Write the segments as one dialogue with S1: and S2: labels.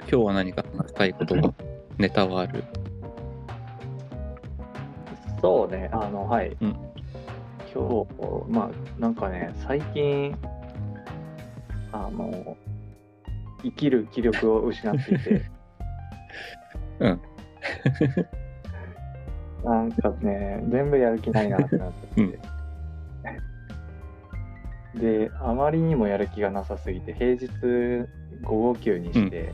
S1: 今日は何か話したいことが、ネタはある。
S2: そうね、あの、はい。
S1: うん。
S2: 今日、まあ、なんかね、最近、あの、生きる気力を失っていて
S1: うん。
S2: なんかね、全部やる気ないなってなってきて。 で、あまりにもやる気がなさすぎて、平日午後休にして、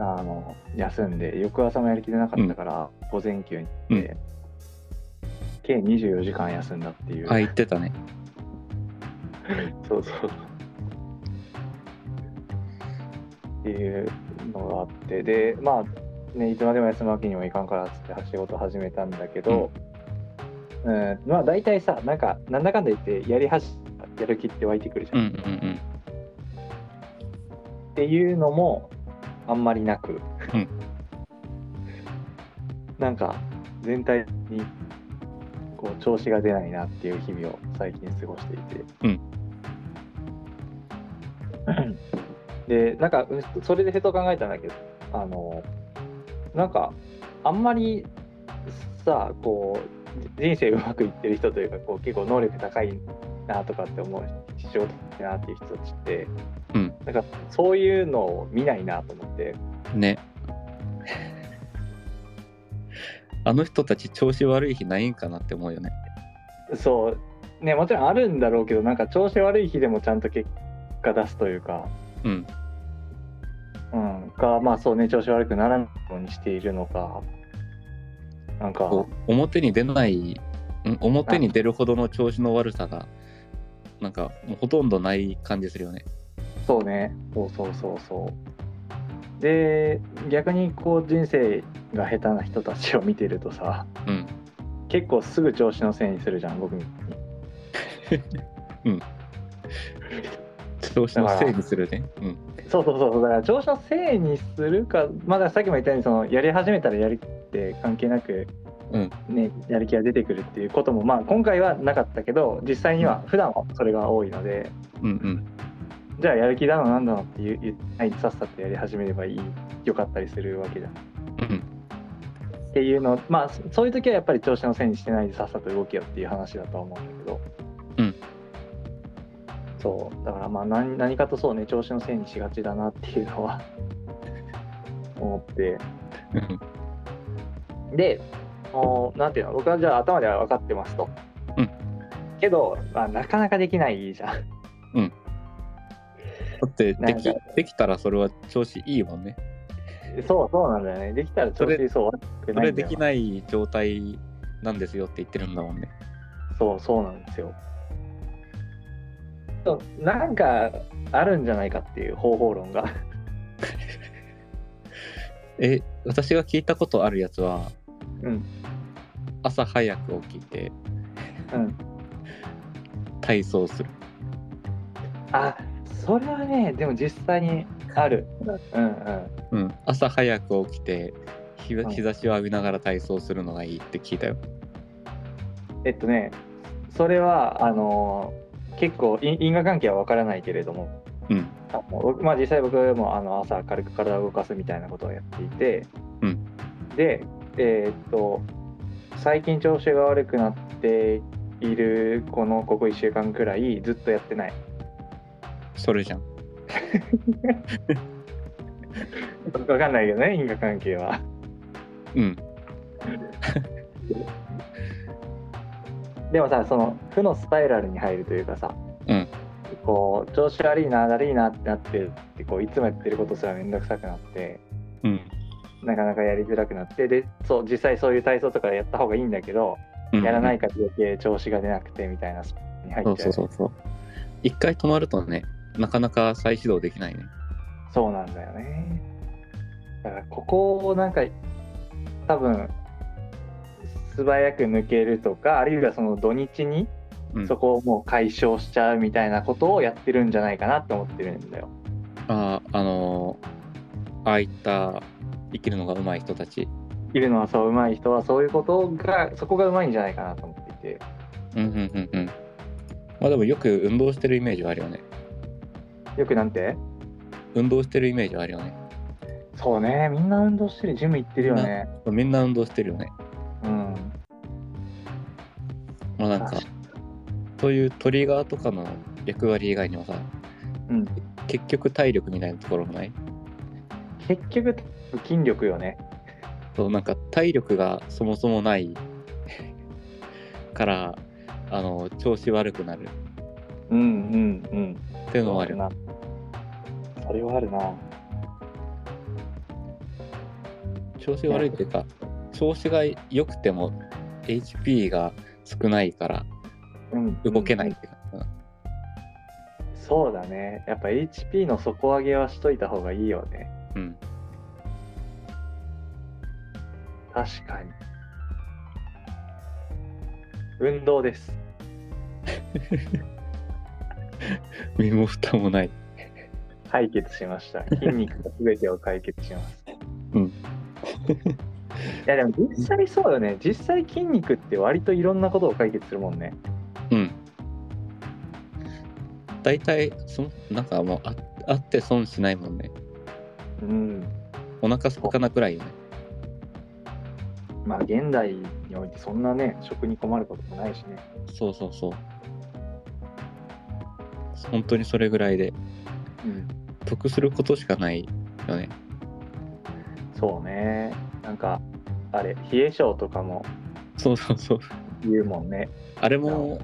S2: あの、休んで、翌朝もやる気でなかったから、午前休にし
S1: う
S2: て、
S1: ん
S2: 計24時間休んだっていう、
S1: あ、言ってたね。
S2: そうそう。っていうのがあって、で、まあ、ね、いつまでも休むわけにもいかんからっつって、仕事始めたんだけど、うん、まあ、大体さ、なんか、なんだかんだ言って、やりはし、やる気って湧いてくるじゃ
S1: うん
S2: ん。
S1: うんうん。
S2: っていうのも、あんまりなく、
S1: うん
S2: なんか、全体に、こう、調子が出ないなっていう日々を最近過ごしていて。
S1: うん
S2: でなんかうそれでふと考えたんだけどあのなんかあんまりさこう人生うまくいってる人というかこう結構能力高いなとかって思う仕事だなっていう人たちって、
S1: うん
S2: なんかそういうのを見ないなと思って
S1: ね。あの人たち調子悪い日ないんかなって思うよね。
S2: そうねもちろんあるんだろうけどなんか調子悪い日でもちゃんと結果出すというか、
S1: うん。
S2: うん、かまあそうね調子悪くならないようにしているのかなんか
S1: こう表に出ない、ん表に出るほどの調子の悪さが、なんかもうほとんどない感じするよね。
S2: そうね、そうそうそうそう。で、逆にこう人生が下手な人たちを見てるとさ、
S1: うん。
S2: 結構すぐ調子のせいにするじゃん、僕に。
S1: 調子のせいにするね。うん。
S2: そうそうそうそう、だから調子のせいにするか、まださっきも言ったように、そのやり始めたらやりって関係なく、
S1: うん
S2: ね、やる気が出てくるっていうことも、まあ今回はなかったけど、実際には普段はそれが多いので、
S1: うん
S2: じゃあやる気だのなんだのって言う言ってないでさっさとやり始めればいい、よかったりするわけじゃん。
S1: うん。うん。
S2: っていうのまあそそういう時はやっぱり調子のせいにしてないでさっさと動けよっていう話だとは思うんだけど
S1: うん
S2: そうだからまあ何何かとそうね調子のせいにしがちだなっていうのは 思って
S1: うん。
S2: でおなんていうの僕はじゃあ頭では分かってますと、
S1: うん
S2: けど、まあ、なかなかできないじゃん
S1: だってでき
S2: なんか
S1: できたらそれは調子いいもんね。
S2: そうそうなんだよねできたら調子そう悪く
S1: そ
S2: ない
S1: れ
S2: ん
S1: で
S2: だよ
S1: きない状態なんですよって言ってるんだもんね。
S2: そうそうなんですよそうなんかあるんじゃないかっていう方法論が
S1: え私が聞いたことあるやつは
S2: うん
S1: 朝早く起きて
S2: うん
S1: 体操する
S2: あそれはねでも実際にあるうんうん
S1: うん、朝早く起きて日
S2: うん
S1: 日差しを浴びながら体操するのがいいって聞いたよ。
S2: えっとねそれはあのー結構因因果関係は分からないけれども
S1: うん
S2: あの僕まあ実際僕もあの朝軽く体を動かすみたいなことをやっていて、
S1: うん
S2: でえーっと最近調子が悪くなっているこのここ1週間くらいずっとやってない
S1: それじゃん。
S2: 分かんないけどね因果関係は
S1: うん
S2: でもさその負のスパイラルに入るというかさ、
S1: うん
S2: こう調子悪いなだるいなってなってってこういつもやってることすら面倒くさくなって
S1: うん
S2: なかなかやりづらくなってでそう実際そういう体操とかやった方がいいんだけど、
S1: うん、
S2: やらないから余計調子が出なくてみたいなスパイラルに入っち
S1: そ
S2: ゃう
S1: うそうそうそう。一回止まるとねなかなか再始動できないね。
S2: そうなんだよねだからここをなんか多分素早く抜けるとかあるいはその土日に
S1: うん、
S2: そこをもう解消しちゃうみたいなことをやってるんじゃないかなって思ってるんだよ
S1: あーあのーああいった生きるのが上手い人たち。
S2: いるのはそう上手い人はそういうことがそこが上手いんじゃないかなと思っていて
S1: うんうんうんうん。まあでもよく運動してるイメージはあるよね。
S2: よくなんて
S1: 運動してるイメージはあるよね。
S2: そうね、みんな運動してる、ジム行ってるよね。
S1: みんな運動してるよね。
S2: うん。
S1: まあなんか、そういうトリガーとかの役割以外にもさ、
S2: うん
S1: 結局体力みたいなところもない
S2: 結局、筋力よね。
S1: そうなんか体力がそもそもない からあの調子悪くなる
S2: うんうんうん。
S1: っていうのもあるよ
S2: な。それはあるな。
S1: 調子悪いっていうか調子が良くても HP が少ないから
S2: うん
S1: 動けないっていうか、
S2: そうだね。やっぱ HP の底上げはしといた方がいいよね。
S1: うん
S2: 確かに。運動です。
S1: 身も蓋もない
S2: 解決しました。筋肉が全てを解決します。
S1: うん
S2: いやでも実際そうよね。実際筋肉って割といろんなことを解決するもんね。
S1: うん大体そのなんかもうああって損しないもんね
S2: うん。
S1: お腹すかなくらいよね
S2: まあ現代においてそんなね、食に困ることもないしね。
S1: そうそうそう本当にそれぐらいで
S2: うん。
S1: 得することしかないよね
S2: そうね。なんか、あれ、冷え性とかも
S1: そうそうそう
S2: 言うもんね。
S1: あれ
S2: なるほ
S1: も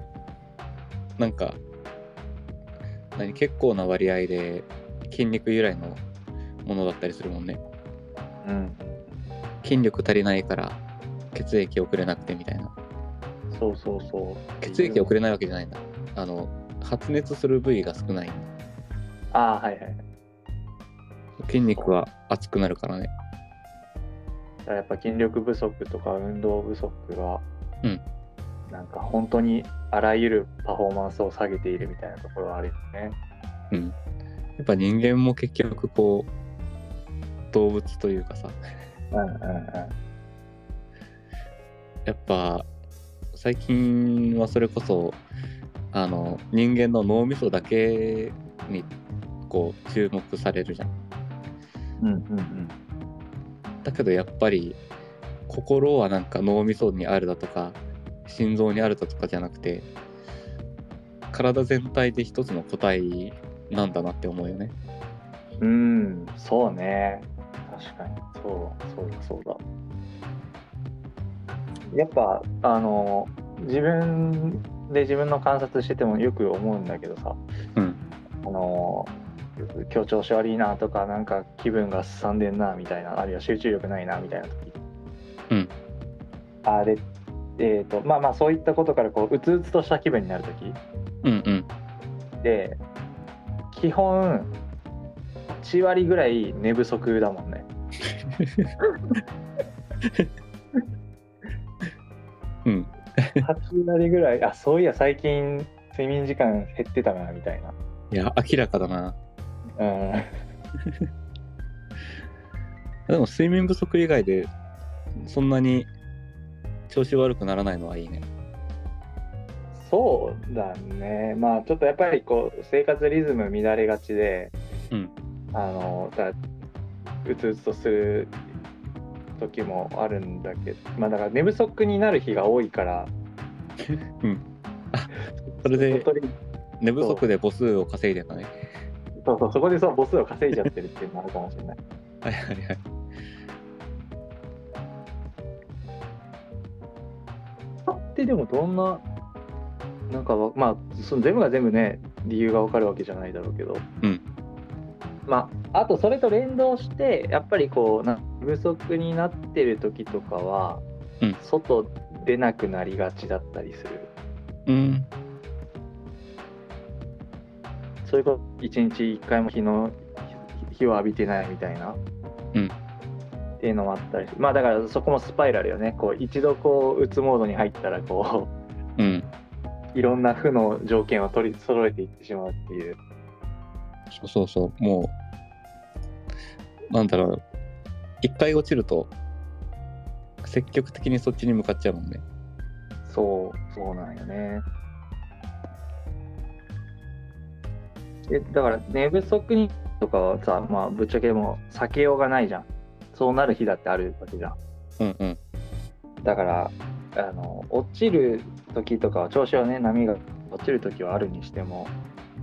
S1: なんか何結構な割合で筋肉由来のものだったりするもんね
S2: うん。
S1: 筋力足りないから血液送れなくてみたいな
S2: そうそうそう。
S1: 血液送
S2: れ
S1: れないわけじゃないんだあの発熱する部位が少ない
S2: ああ、はいはい。
S1: 筋肉は熱くなるからね
S2: だからやっぱ筋力不足とか運動不足が、
S1: うん
S2: なんか本当にあらゆるパフォーマンスを下げているみたいなところはあるよね。
S1: やっぱ人間も結局こう動物というかさ
S2: うんうんうん。
S1: やっぱ最近はそれこそあの人間の脳みそだけにこう注目されるじゃん
S2: うんうんうん、
S1: だけどやっぱり心はなんか脳みそにあるだとか心臓にあるだとかじゃなくて体全体で一つの個体なんだなって思うよね
S2: うん、そうね。確かに。そうだ、そうだ、そうだ。やっぱ、あの、自分で自分の観察しててもよく思うんだけどさ、
S1: うん
S2: あの、今日調子悪いなとか、なんか気分がすさんでんなみたいな、あるいは集中力ないなみたいな時。
S1: うん。
S2: あれ、えっ、と、まあまあ、そういったことから、こう、うつうつとした気分になる時。
S1: うんうん
S2: で基本8割ぐらい寝不足だもんね
S1: うん
S2: 8割ぐらいあそういや最近睡眠時間減ってたなみたいない
S1: や明らかだな
S2: うん
S1: でも睡眠不足以外でそんなに調子悪くならないのはいいね
S2: そうだねまあちょっとやっぱりこう生活リズム乱れがちで、
S1: うん
S2: あのだうつうつとする時もあるんだけどまあだから寝不足になる日が多いから
S1: それで
S2: 本当に
S1: 寝不足で母数を稼いでたね。
S2: そうそうそこでそう母数を稼いじゃってるっていうのもあるかもしれない
S1: はいはいはい。
S2: ってでもどんななんかわまあその全部が全部ね理由がわかるわけじゃないだろうけど、
S1: うん
S2: まああとそれと連動してやっぱりこうな不足になってる時とかは、
S1: うん
S2: 外出なくなりがちだったりする
S1: うん。
S2: それこそ一日一回も日の日日を浴びてないみたいな、
S1: うん
S2: っていうのもあったりまあだからそこもスパイラルよねこう一度こううつモードに入ったらこう
S1: うん。
S2: いろんな負の条件を取り揃えていってしまうっていう。
S1: そうそうそう。もう、なんだろう。一回落ちると、積極的にそっちに向かっちゃうもんね。
S2: そう、そうなんよね。えだから寝不足にとかはさ、まあ、ぶっちゃけもう避けようがないじゃんそうなる日だってあるわけじゃん
S1: うんうん
S2: だからあの落ちる時とかは調子はね波が落ちる時はあるにしても、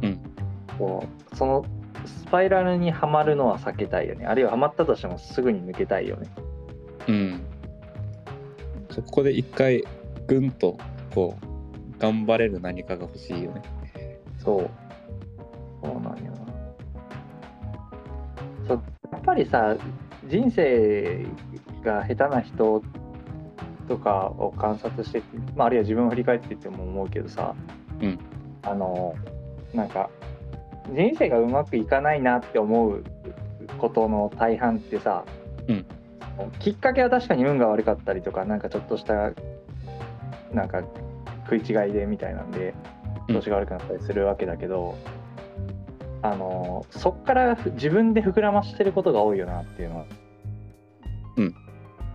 S1: うん
S2: こうそのスパイラルにはまるのは避けたいよねあるいははまったとしてもすぐに抜けたいよね
S1: うんそこで一回ぐんとこう頑張れる何かが欲しいよね
S2: そうそうなんよなそうやっぱりさ人生が下手な人とかを観察してて、まあ、あるいは自分を振り返ってっても思うけどさ、
S1: うん
S2: あのなんか人生がうまくいかないなって思うことの大半ってさ、
S1: うん
S2: きっかけは確かに運が悪かったりとかなんかちょっとしたなんか食い違いでみたいなんで
S1: うん
S2: 調子が悪くなったりするわけだけど、あのそっからふ自分で膨らましてることが多いよなっていうのは、
S1: うん、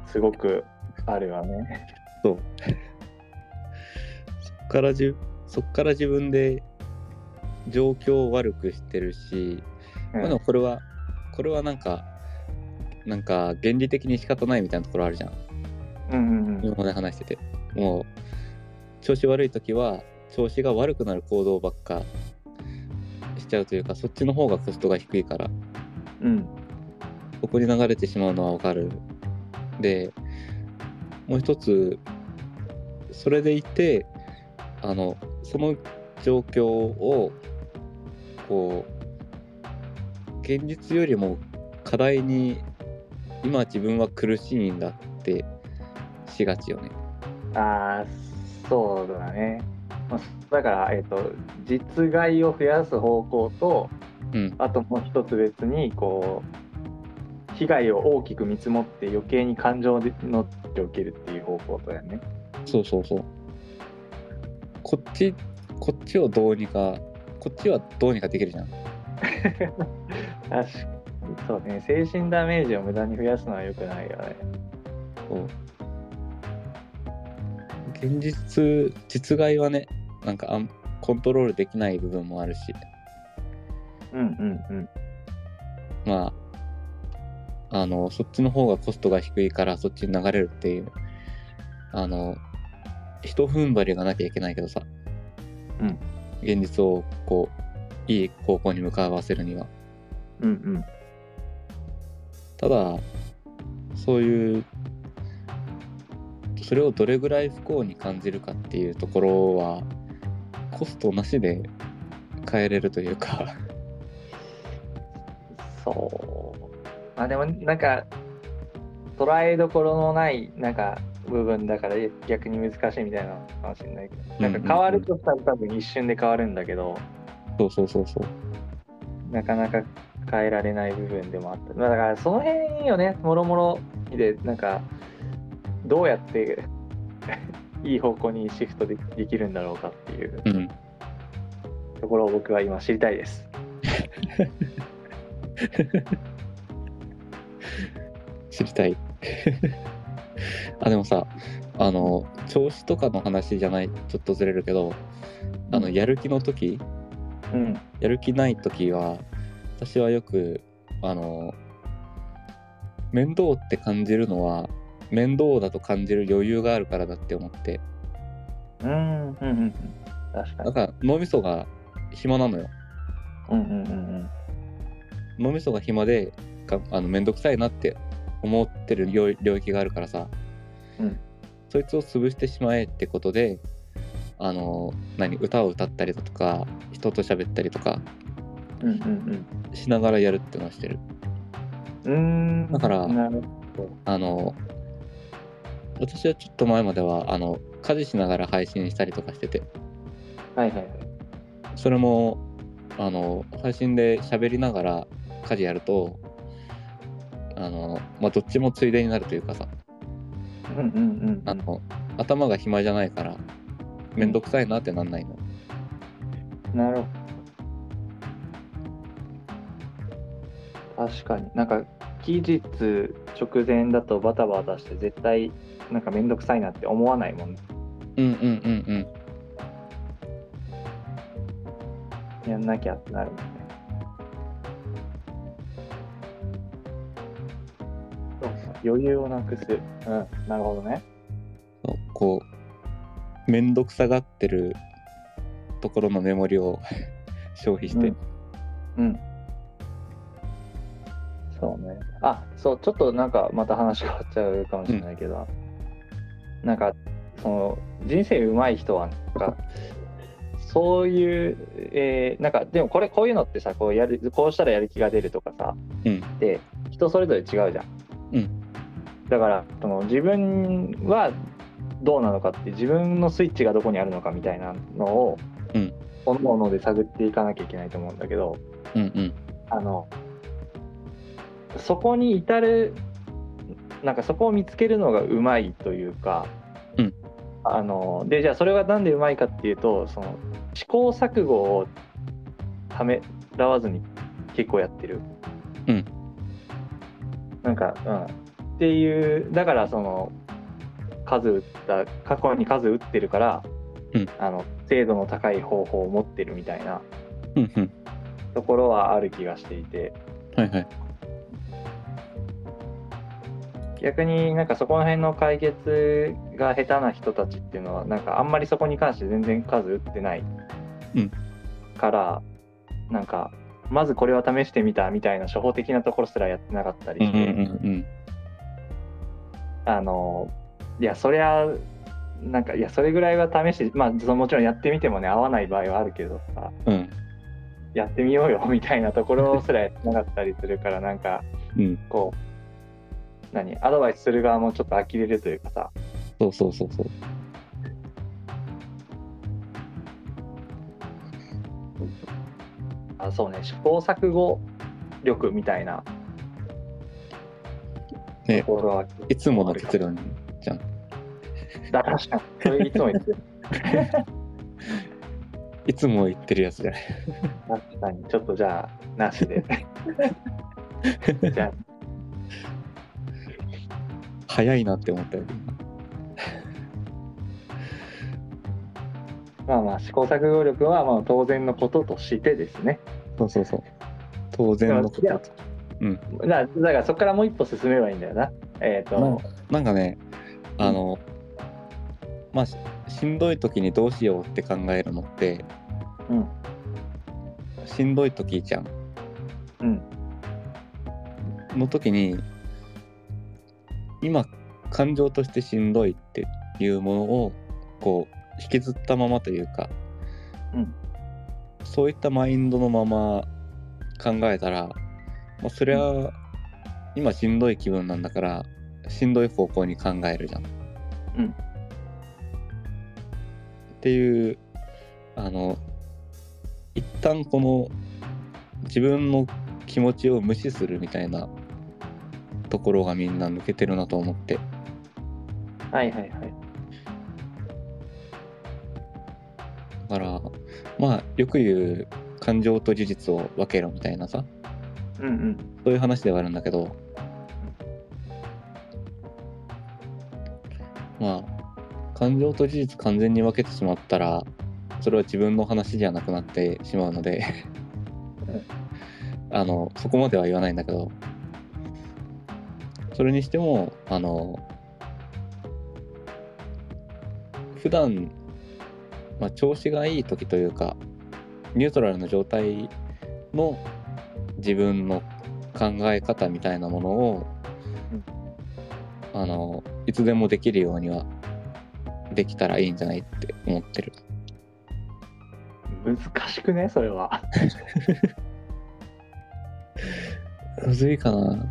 S2: すごくあるわね。
S1: そっからじゅそっから自分で状況を悪くしてるし、
S2: う
S1: ま
S2: ん
S1: あ、でもこれはこれはなんかなんか原理的に仕方ないみたいなところあるじゃん
S2: うんうんうん
S1: 今まで話しててもう調子悪い時は調子が悪くなる行動ばっかしちゃうというかそっちの方がコストが低いから
S2: うん
S1: ここに流れてしまうのはわかるでもう一つそれでいてあのその状況をこう現実よりも課題に今自分は苦しいんだってしがちよね
S2: ああそうだね。まあだから、えっと実害を増やす方向と
S1: うん
S2: あともう一つ別にこう被害を大きく見積もって余計に感情のって受けるっていう方向とだよね。
S1: そうそうそうこっちこっちをどうにかこっちはどうにかできるじゃん
S2: 確かにそうね精神ダメージを無駄に増やすのは良くないよね
S1: こう現実実害はねなんかあんコントロールできない部分もあるし
S2: うんうんうん
S1: まああのそっちの方がコストが低いからそっちに流れるっていうあの一踏ん張りがなきゃいけないけどさ、
S2: うん
S1: 現実をこういい方向に向かわせるには
S2: うん
S1: ただそういうそれをどれぐらい不幸に感じるかっていうところはコストなしで変えれるというか
S2: そうまあでもなんか捉えどころのないなんか部分だから逆に難しいみたいなのかもしれないけどなんか変わるとしたら多分一瞬で変わるんだけど
S1: そうそうそうそう
S2: なかなか変えられない部分でもあったまあだからその辺よねもろもろでなんかどうやって いい方向にシフトでできるんだろうかっていう
S1: うん
S2: ところを僕は今知りたいです。
S1: 知りたい あでもさあの調子とかの話じゃないちょっとずれるけどあのやる気の時
S2: うん。
S1: やる気ない時は私はよくあの面倒って感じるのは面倒だと感じる余裕があるからだって思って
S2: うん。うん。うん。確か
S1: だ
S2: に。
S1: から脳みそが暇なのよ
S2: うん。うん。うん。
S1: 脳みそが暇でかあの面倒くさいなって思ってる領領域があるからさ、
S2: うん
S1: そいつを潰してしまえってことであの何歌を歌ったりだとか人と喋ったりとか
S2: うん。うん。
S1: しながらやるっていうのはしてる
S2: うん。うん。
S1: だから
S2: なるほ
S1: あの私はちょっと前まではあの家事しながら配信したりとかしてて
S2: ど。はい。はい。はい。
S1: それもあの配信で喋りながら家事やるとあの、まあ、どっちもついでになるというかさ
S2: うん。うん。う
S1: あ
S2: ん。
S1: の頭が暇じゃないからめんどくさいなってなんないの、
S2: なるほど。確かに。なんか。期日直前だとバタバタして絶対なんか面倒くさいなって思わないもんね。
S1: うん、うんうんうん
S2: やんなきゃってなるもんね。余裕をなくす。うん、なるほどね。
S1: こう面倒くさがってるところのメモリを 消費して、
S2: うん。うん。そうね。あ、そう、ちょっとなんかまた話変わっちゃうかもしれないけど、なんか、その、人生上手い人は、なんか、そういう、えーなんか、でもこれ、こういうのってさ、こうやる、こうしたらやる気が出るとかさ、
S1: うん
S2: で人それぞれ違うじゃん。
S1: うん
S2: だからその自分はどうなのかって自分のスイッチがどこにあるのかみたいなのを、
S1: うん
S2: おのおので探っていかなきゃいけないと思うんだけど
S1: うんうん
S2: あのそこに至るなんかそこを見つけるのがうまいというか、
S1: うん
S2: あのでじゃあそれはなんでうまいかっていうとその試行錯誤をためらわずに結構やってる。
S1: うん
S2: なんか、うん、っていうだからその数打った過去に数打ってるから、
S1: うん
S2: あの精度の高い方法を持ってるみたいな
S1: うんうん
S2: ところはある気がしていて
S1: はいはい
S2: 逆になんかそこら辺の解決が下手な人たちっていうのはなんかあんまりそこに関して全然数打ってない
S1: うん
S2: から、なんかまずこれは試してみたみたいな初歩的なところすらやってなかったり
S1: うん
S2: し
S1: うん
S2: て、
S1: うん
S2: あのいやそりゃなんかいやそれぐらいは試してまあそのもちろんやってみてもね合わない場合はあるけどさ
S1: うんうん
S2: やってみようよみたいなところすらやってなかったりするからなんか
S1: うん
S2: こう何アドバイスする側もちょっと呆れるというかさ
S1: そうそうそうそう
S2: あそうね試行錯誤力みたいな
S1: ね
S2: ところはい
S1: つもの結論じゃん
S2: だ確かにそれいつも言ってる
S1: いつも言ってるやつじゃない
S2: 確かにちょっとじゃあな しでじゃあ
S1: 早いなって思ったよ
S2: まあまあ試行錯誤力はまあ当然のこととしてですね。
S1: そうそうそう当然のこ
S2: いや
S1: とうん
S2: だからだからそこからもう一歩進めばいいんだよな。えっ、と、
S1: なんなんかねあの、まあししんどい時にどうしようって考えるのって
S2: うん
S1: しんどい時じゃん
S2: うん
S1: の時に今感情としてしんどいっていうものをこう引きずったままというか、
S2: うん
S1: そういったマインドのまま考えたら、まあ、それは今しんどい気分なんだからしんどい方向に考えるじゃん。
S2: うん
S1: っていうあの一旦この自分の気持ちを無視するみたいなところがみんな抜けてるなと思って
S2: はいはいはい。
S1: だからまあよく言う感情と事実を分けろみたいなさ
S2: うんうん。
S1: そういう話ではあるんだけどまあ感情と事実完全に分けてしまったらそれは自分の話じゃなくなってしまうので あのそこまでは言わないんだけどそれにしてもあの普段まあ調子がいい時というかニュートラルな状態の自分の考え方みたいなものを、
S2: うん
S1: あのいつでもできるようにはできたらいいんじゃないって思ってる
S2: 難しくね、それは。
S1: むずいかな
S2: い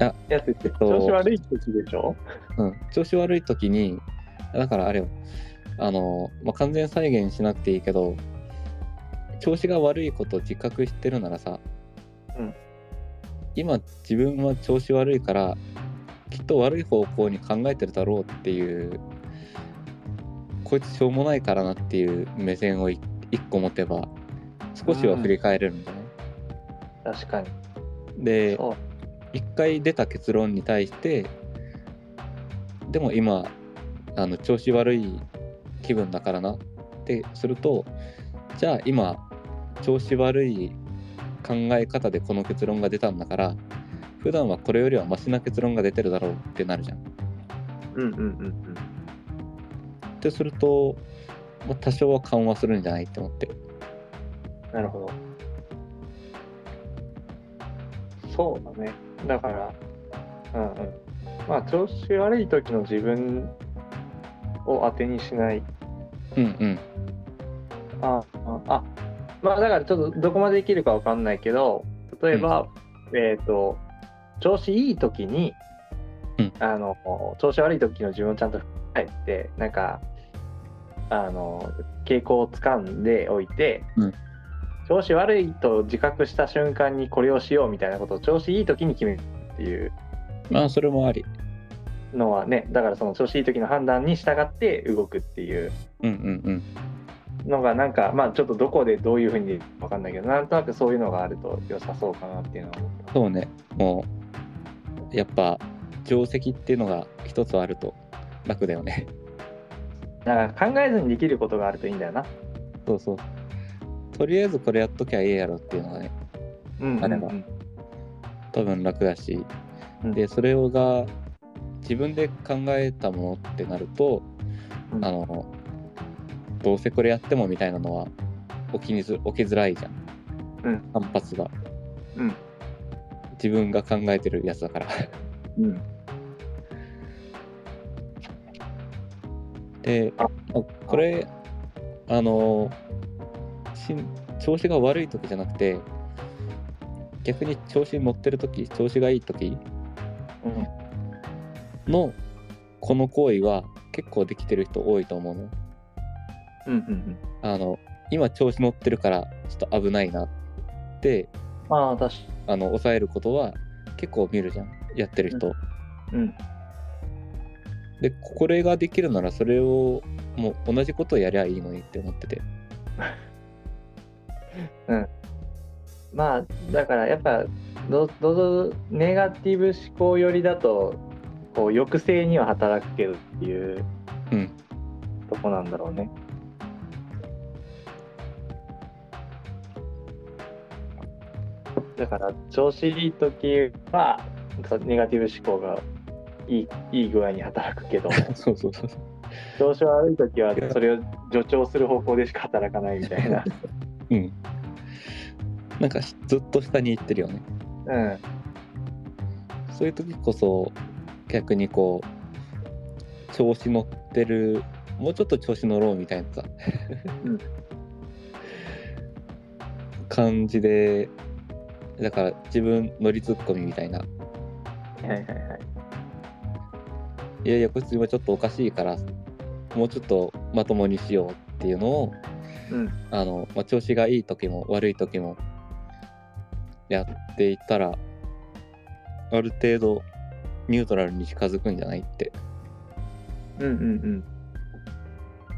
S2: や、だって調子悪い時でしょ
S1: うん調子悪い時にだからあれよあの、まあ、完全再現しなくていいけど調子が悪いことを自覚してるならさ、
S2: うん
S1: 今自分は調子悪いからきっと悪い方向に考えてるだろうっていうこいつしょうもないからなっていう目線をい一個持てば少しは振り返れるんだね。
S2: 確かに。
S1: で
S2: そう
S1: 一回出た結論に対してでも今あの調子悪い気分だからなってするとじゃあ今調子悪い考え方でこの結論が出たんだから普段はこれよりはマシな結論が出てるだろうってなるじゃん。っ
S2: うんうんうんうん
S1: てすると、まあ、多少は緩和するんじゃないって思って。
S2: なるほど。そうだね。だから、うんうん。まあ、調子悪い時の自分を当てにしない。
S1: うんうん。
S2: ああ、あまあ、だからちょっとどこまでできるかわかんないけど、例えば、えっ、と、調子いい時に、
S1: うん
S2: あの、調子悪い時の自分をちゃんと振り返って、なんか、あの、傾向をつかんでおいて、
S1: うん
S2: 調子悪いと自覚した瞬間にこれをしようみたいなことを調子いい時に決めるっていう
S1: まあ、それもあり。
S2: のはね、だからその調子いい時の判断に従って動くっていう。
S1: うんうんうん。
S2: のがなんかまあちょっとどこでどういうふうにわかんないけどなんとなくそういうのがあると良さそうかなっていうのは思った
S1: そうね。もう、やっぱ、定石っていうのが一つあると楽だよね。
S2: だから考えずにできることがあるといいんだよな。
S1: そうそう。とりあえずこれやっときゃええやろっていうのがね、
S2: うん
S1: あれば多分楽だし、
S2: うん
S1: で、それをが自分で考えたものってなると、
S2: うん
S1: あの、どうせこれやってもみたいなのは起きにず起きづらいじゃん。
S2: うん
S1: 反発が。
S2: うん
S1: 自分が考えてるやつだから。
S2: うん
S1: で、
S2: あ
S1: あこれ、あのしん、調子が悪い時じゃなくて、逆に調子に乗ってる時、調子がいい時
S2: うん
S1: のこの行為は結構できてる人多いと思うの。
S2: うんうん
S1: あの、今調子乗ってるからちょっと危ないなって、
S2: まあ私
S1: あの、抑えることは結構見るじゃん、やってる人。
S2: うん
S1: で、これができるならそれをもう同じことをやりゃいいのにって思ってて。
S2: まあだからやっぱどどどネガティブ思考寄りだとこう抑制には働くけどっていう
S1: うん
S2: とこなんだろうね。だから調子いい時はそうネガティブ思考がいいいい具合に働く けど
S1: そうそうそう。
S2: 調子悪い時はそれを助長する方向でしか働かないみたいな。
S1: うん。なんかしずっと下に行ってるよね。
S2: うん
S1: そういう時こそ逆にこう調子乗ってるもうちょっと調子乗ろうみたいなさ、
S2: うん
S1: 感じでだから自分乗りツッコミみたいな
S2: はいはいはい。
S1: いやいやこいつ今ちょっとおかしいからもうちょっとまともにしようっていうのを
S2: うん
S1: あの、まあ、調子がいい時も悪い時もやっていったらある程度ニュートラルに近づくんじゃないって
S2: うんうんうん。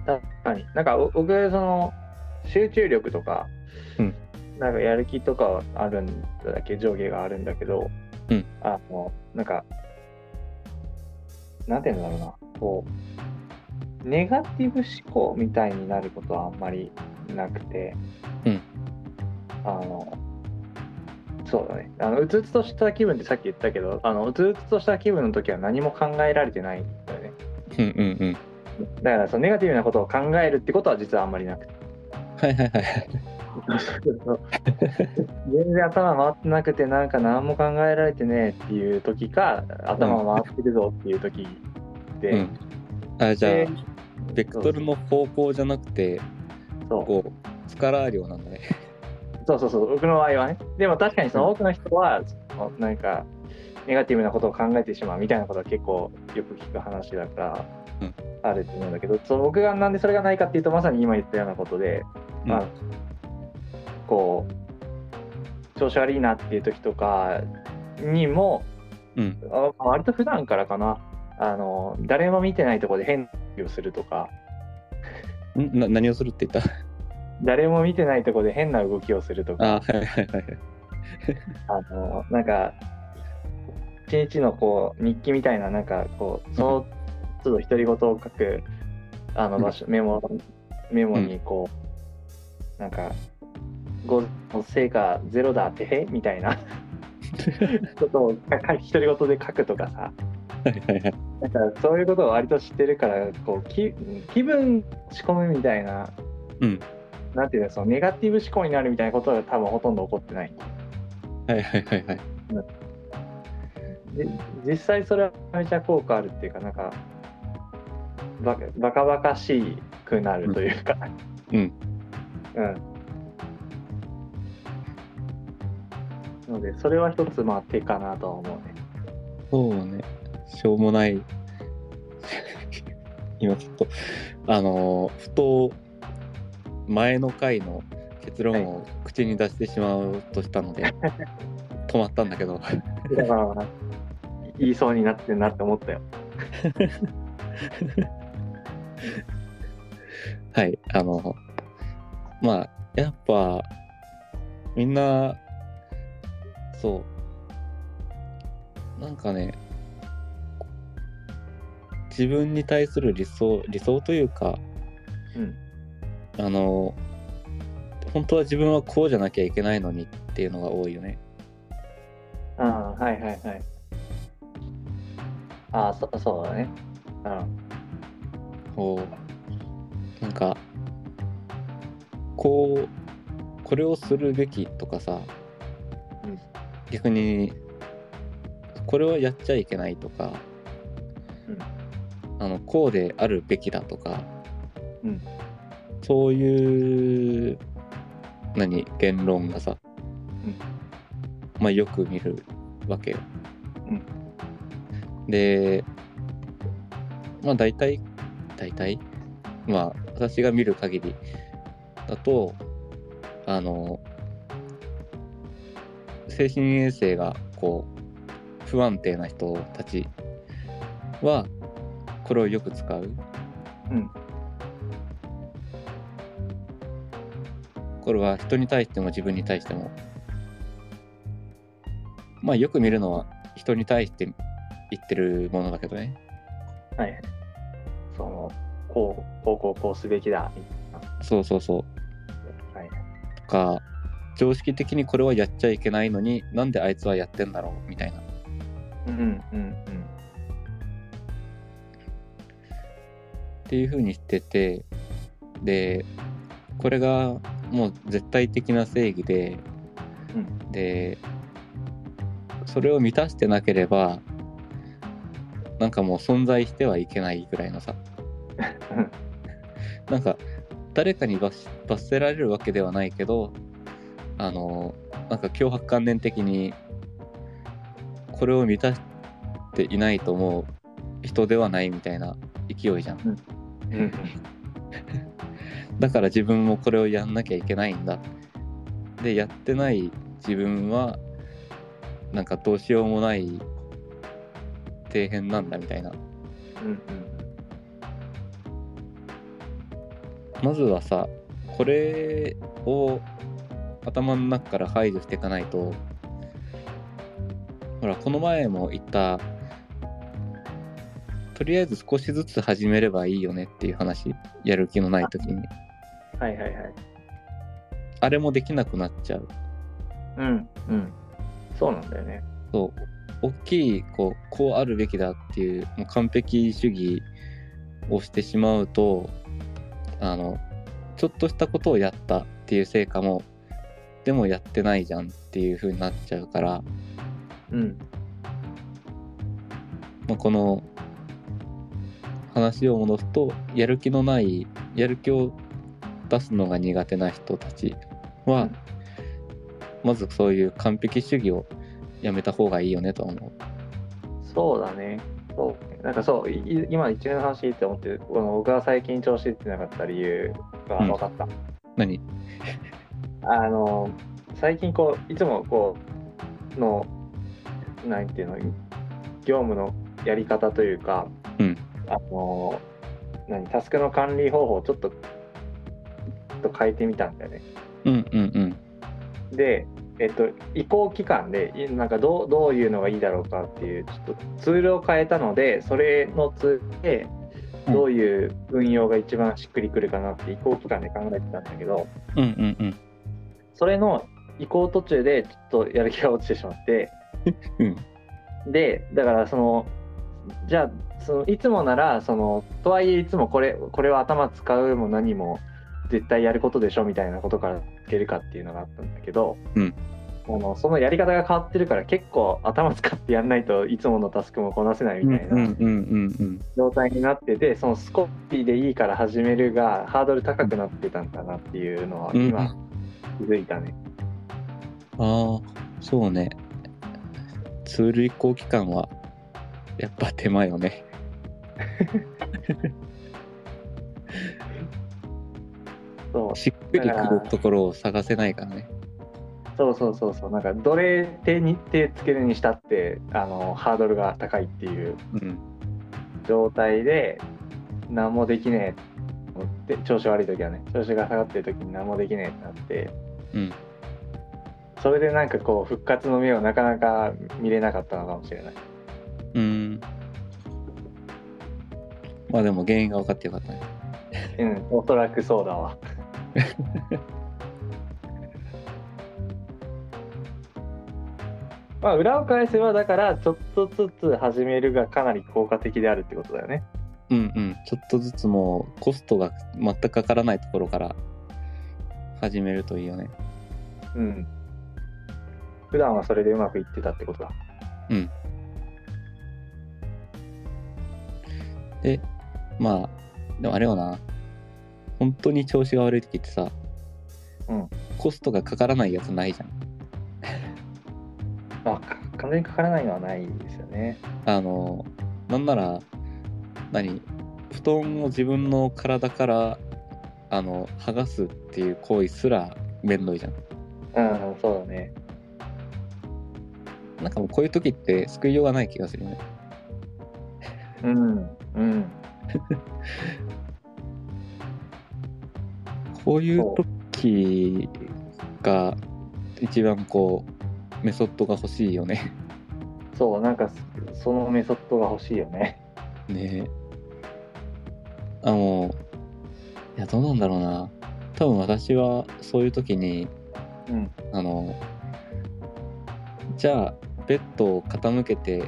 S2: 確かに。なんかお僕その集中力とか、
S1: うん
S2: なんかやる気とかはあるんだけ上下があるんだけど、
S1: うん
S2: あのなんかなんて言うんだろうなこうネガティブ思考みたいになることはあんまりなくて、
S1: うん
S2: あのそうだねあのうつうつとした気分ってさっき言ったけどあのうつうつとした気分の時は何も考えられてないんだよね。
S1: うんうんうん
S2: だからそのネガティブなことを考えるってことは実はあんまりなく て
S1: はいはいはい
S2: 全然頭回ってなくてなんか何も考えられてねえっていう時か頭回ってるぞっていう時で、
S1: うんあじゃあ、
S2: で
S1: ベクトルの方向じゃなくて、
S2: そう
S1: こう、力量なんだ ね。
S2: そうそうそう僕の場合はねでも確かにその多くの人はそのなんかネガティブなことを考えてしまうみたいなことは結構よく聞く話だから、
S1: うん
S2: あると思うんだけどそう僕がなんでそれがないかっていうとまさに今言ったようなことで、まあ、こう調子悪いなっていう時とかにも
S1: うん、
S2: あ割と普段からかなあの誰も見てないところで変な動きをするとか
S1: んな何をするって言っ
S2: 誰も見てないところで変な動きをすると
S1: た
S2: か
S1: あはいはいはいはい。
S2: あのなんか一日のこう日記みたいななんかこうその都度独り言を書くあの場所、メモメモにこう、なんか「ご成果ゼロだってへ」みたいなちょっとかか独り言で書くとかさ
S1: はいはいはい。
S2: なんかそういうことを割と知ってるからこうき気分仕込むみたいな
S1: うん。
S2: なんていうのそのネガティブ思考になるみたいなことは多分ほとんど起こってない
S1: はいはいはいはい。
S2: で実際それはめちゃ効果あるっていうかなんかバカバカバカしくなるというか
S1: うん
S2: うんのでそれは一つまあ手かなとは思うね
S1: そうね。しょうもない。 今ちょっと、あのーふと、前の回の結論を口に出してしまうとしたので、止まったんだけど、
S2: だから言いそうになってんなって思ったよ
S1: はい、あの、まあ、やっぱ、みんな、そう、なんかね、自分に対する理想、理想というか、
S2: うん
S1: あの、本当は自分はこうじゃなきゃいけないのにっていうのが多いよね。
S2: ああはいはいはいああそそうだねうん
S1: こう、なんか、こう、これをするべきとかさ、
S2: うん
S1: 逆に、これはやっちゃいけないとか、あの、こうであるべきだとか、
S2: うん
S1: そういう、何、言論がさ、
S2: うん
S1: まあよく見るわけよ。
S2: うん
S1: で、まあ大体、大体まあ私が見る限りだとあの精神衛生がこう不安定な人たちはこれをよく使う
S2: うん
S1: これは人に対しても自分に対してもまあよく見るのは人に対して言ってるものだけどね
S2: はいそのこうこうこうこうすべきだみたい
S1: そうそうそう
S2: なはい
S1: とか常識的にこれはやっちゃいけないのになんであいつはやってんだろうみたいな
S2: うんうんうん
S1: っていう風にしててでこれがもう絶対的な正義で、
S2: うん
S1: でそれを満たしてなければなんかもう存在してはいけないぐらいのさ
S2: うん
S1: なんか誰かに罰し罰せられるわけではないけどあのなんか脅迫観念的にこれを満たしていないともう人ではないみたいな勢いじゃん。
S2: うん
S1: だから自分もこれをやんなきゃいけないんだ。で、やってない自分は、なんかどうしようもない底辺なんだみたいな。
S2: うん
S1: まずはさ、これを頭の中から排除していかないと、ほら、この前も言った、とりあえず少しずつ始めればいいよねっていう話、やる気のない時に。
S2: うんはいはいはい
S1: あれもできなくなっちゃう。
S2: うんうんそうなんだよね
S1: そう大きいこうこうあるべきだっていうもう完璧主義をしてしまうとあのちょっとしたことをやったっていう成果もでもやってないじゃんっていう風になっちゃうから、
S2: うん
S1: まあ、この話を戻すとやる気のないやる気を出すのが苦手な人たちは、
S2: うん
S1: まずそういう完璧主義をやめた方がいいよねとは思う。
S2: そうだねそうなんかそうい今一連の話って思ってこの僕が最近調子出てなかった理由が分かった、
S1: 何
S2: あの最近こういつもこうのなんていうの業務のやり方というか、
S1: うん
S2: あの何タスクの管理方法をちょっとちょっと変えてみたんだよね
S1: うんうんうん
S2: で、えっと、移行期間でいなんかどうどういうのがいいだろうかっていうちょっとツールを変えたのでそれのツールで
S1: うん
S2: どういう運用が一番しっくりくるかなって移行期間で考えてたんだけど
S1: うんうんうん
S2: それの移行途中でちょっとやる気が落ちてしまって
S1: うん
S2: でだからそのじゃあそのいつもならそのとはいえいつもこれこれは頭使うも何も絶対やることでしょみたいなことからいけるかっていうのがあったんだけど、
S1: うん
S2: あのそのやり方が変わってるから結構頭使ってやんないといつものタスクもこなせないみたい
S1: うん
S2: な
S1: うんうんうん
S2: 状態になってて、そのスコッピーでいいから始めるがハードル高くなってたんだなっていうのは
S1: うん
S2: 今気づいたね。
S1: ああそうねツール移行期間はやっぱ手間よね
S2: そう
S1: しっくりくるところを探せないからね
S2: そうそうそうそうなんかどれ手に手つけるにしたってあのハードルが高いっていう
S1: うん
S2: 状態で何もできねえって調子悪い時はね調子が下がってる時に何もできねえってなって
S1: うん
S2: それでなんかこう復活の目をなかなか見れなかったのかもしれない
S1: うんまあでも原因が分かってよかったね
S2: うんおそらくそうだわまあ裏を返せばだからちょっとずつ始めるがかなり効果的であるってことだよね
S1: うんうんちょっとずつもうコストが全くかからないところから始めるといいよね
S2: うん。普段はそれでうまくいってたってことだ。
S1: でまあでもあれよな本当に調子が悪い時ってさ、
S2: うん
S1: コストがかからないやつないじゃん
S2: まあ、か完全にかからないのはないですよね。
S1: あのなんなら何布団を自分の体からあの剥がすっていう行為すらめんどいじゃん
S2: うん、そうだね。
S1: なんかもうこういう時って救いようがない気がするよね
S2: うん、うん。
S1: こういう時が一番こうメソッドが欲しいよね
S2: そう、なんか、そのメソッドが欲しいよね。
S1: ねえあのいやどうなんだろうな多分私はそういう時に
S2: うん。
S1: あのじゃあベッドを傾けて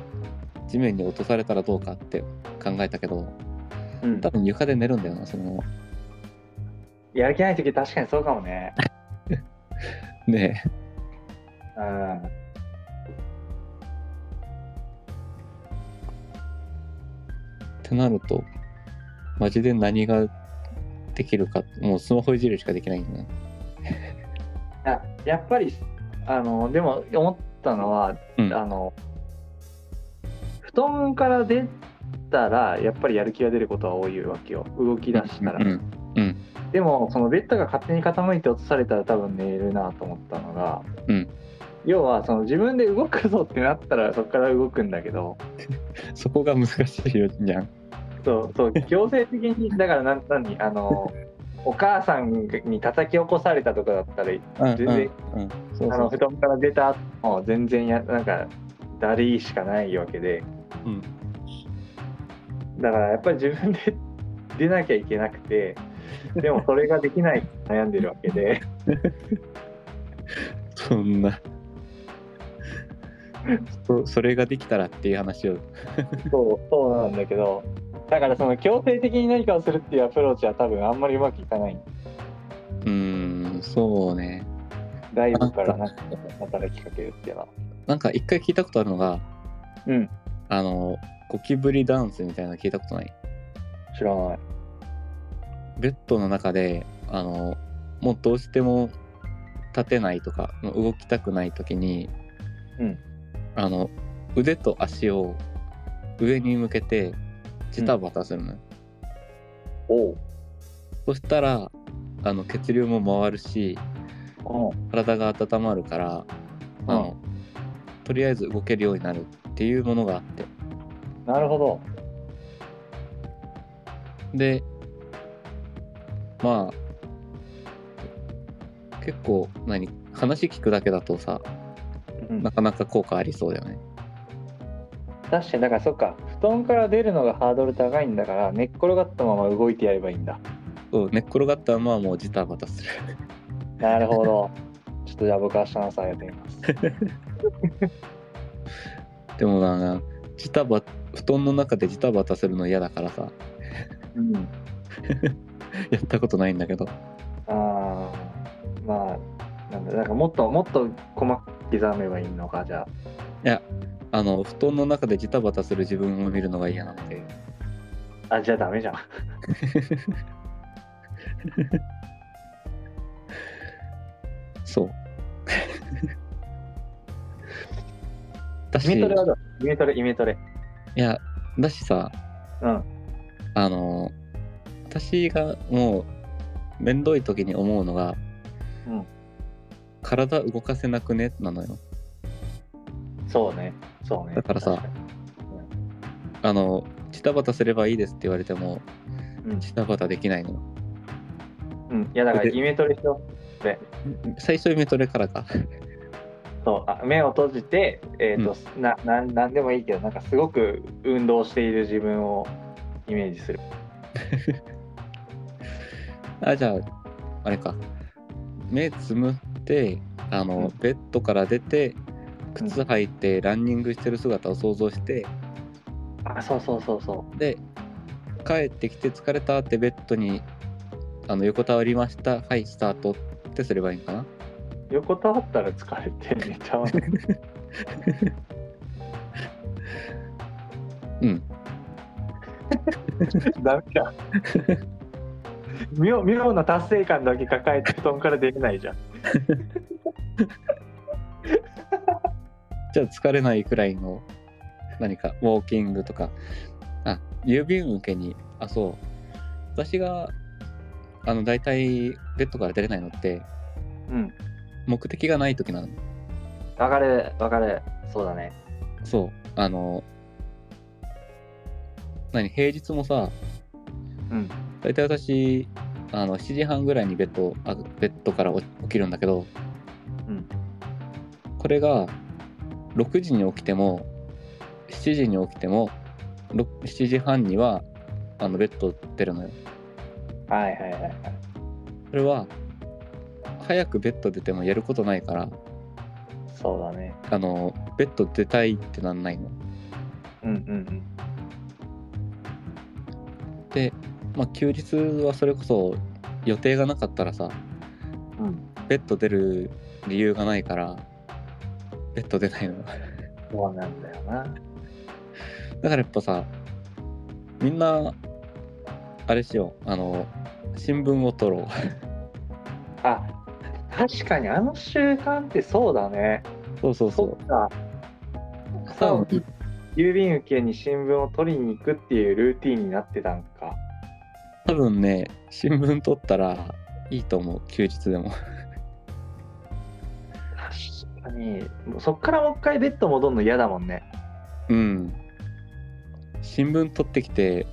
S1: 地面に落とされたらどうかって考えたけど
S2: うん
S1: 多分床で寝るんだよなそのまま
S2: やる気ないとき確かにそうかもね。
S1: ね
S2: うん。
S1: えってなるとマジで何ができるかもうスマホいじるしかできないんだね
S2: ややっぱり、あの、でも思ったのは、
S1: うん
S2: あの、布団から出たら、やっぱりやる気が出ることは多いわけよ。動き出したら。
S1: うん
S2: でもそのベッドが勝手に傾いて落とされたら多分寝るなと思ったのが、
S1: うん
S2: 要はその自分で動くぞってなったらそこから動くんだけど
S1: そこが難しいよじゃん
S2: そうそう強制的にだからなん何あのお母さんに叩き起こされたとかだったら
S1: うん
S2: 全然
S1: うんうんそう
S2: あ
S1: そ
S2: の
S1: うそ
S2: 布
S1: う
S2: 団から出た後も全然やなんかだりーしかないわけで、
S1: うん
S2: だからやっぱり自分で 出なきゃいけなくてでもそれができない悩んでるわけで。
S1: そんなそそれができたらっていう話を
S2: そうそうなんだけどだからその強制的に何かをするっていうアプローチは多分あんまりうまくいかない
S1: うんーんそうね
S2: 外部からなんか働きかけるっていうのは
S1: なんか一回聞いたことあるのが
S2: うん
S1: あのゴキブリダンスみたいなの聞いたことない
S2: 知らない
S1: ベッドの中であのもうどうしても立てないとかもう動きたくない時に、
S2: うん
S1: あの腕と足を上に向けてジタバタするのよ、
S2: おう
S1: そしたらあの血流も回るし
S2: う
S1: 体が温まるから、あのとりあえず動けるようになるっていうものがあって
S2: んなるほど
S1: でまあ結構何話聞くだけだとさ
S2: うん
S1: なかなか効果ありそうだよね
S2: 確かにだからそっか布団から出るのがハードル高いんだから寝っ転がったまま動いてやればいいんだ
S1: そう寝っ転がったままもうジタバタする
S2: なるほどちょっとじゃあ僕明日の朝やってみます
S1: でもなジタバ布団の中でジタバタするの嫌だからさ
S2: うん、
S1: やったことないんだけど
S2: あーまあなんだなんかもっともっと細かく刻めばいいのかじゃ
S1: あの布団の中でジタバタする自分を見るのが嫌なので
S2: ああじゃあダメじゃん
S1: そうだし
S2: イメトレは
S1: い
S2: どうイメトレイメトレ
S1: やだしさ
S2: うん
S1: あの私がもうめんどい時に思うのが、
S2: うん
S1: 体動かせなくねなのよ
S2: そうねそうね
S1: だからさ
S2: 確に
S1: あのジタバタすればいいですって言われても
S2: うん
S1: ジタバタできないのよ
S2: うん、いやだからイメトレしようで
S1: 最初メトレからか
S2: そうあ目を閉じて、えーとなななんでもいいけどなんかすごく運動している自分をイメージする
S1: あじゃああれか目つむってあの、
S2: う
S1: ベッドから出て
S2: うん
S1: 靴履いてランニングしてる姿を想像して
S2: あそうそうそうそ
S1: で帰ってきて疲れたってベッドにあの横たわりましたはいスタートってすればいいんかな
S2: う横たわったら疲れて 寝ちゃうね
S1: うん
S2: ダメじゃん妙妙な達成感だけ抱えて布団から出れないじゃん
S1: じゃあ疲れないくらいの何かウォーキングとかあ郵便受けにあそう私があの大体ベッドから出れないのって
S2: うん
S1: 目的がない時なの
S2: わかるわかるそうだね
S1: そうあの何平日もさ
S2: うん
S1: 大体私あの7時半ぐらいにベッドあベッドから起起きるんだけど、
S2: うん
S1: これが6時に起きても7時に起きてもろ7時半にはあのベッドを出るのよ
S2: はいはいはいはい
S1: それは早くベッド出てもやることないから
S2: そうだね
S1: あのベッド出たいってなんないの
S2: うんうん
S1: で、まあ、休日はそれこそ予定がなかったらさ
S2: うんうん
S1: ベッド出る理由がないからベッド出ないのよ
S2: そうなんだよな
S1: だからやっぱさみんなあれしようあの新聞を取ろう
S2: あ確かにあの習慣ってそうだね
S1: そうそう
S2: そ
S1: そ
S2: っか
S1: う
S2: 朝起き郵便受けに新聞を取りに行くっていうルーティンになってたんか
S1: 多分ね新聞取ったらいいと思う休日でも
S2: 確かにもうそっからもう一回ベッド戻るの嫌だもんね
S1: うん新聞取ってきて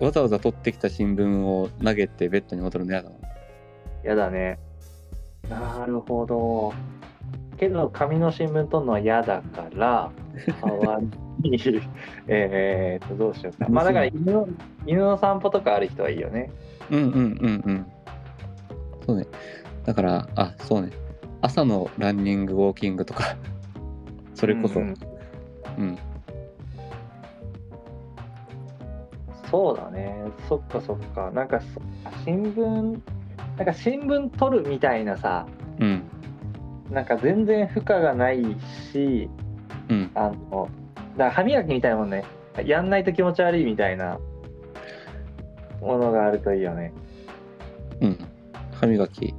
S1: わざわざ取ってきた新聞を投げてベッドに戻るの嫌だもん
S2: 嫌だねなるほどけど紙の新聞取るのは嫌だから代わり にえーっとどうしようかまあだから犬の犬の散歩とかある人はいいよね
S1: うんうんうんうん。そうね。だから、あ、そうね。朝のランニング、ウォーキングとか、そ
S2: そ
S1: れこそ、う
S2: うん
S1: ん、
S2: うんそうだね、そっかそっか、なんかそ新聞、なんか新聞取るみたいなさ、
S1: うん、
S2: なんか全然負荷がないし、
S1: うん。
S2: あのだから歯磨きみたいなもんね、やんないと気持ち悪いみたいなものがあるといいよね。
S1: うん。歯磨き、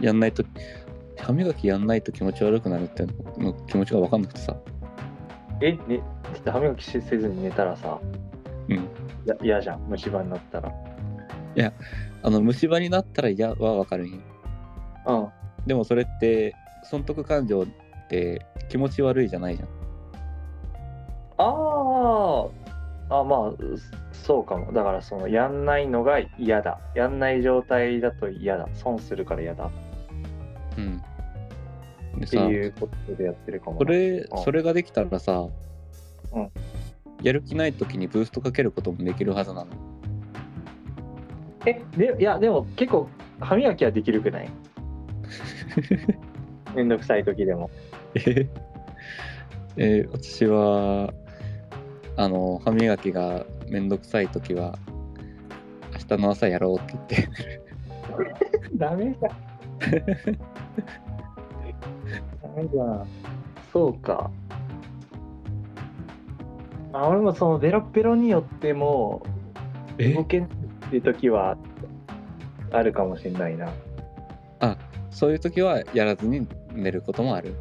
S1: やんないと、歯磨きやんないと気持ち悪くなるって、もう気持ちが分かんなくてさ。
S2: え、ね、ちょっと歯磨きしせずに寝たらさ、
S1: うん。
S2: や嫌じゃん、虫歯になったら。
S1: あの、虫歯になったら嫌は分かるんよ。
S2: うん、
S1: でもそれって、損得感情って気持ち悪いじゃないじゃん。
S2: ああ、あまあ、そうかも。だから、その、やんないのが嫌だ。やんない状態だと嫌だ。損するから嫌だ。
S1: うん。で
S2: って
S1: さ、
S2: いうことでやってるかもな。
S1: それ
S2: うん
S1: それができたらさ、
S2: うん
S1: やる気ない時にブーストかけることもできるはずなの
S2: え、で、いや、でも結構、歯磨きはできるくない めんどくさい時でも。
S1: えー私はあの歯磨きがめんどくさい時は明日の朝やろうって言って
S2: ダメだ。ダメだ。 そうか。まあ、俺もそのベロッベロによっても動けんっていう時はあるかもしれないな。
S1: そういう時はやらずに寝ることもある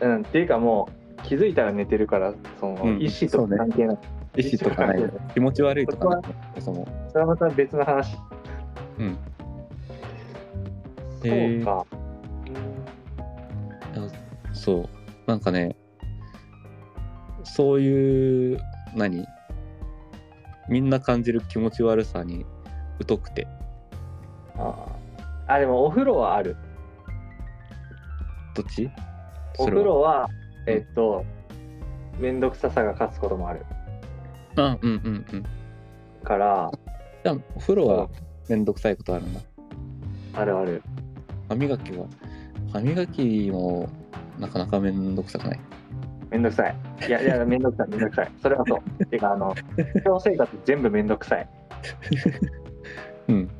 S2: うん、っていうかもう気づいたら寝てるからその、
S1: うん
S2: 意思と
S1: そうね
S2: 関係ない。
S1: 意思とかない
S2: 意思とか
S1: 気持ち悪いとかないそも
S2: それはまた別の話。
S1: うん。
S2: そうか。
S1: そうなんかねそういう何みんな感じる気持ち悪さに疎くて
S2: あーあ、でもお風呂はある。
S1: どっち
S2: お
S1: それ
S2: 風
S1: は
S2: 呂は、
S1: うん
S2: えっと、めんどくささが勝つこともある
S1: あうんうんうん
S2: から、
S1: じゃあお風呂はめんどくさいことあるんだ
S2: あるある。
S1: 歯磨きは歯磨きもなかなかめんどくさくない
S2: めんどくさい。いやいや、めんどくさい、めんどくさい。それはそう。てか、あの、日常生活全部めんどくさい。
S1: うん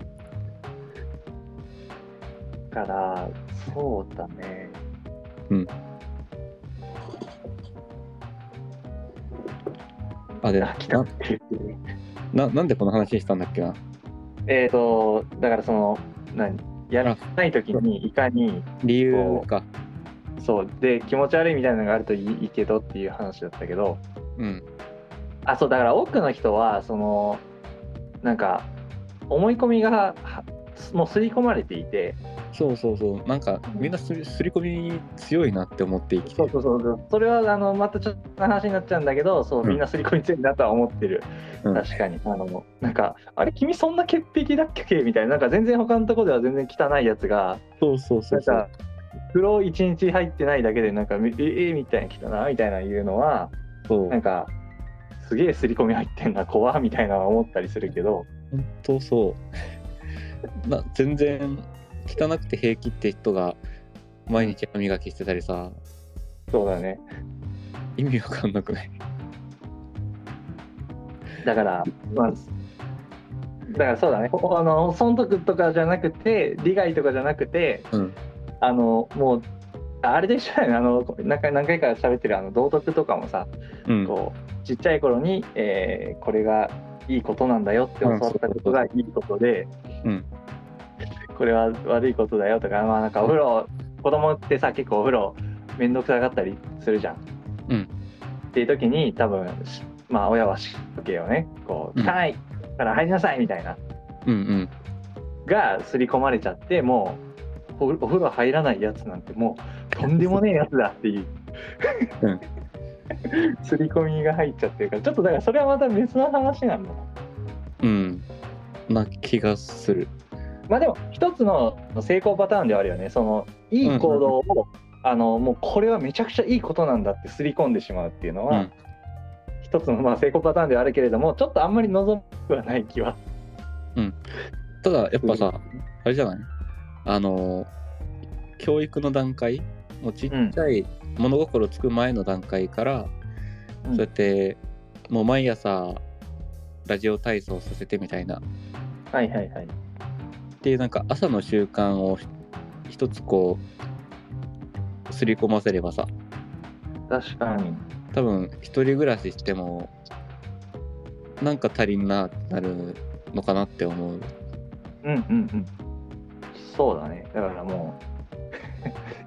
S2: から、そうだね。
S1: うん。あで
S2: 飽きた
S1: なななんでこの話したんだっけな
S2: えっと、だからその、何やらない時にいかに、
S1: 理由か
S2: そう、で、気持ち悪いみたいなのがあるといいいいけどっていう話だったけど、
S1: うん
S2: あそうだから多くの人はそのなんか思い込みがはもう刷り込まれていて
S1: そうそうそうなんかみんなすりすり込み強いなって思って生きてる
S2: そうそうそうそれはあのまたちょっと話になっちゃうんだけどそう
S1: うん
S2: みんな刷り込み強いなとは思ってる、
S1: うん
S2: 確かにあのなんかあれ君そんな潔癖だっけみたいななんか全然他のとこでは全然汚いやつが
S1: そうそうそう
S2: な
S1: んそ
S2: か
S1: う
S2: 風呂一日入ってないだけでなんかみええみたいな汚いみたいな言うのは
S1: そう
S2: なんかすげえ刷り込み入ってんな怖みたいなのは思ったりするけど
S1: 本当そうな全然汚くて平気って人が毎日歯磨きしてたりさ
S2: そうだね
S1: 意味わかんなくない
S2: だから、まあ、だからそうだね、こあの損得とかじゃなくて、利害とかじゃなくて、
S1: うん
S2: あのもう、あれでしょうね、あの何回何回か喋ってるあの道徳とかもさ、
S1: うん
S2: こうちっちゃい頃に、えーこれがいいことなんだよって教わったことがいいことで、
S1: うん
S2: これは悪いことだよとか、まあ、なんかお風呂、子供ってさ、結構お風呂、面倒くさがったりするじゃん。
S1: うん
S2: っていう時に、多分しまあ、親はしっけをね、こう、
S1: うん
S2: 汚いから入りなさいみたいな、
S1: うん
S2: が刷り込まれちゃって、もうお、お風呂入らないやつなんて、もう、とんでもねえやつだっていう。
S1: うん
S2: 刷り込みが入っちゃってるから、ちょっとだから、それはまた別の話なんだな。
S1: うんうんな気がする
S2: まあでも一つの成功パターンではあるよねそのいい行動を、あのもうこれはめちゃくちゃいいことなんだって刷り込んでしまうっていうのは、
S1: うん
S2: 一つのまあ成功パターンではあるけれどもちょっとあんまり望むはない気は
S1: ただやっぱさあれじゃないあの教育の段階もうちっちゃい物心つく前の段階から、
S2: うん
S1: そうやってもう毎朝ラジオ体操させてみたいな
S2: はいはいはい
S1: っていうなんか朝の習慣を一つこう刷り込ませればさ
S2: 確かに
S1: 多分一人暮らししてもなんか足りんなってなるのかなって思う
S2: うんうんうんそうだねだからも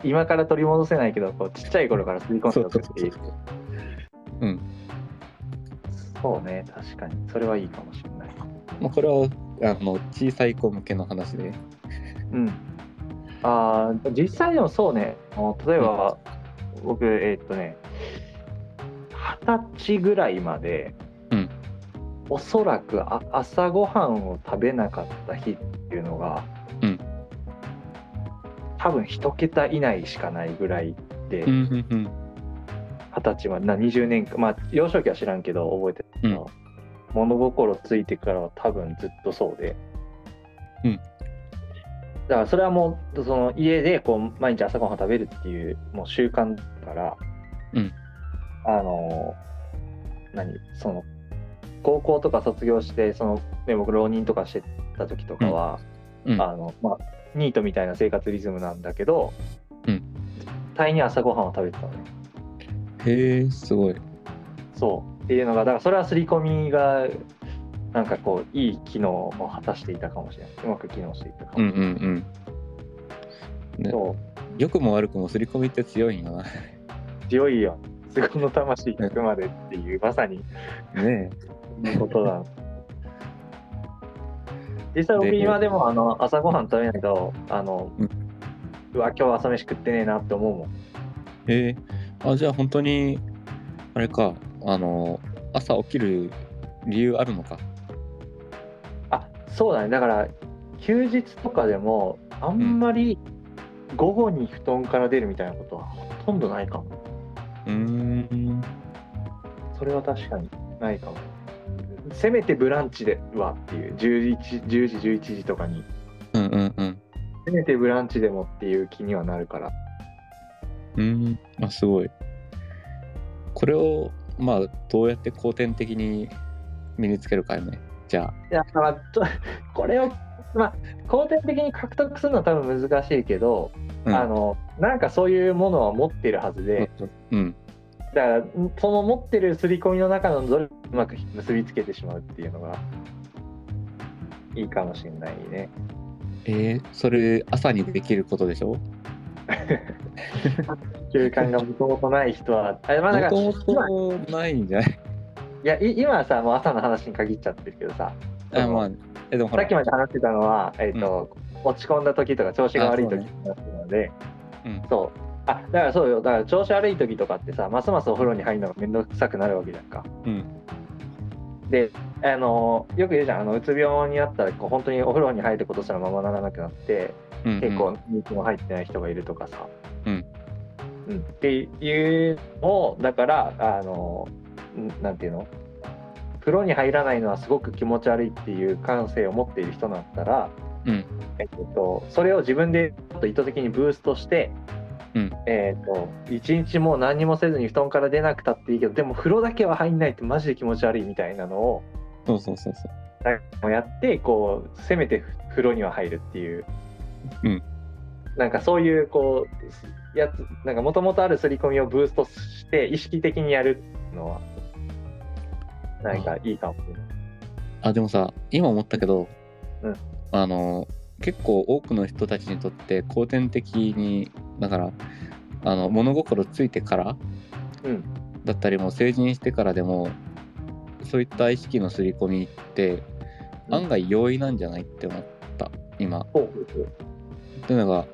S2: う 今から取り戻せないけどこうちっちゃい頃から刷り込んでおくっていうそうね確かにそれはいいかもしれない
S1: まあ、これはあの小さい子向けの話で
S2: うん、あー実際でもそうね、あの例えば、僕、えーっとね、二十歳ぐらいまで、
S1: うん
S2: おそらくあ朝ごはんを食べなかった日っていうのが、
S1: うん
S2: 多分一桁以内しかないぐらいで、
S1: うん
S2: 二十
S1: うん
S2: 歳まで、な20年間、まあ、幼少期は知らんけど、覚えてるけど、物心ついてからは多分ずっとそうで。
S1: うん
S2: だからそれはもうその家でこう毎日朝ごはん食べるっていうもう習慣だから、
S1: うん
S2: あの何その高校とか卒業してその、ね、僕浪人とかしてた時とかは、
S1: うん
S2: あのまあ、ニートみたいな生活リズムなんだけど、
S1: うん
S2: タイに朝ごはんを食べてたのね
S1: へえすごい
S2: そうっていうのがだからそれは刷り込みがなんかこういい機能を果たしていたかもしれないうまく機能していたかも
S1: う
S2: しれ
S1: ん
S2: な
S1: う
S2: い、
S1: んうん
S2: そう
S1: 良くも悪くも刷り込みって強いんだ な
S2: 強いよ自分の魂100までっていうまさに
S1: ね
S2: ことだ実際僕
S1: で
S2: 今でもあの朝ごはん食べないとあの、
S1: う
S2: うんわ今日朝飯食ってねえなって思うもん
S1: えへえあじゃあ本当にあれかあの朝起きる理由あるのか
S2: あそうだねだから休日とかでもあんまり午後に布団から出るみたいなことはほとんどないかも
S1: うーん
S2: それは確かにないかもせめてブランチではっていう11 10時11時とかに
S1: うんうんうん
S2: せめてブランチでもっていう気にはなるから
S1: うーんあすごいこれをまあどうやって後天的に身につけるかよねじゃあ
S2: いや、まあ、と これを、まあ、肯定的に獲得するのは多分難しいけど、
S1: うん
S2: あのなんかそういうものは持ってるはずで、
S1: うん
S2: だからんその持ってる刷り込みの中のどれをうまく結びつけてしまうっていうのがいいかもしれないね。
S1: えー、それ朝にできることでしょ
S2: 習慣がもともとない人は、あまあ、だから
S1: もと
S2: 今い
S1: もとないんじゃない
S2: やい今はさもう朝の話に限っちゃってるけどさ、
S1: あまあえでもほ
S2: さ
S1: ら
S2: っきまで話してたのは、えーと落ち込んだ時とか調子が悪い時になってたので
S1: あそうねうん
S2: そうあだからそうよだから調子悪い時とかってさますますお風呂に入るのが面倒くさくなるわけじゃんか。
S1: うん
S2: であのよく言うじゃんあのうつ病になったらこう本当にお風呂に入ることすらままならなくなって
S1: うんうん
S2: 結構日も入ってない人がいるとかさ。
S1: うん
S2: うんっていうのをだからあのんなんていうの風呂に入らないのはすごく気持ち悪いっていう感性を持っている人だったら、
S1: うん
S2: えっと、それを自分でちょっと意図的にブーストして、
S1: うん
S2: えっと一日もう何にもせずに布団から出なくたっていいけどでも風呂だけは入んないってマジで気持ち悪いみたいなのを
S1: そうそうそうそう
S2: なんかやってこうせめて風呂には入るっていう、
S1: うん
S2: なんかそういうこうやつなんかもともとある刷り込みをブーストして意識的にやるのはなんかいいかもしれない。
S1: あでもさ今思ったけど、
S2: うん
S1: あの結構多くの人たちにとって後天的にだからあの物心ついてから
S2: うん
S1: だったりも成人してからでもそういった意識の刷り込みって
S2: うん
S1: 案外容易なんじゃないって思った今。
S2: ほうほう
S1: っていうのが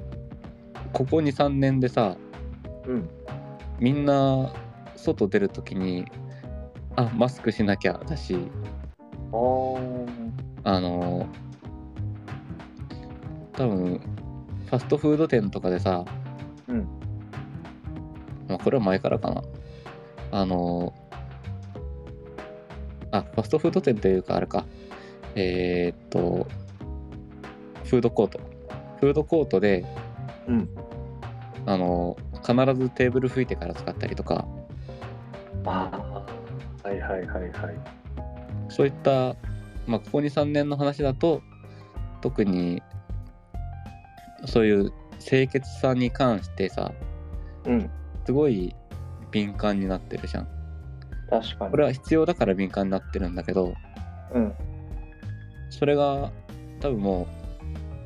S1: ここ23年でさ
S2: ほううん
S1: みんな外出るときにあマスクしなきゃだし
S2: あー
S1: あの多分ファストフード店とかでさ、
S2: うん
S1: まあ、これは前からかなあのあファストフード店というかあれかえーっとフードコートフードコートで
S2: うん
S1: あの必ずテーブル拭いてから使ったりとか
S2: ああはいはいはいはい
S1: そういった、まあ、ここ2、3年の話だと、特に、そういう清潔さに関してさ、
S2: うん
S1: すごい敏感になってるじゃん。
S2: 確かに
S1: これは必要だから敏感になってるんだけど、
S2: うん
S1: それが多分も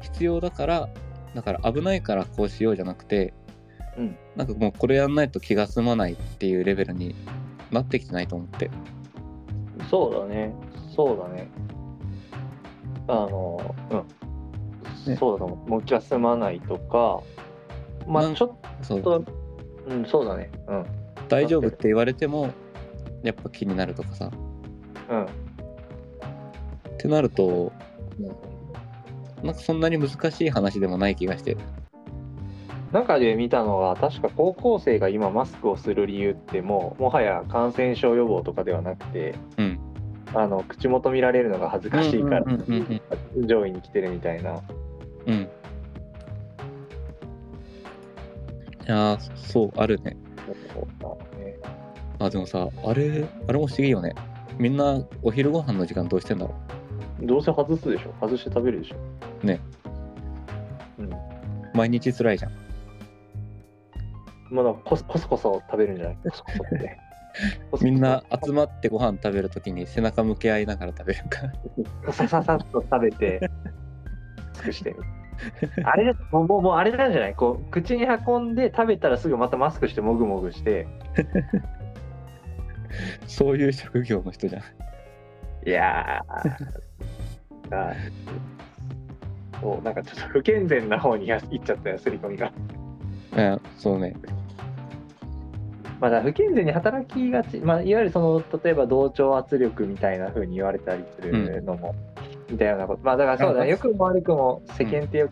S1: う、必要だから、だから危ないからこうしようじゃなくて、
S2: うん
S1: なんかもうこれやんないと気が済まないっていうレベルになってきてないと思って。
S2: そうだねそうだねあのうん、
S1: ね
S2: そうだと思うもう気が済まないとかま
S1: な
S2: あ
S1: ん
S2: ちょっ
S1: そう
S2: とうんそうだねうん
S1: 大丈夫って言われても、やっぱ気になるとかさ。
S2: うん
S1: ってなるとなんかそんなに難しい話でもない気がして
S2: 中で見たのは確か高校生が今マスクをする理由ってもうもはや感染症予防とかではなくて
S1: うん
S2: あの口元見られるのが恥ずかしいから
S1: うんうんうん
S2: 上位に来てるみたいな
S1: うんいやーそうあるね
S2: そうだね
S1: あでもさあれあれも不思議よねみんなお昼ご飯の時間どうしてんだろ
S2: どうせ外すでしょ外して食べるでしょ
S1: ね
S2: うん
S1: う毎日辛いじゃん
S2: まだコソコソコソ食べるんじゃないコソコソってコソコ ソ
S1: みんな集まってご飯食べるときに背中向け合いながら食べるから
S2: さささっと食べて、尽くしてみるあれもうもうもうあれなんじゃないこう口に運んで食べたらすぐまたマスクしてもぐもぐして
S1: そういう職業の人じゃん
S2: いや ーあそうなんかちょっと不健全な方にや行っちゃったよすり込みが
S1: うんそうね
S2: まあだから不健全に働きがち、まあ、いわゆるその例えば同調圧力みたいな風に言われたりするのも、みたいなことまあだからそうだ
S1: あ
S2: ねよくも悪くも世間体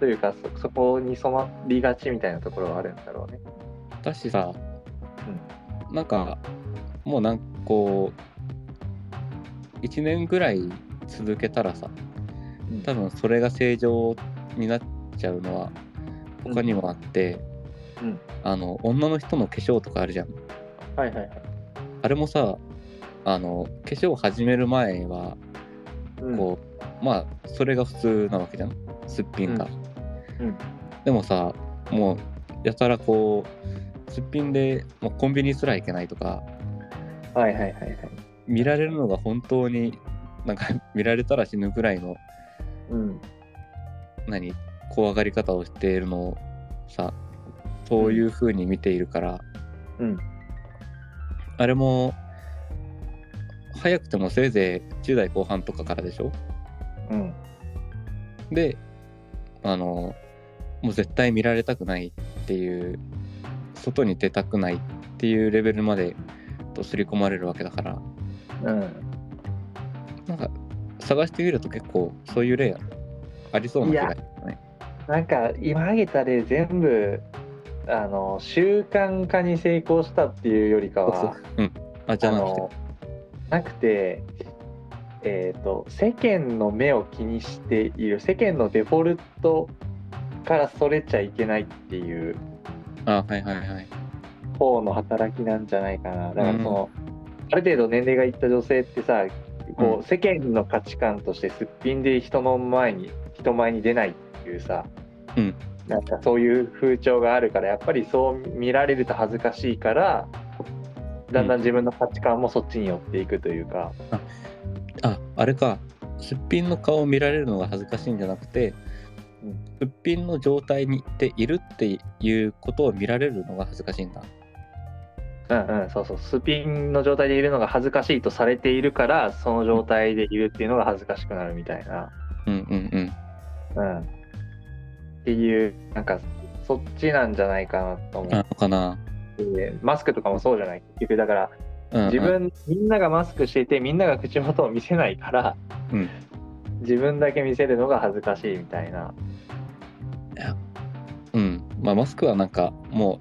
S2: というか、そそこに染まりがちみたいなところはあるんだろうね
S1: だしさ、なんかもうなんかこう1年ぐらい続けたらさ多分それが正常になっちゃうのは他にもあって、
S2: うん
S1: あの女の人の化粧とかあるじゃん
S2: はいはいはい。
S1: あれもさあの化粧を始める前は
S2: うん
S1: こう、まあそれが普通なわけじゃんすっぴんが、
S2: うんうん
S1: でもさもうやたらこうすっぴんでもうコンビニすら行けないとか
S2: はいはいはいはい。
S1: 見られるのが本当になんか見られたら死ぬぐらいの
S2: うん。
S1: 何怖がり方をしているのをさそういう風に見ているから、
S2: うん
S1: あれも早くてもせいぜい10代後半とかからでしょ
S2: うん。
S1: であのもう絶対見られたくないっていう外に出たくないっていうレベルまでと刷り込まれるわけだから
S2: うん。
S1: なんか探してみると結構そういう例ありそうな気がね
S2: なんか今挙げた例全部あの習慣化に成功したっていうよりか
S1: そう
S2: は
S1: そううんあじゃ
S2: あ
S1: なくて
S2: のなくて。えー、と世間の目を気にしている世間のデフォルトからそれちゃいけないっていう
S1: あはいはいはい
S2: 方の働きなんじゃないかなだからその、ある程度年齢がいった女性ってさこ
S1: うん
S2: う世間の価値観としてすっぴんで人の前に人前に出ないっていうさ、
S1: うん
S2: なんかそういう風潮があるからやっぱりそう見られると恥ずかしいからだんだん自分の価値観もそっちに寄っていくというか、
S1: ああれかすっぴんの顔を見られるのが恥ずかしいんじゃなくて
S2: うん
S1: すっぴんの状態にでいるっていうことを見られるのが恥ずかしいんだ
S2: うんうん、そうそうすっぴんの状態でいるのが恥ずかしいとされているからその状態でいるっていうのが恥ずかしくなるみたいな。
S1: うんうんうん
S2: うん、っていうなんかそっちなんじゃないかなと思
S1: な
S2: っ
S1: のかな
S2: て、マスクとかもそうじゃない結局だから
S1: うんうん
S2: 自分、みんながマスクしていてみんなが口元を見せないから、
S1: うん
S2: 自分だけ見せるのが恥ずかしいみたいな
S1: うん、まあマスクはなんかも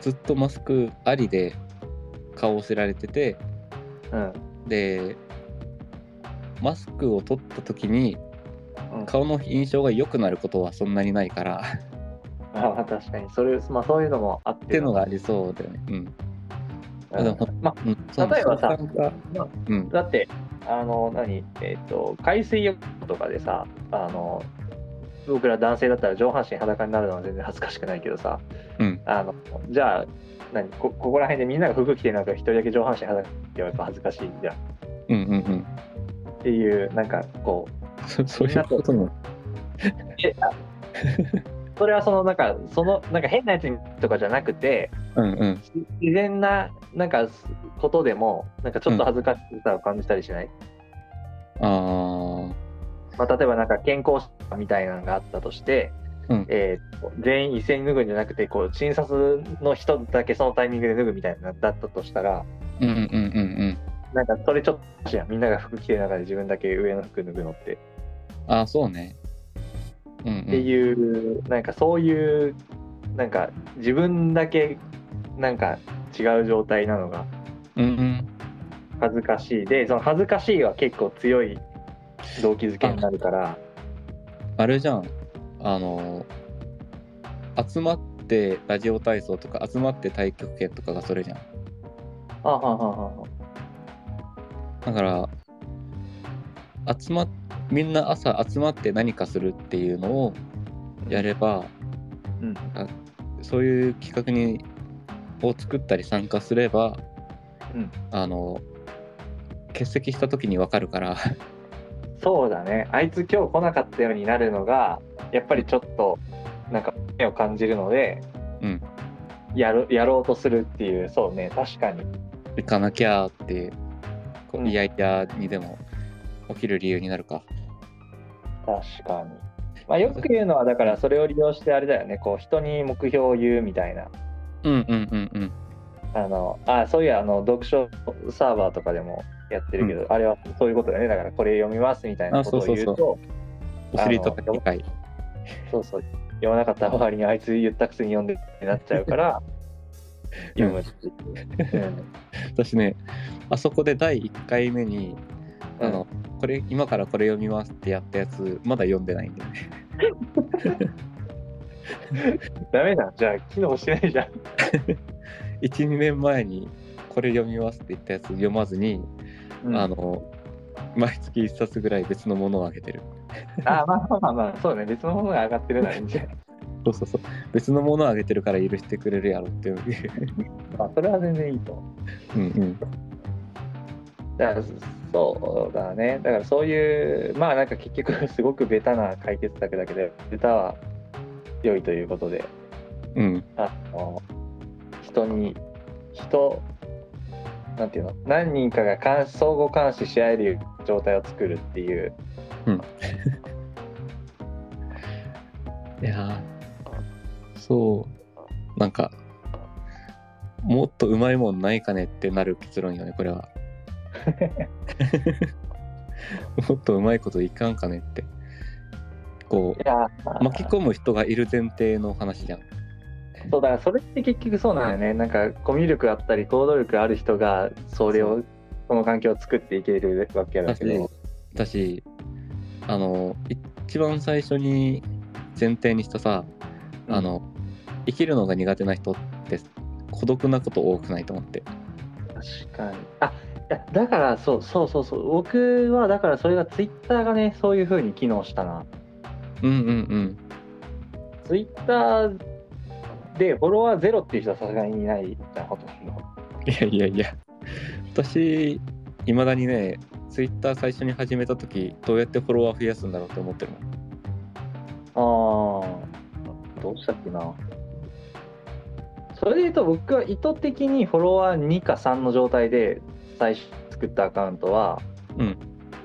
S1: うずっとマスクありで顔を知られてて
S2: うん
S1: でマスクを取った時に
S2: うん
S1: 顔の印象が良くなることはそんなにないから
S2: まあ確かにそれ、まあ、そういうのもあっ
S1: って
S2: て
S1: のがありそうだよね。うん
S2: う
S1: で
S2: ん
S1: も
S2: ま
S1: うん、そう
S2: 例えばさ
S1: そうなんか
S2: まあ
S1: うん
S2: だってあの何えっ、と海水浴とかでさあの僕ら男性だったら上半身裸になるのは全然恥ずかしくないけどさ、
S1: うん
S2: あのじゃあ何こここら辺でみんなが服着てる中一人だけ上半身裸ってやっぱ恥ずかしいじゃん
S1: うんうんうん
S2: っていうなんかこう
S1: そそういうことも
S2: それはそのなんかそのなんか変なやつにとかじゃなくて
S1: うんうん
S2: し自然ななんかことでもなんかちょっと恥ずかしさを感じたりしない、
S1: あ
S2: まあ、例えばなんか健康診みたいなのがあったとして、
S1: うん
S2: えーと全員一斉に脱ぐんじゃなくてこう診察の人だけそのタイミングで脱ぐみたいなのだったとしたら
S1: ーうんうんうんうんうん
S2: なんかそれちょっとおかしいやんみんなが服着てる中で自分だけ上の服脱ぐのって、
S1: ああそうねうん
S2: って
S1: う
S2: いうなんかそういうなんか自分だけなんか違う状態なのが
S1: んうんうん
S2: 恥ずかしいでその恥ずかしいは結構強い動機づけになるから
S1: あれじゃんあの集まってラジオ体操とか集まって太極拳とかがそれじゃん
S2: あはあはあは
S1: だから集まっみんな朝集まって何かするっていうのを
S2: あ。
S1: やれば
S2: うん。
S1: そういう企画にを作ったり参加すれば、
S2: うん
S1: あの欠席した時に分かるから
S2: そうだね。あいつ今日来なかったようになるのが、やっぱりちょっと、なんか、目を感じるので、
S1: うん
S2: やる、やろうとするっていう、そうね、確かに。
S1: 行かなきゃーってこ
S2: う
S1: うんいやいやにでも起きる理由になるか。
S2: 確かに。まあ、よく言うのは、だから、それを利用して、あれだよね、こう、人に目標を言うみたいな。
S1: うんうんうんうん。
S2: あの、あ、そういや、あの、読書サーバーとかでもやってるけど、あれはそういうことだよね。だから、これ読みますみたいなことを言うと、
S1: あそうそうお尻とか2回。
S2: そうそう読まなかった代わりにあいつ言ったくせに読んでってなっちゃうから 読むっていう、
S1: 私ね、あそこで第1回目に、
S2: うん
S1: あの、これ、今からこれ読みますってやったやつ、まだ読んでないんだよね。
S2: ダメだじゃあ機能してないじゃん
S1: 1、2年前に、これ読みますって言ったやつ読まずに、
S2: うん
S1: あの、毎月1冊ぐらい別のものをあげてる。
S2: あまあまあまあまあそうね別のものが上がってるならいいんじゃない
S1: そうそうそう。別のものをあげてるから許してくれるやろっていう。
S2: まあそれは全然いいと
S1: うんうん。
S2: だからそうだねだからそういうまあなんか結局すごくベタな解決策だけどベタは良いということで
S1: うん。
S2: あの人に人なんていうの何人かが監視相互監視し合える状態を作るっていう
S1: いやーそう。なんか、もっとうまいもんないかねってなる結論よね、これ は。もっとうまいこといかんかねって。こ
S2: いや
S1: う、巻き込む人がいる前提の話じゃん。
S2: そうだからそれって結局そうなんだよねなんかコミュ力あったり行動力ある人がそれをこの環境を作っていけるわけだ
S1: だ
S2: け
S1: し
S2: ど、
S1: だし、あの、一番最初に前提にしたさ、あの、生きるのが苦手な人って孤独なこと多くないと思って。
S2: 確かにあいやだからそうそうそうそう僕はだからそれがツイッターがねそういうふうに機能したな
S1: うんうん
S2: ツイッターでフォロワーゼロっていう人はさすがにいないじゃんほとんど
S1: うん。いやいやいや、私、いまだにね、ツイッター最初に始めた時どうやってフォロワー増やすんだろうって思ってるもん。
S2: ああ、どうしたっけな。それで言うと、僕は意図的にフォロワー2か3の状態で最初作ったアカウントは、
S1: うん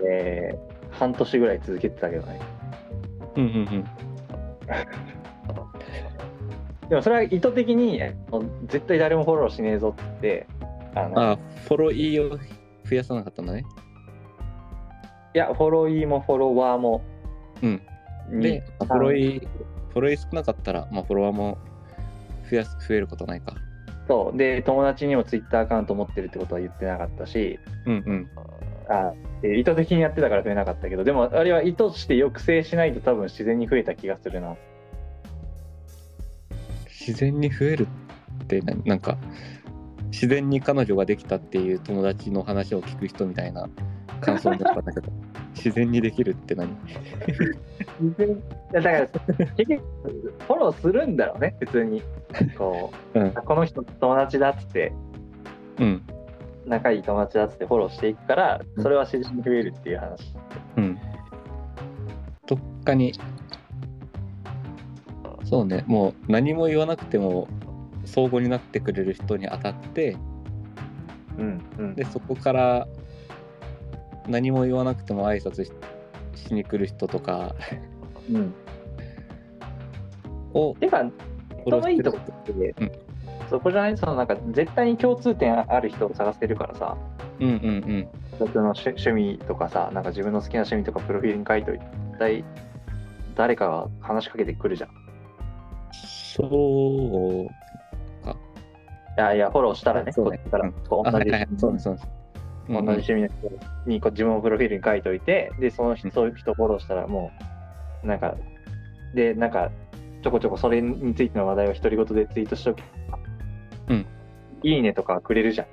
S2: えー半年ぐらい続けてたけどね。
S1: うんうん
S2: でもそれは意図的に、え絶対誰もフォローしねえぞって言って、あ
S1: う
S2: の
S1: ん。あ、フォロイーを増やさなかったんだね。
S2: いや、フォロイーもフォロワーも。
S1: うん
S2: に。
S1: で、フォロイー、フォロイー少なかったら、まあ、フォロワーも増やす増えることないか。
S2: そう。で、友達にもツイッターアカウント持ってるってことは言ってなかったし、
S1: うんうん。
S2: あえー意図的にやってたから増えなかったけどでもあれは意図して抑制しないと多分自然に増えた気がするな
S1: 自然に増えるって何なんか、自然に彼女ができたっていう友達の話を聞く人みたいな感想になったんだ けど、自然にできるって何
S2: 自然いやだから結局フォローするんだろうね普通にこう、
S1: うん
S2: あこの人友達だっつって
S1: うん。
S2: 仲いい友達だっつってフォローしていくから
S1: うん
S2: それは自然に増えるっていう話、
S1: うん。どっかに、そうね、もう何も言わなくても、相互になってくれる人に当たって、
S2: うんうん、
S1: で、そこから何も言わなくても挨拶ししに来る人とか
S2: うん、
S1: を、
S2: てか人のいいとこ
S1: フォロー
S2: って、
S1: うん
S2: そこじゃないそのなんか絶対に共通点ある人を探してるからさ
S1: してるうんうん
S2: 僕の趣趣味とかさなんか自分の好きな趣味とかプロフィールに書いといて絶対誰かが話しかけてくるじゃんい
S1: うん。そう。
S2: やいやフォローしたらね
S1: そうね
S2: こっちか
S1: う
S2: ら
S1: ん
S2: こう
S1: あ
S2: 同
S1: は
S2: じ
S1: いはいそうですそうです。
S2: 同じ趣味の人にこう自分をプロフィールに書いといてでその人そういう人フォローしたらもうなんかでなんかちょこちょこそれについての話題を独り言でツイートしとけば
S1: うん
S2: いいねとかくれるじゃん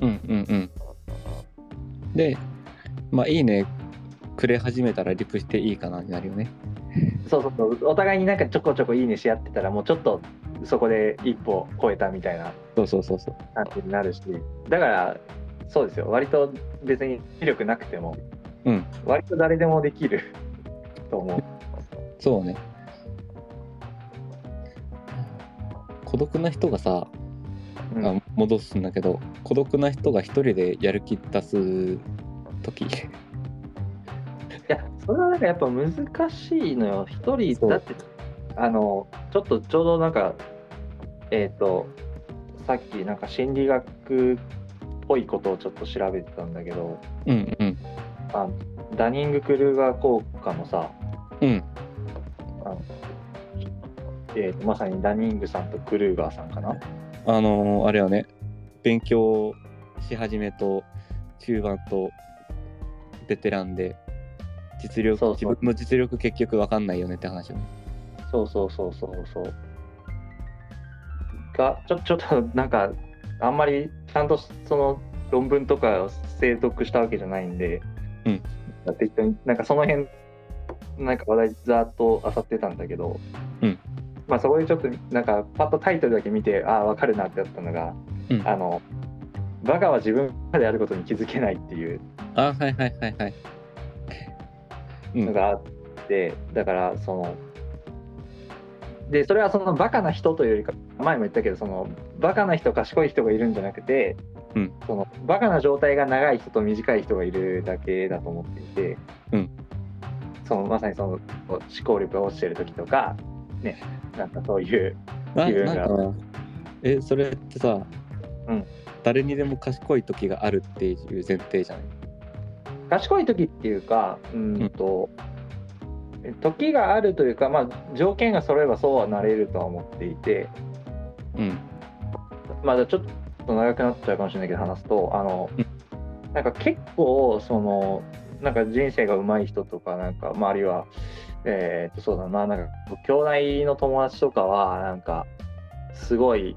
S1: うんうんうん。で、まあいいねくれ始めたらリプしていいかなになるよね。
S2: そうそうそうお互いになんかちょこちょこいいねし合ってたらもうちょっとそこで一歩超えたみたいな
S1: そうそうそうそう。
S2: 感じになるしだからそうですよ割と別に威力なくても、
S1: うん
S2: 割と誰でもできる と思う
S1: そうね。孤独な人がさ、
S2: うん
S1: あ戻すんだけど孤独な人が一人でやる気出す時
S2: いや、それはなんかやっぱ難しいのよ。一人、
S1: そう
S2: だって、あの、ちょっとちょうどなんか、えっ、と、さっきなんか心理学っぽいことをちょっと調べてたんだけど、
S1: うんうん
S2: あダニング・クルーガー効果のさ、
S1: うん
S2: えーとまさにダニングさんとクルーガーさんかな。
S1: あのーあれはね勉強し始めと中盤とベテランで実力
S2: そうそう
S1: 自分の実力結局わかんないよねって話よね
S2: そうそうそうそうそう。が、ちょちょっとなんか、あんまりちゃんとその論文とかを精読したわけじゃないんで、
S1: うん
S2: 適当に、なんかその辺、なんか話題ざーっと漁ってたんだけど、
S1: うん
S2: まあそこでちょっとなんかパッとタイトルだけ見て、ああ、わかるなってなったのが、
S1: うん
S2: あの、バカは自分であることに気づけないっていう
S1: あはいはいはいはい うん
S2: のがあって、だからそのでそれはそのバカな人というよりか前も言ったけどそのバカな人賢い人がいるんじゃなくて、
S1: うん
S2: そのバカな状態が長い人と短い人がいるだけだと思っていて、
S1: うん
S2: そのまさにその思考力が落ちてる時とかねなんかそういう
S1: な
S2: 気分が
S1: なんかえそれってさ、
S2: うん
S1: 誰にでも賢い時があるっていう前提じゃない
S2: 賢い時っていうかうーんと、時があるというか、まあ、条件が揃えばそうはなれるとは思っていて。
S1: うん
S2: まあ、ちょっと長くなっちゃうかもしれないけど話すとあの、
S1: うん
S2: なんか結構そのなんか人生が上手い人とかなんか、まあ、あるいは、えーとそうだななんか兄弟の友達とかはなんかすごい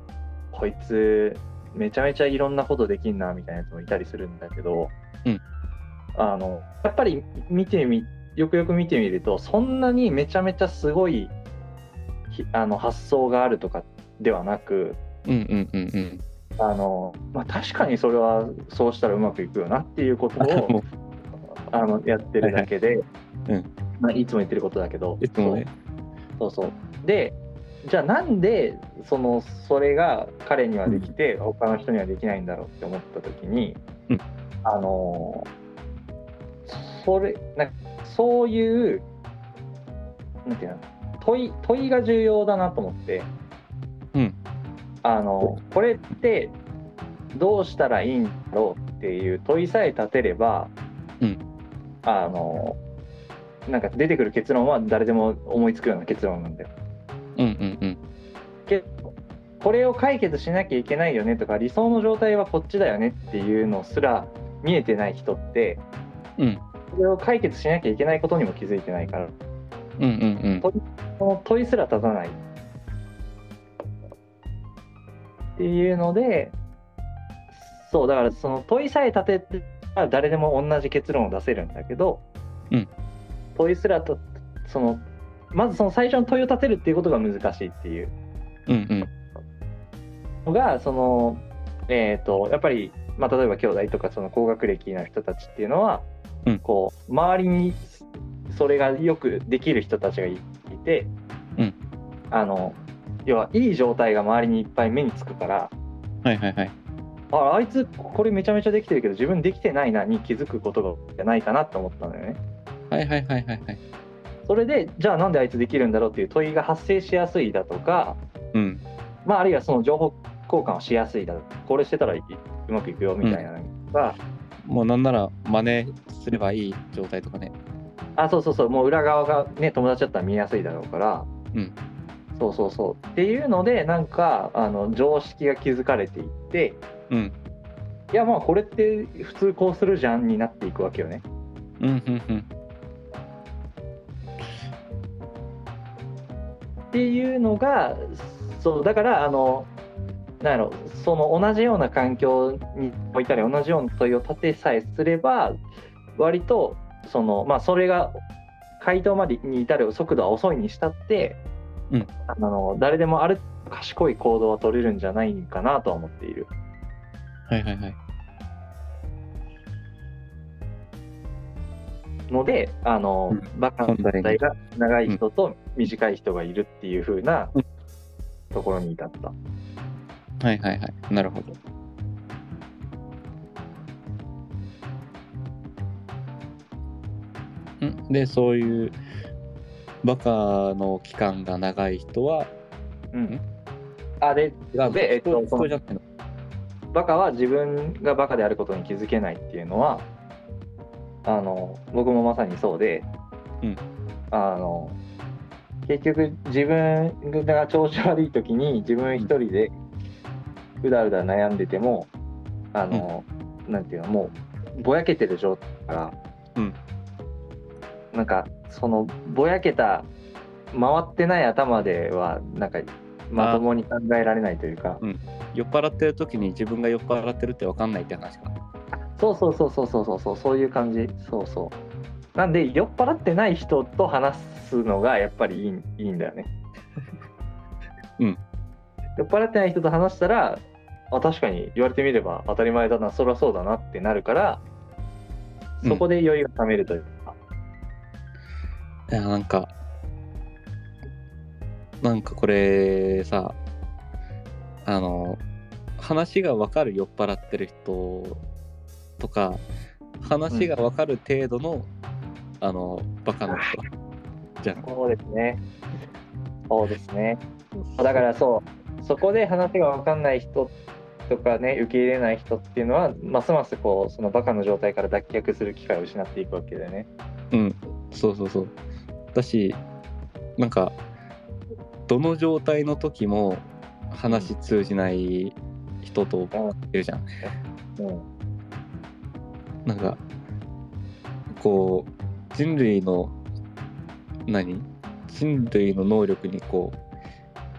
S2: こいつめちゃめちゃいろんなことできんなみたいなやつもいたりするんだけど、
S1: うん
S2: あのやっぱり見てみよくよく見てみるとそんなにめちゃめちゃすごいひあの発想があるとかではなく、
S1: うんうんうんうん
S2: あのまあ、確かにそれはそうしたらうまくいくよなっていうこと
S1: あ も
S2: をあのやってるだけ
S1: い
S2: で、
S1: うん
S2: まあ、いつも言ってることだけど
S1: ういつもね
S2: そうそうそうでじゃあなんでそのそれが彼にはできて他の人にはできないんだろうって思った時に、
S1: うん
S2: あのそれなんかそういうなんていうの問い問いが重要だなと思って、
S1: うん
S2: あのこれってどうしたらいいんだろうっていう問いさえ立てれば、
S1: うん
S2: あのなんか出てくる結論は誰でも思いつくような結論なんだよ。
S1: うんうんうん
S2: けどこれを解決しなきゃいけないよねとか理想の状態はこっちだよねっていうのすら見えてない人って
S1: うん
S2: これを解決しなきゃいけないことにも気づいてないから
S1: うんうん
S2: この問いすら立たないっていうのでそうだからその問いさえ立ててたら誰でも同じ結論を出せるんだけど、
S1: うん
S2: 問いすらたそのまずその最初の問いを立てるっていうことが難しいっていう
S1: うんうんうん
S2: のがそのえっ、とやっぱり、まあ、例えば兄弟とかその高学歴の人たちっていうのは、
S1: うん
S2: こう周りにそれがよくできる人たちがいいて、
S1: うん
S2: あの要はいい状態が周りにいっぱい目につくから
S1: はいはいはい
S2: ああいつこれめちゃめちゃできてるけど自分できてないなに気づくことがないかなと思ったんだよね。
S1: はいはいはいはいはい
S2: それでじゃあなんであいつできるんだろうっていう問いが発生しやすいだとか、
S1: うん
S2: まあ、あるいはその情報交換をしやすいだこれしてたらいうまくいくよみたいなのが、
S1: もうなんなら真似すればいい状態とかね
S2: あそうそうそうもう裏側がね友達だったら見やすいだろうから、
S1: うん
S2: そうそうそうっていうのでなんかあの常識が築かれていって
S1: うん
S2: いやまあこれって普通こうするじゃんになっていくわけよね。
S1: うんうんうん
S2: っていうのがそうだからあのなんやろその同じような環境に置いたり同じような問いを立てさえすれば割とそのまあそれが回答までに至る速度は遅いにしたって、
S1: うん
S2: あの誰でもある賢い行動は取れるんじゃないかなとは思っている。
S1: はいはいはい。
S2: のであの、
S1: う
S2: バカの時代が長い人と短い人がいるっていう風な
S1: うん
S2: ところに至った。
S1: はいはいはい。なるほど。んで、そういうバカの期間が長い人は、
S2: うん、あで
S1: が
S2: でえっと
S1: 人人じゃなくて
S2: バカは自分がバカであることに気づけないっていうのはあの僕もまさにそうで、
S1: うん
S2: あの結局自分が調子悪い時に自分一人でうだうだ悩んでてもあの、なんていうのもうぼやけてる状態だか
S1: う
S2: ら、
S1: ん
S2: なんかそのぼやけた回ってない頭ではなんかまともに考えられないというか。
S1: 酔っ払ってる時に自分が酔っ払ってるって分かんないって話か。
S2: そうそうそうそうそうそうそうそういう感じそうそうなんで酔っ払ってない人と話すのがやっぱりいいいいんだよね
S1: うん
S2: 酔っ払ってない人と話したらあ確かに言われてみれば当たり前だなそりゃそうだなってなるからそこで酔いが冷めるというか、
S1: いやなんかなんかこれさあの話が分かる酔っ払ってる人とか話が分かる程度の、あのバカな人じゃん
S2: そうですねそうですねだからそうそこで話が分かんない人とかね受け入れない人っていうのはますますこうそのバカの状態から脱却する機会を失っていくわけだよね
S1: うんそうそうそうだしなんかどの状態の時も話通じない人といるじゃん
S2: うん
S1: なんかこう人類の何人類の能力にこう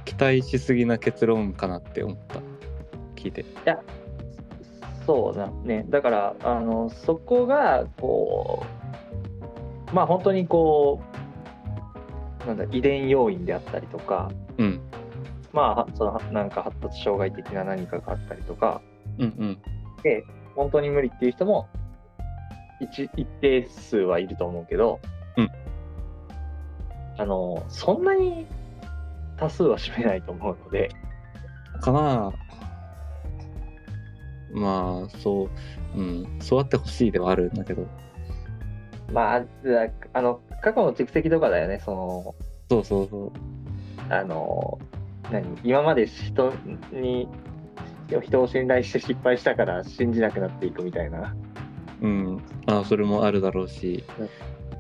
S1: 期待しすぎな結論かなって思った聞いて
S2: そうだねだからあのそこがこうまあ本当にこうなんだ遺伝要因であったりとか
S1: うん
S2: まあそのなんか発達障害的な何かがあったりとか
S1: うん
S2: 本当に無理っていう人も一一定数はいると思うけど、
S1: うん
S2: あのそんなに多数は占めないと思うので
S1: うんかなあまあそううんそうあってほしいではあるんだけど
S2: まあだあの過去の蓄積とかだよねその
S1: そうそうそう
S2: あの何今まで人に人を信頼して失敗したから信じなくなっていくみたいな
S1: うん、あそれもあるだろうし、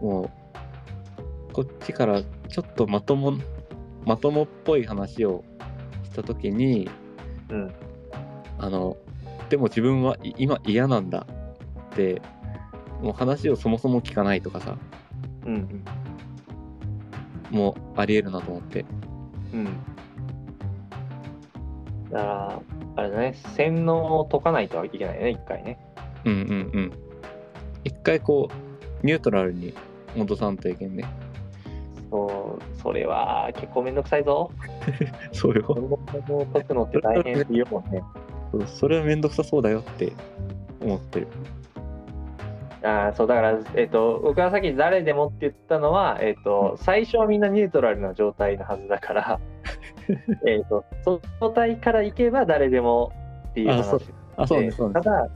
S1: もうこっちからちょっとまともまともっぽい話をした時に、
S2: うん
S1: あのでも自分はい今嫌なんだってもう話をそもそも聞かないとかさ
S2: うん
S1: もうありえるなと思って
S2: うんだからあれだね洗脳を解かないとはいけないよね一回ね
S1: うんうんうん一回こうニュートラルに戻さんといけんね
S2: そうそれは結構めんどくさいぞ
S1: そうよ
S2: 洗脳を解くのって大変っていうもんね
S1: それは面倒くさそうだよって思ってる
S2: あーそうだから、えっと僕はさっき誰でもって言ったのは、えっと最初はみんなニュートラルな状態のはずだから えっとその状態からいけば誰でもっていう話
S1: あそうあそうねそう
S2: た
S1: ね
S2: だ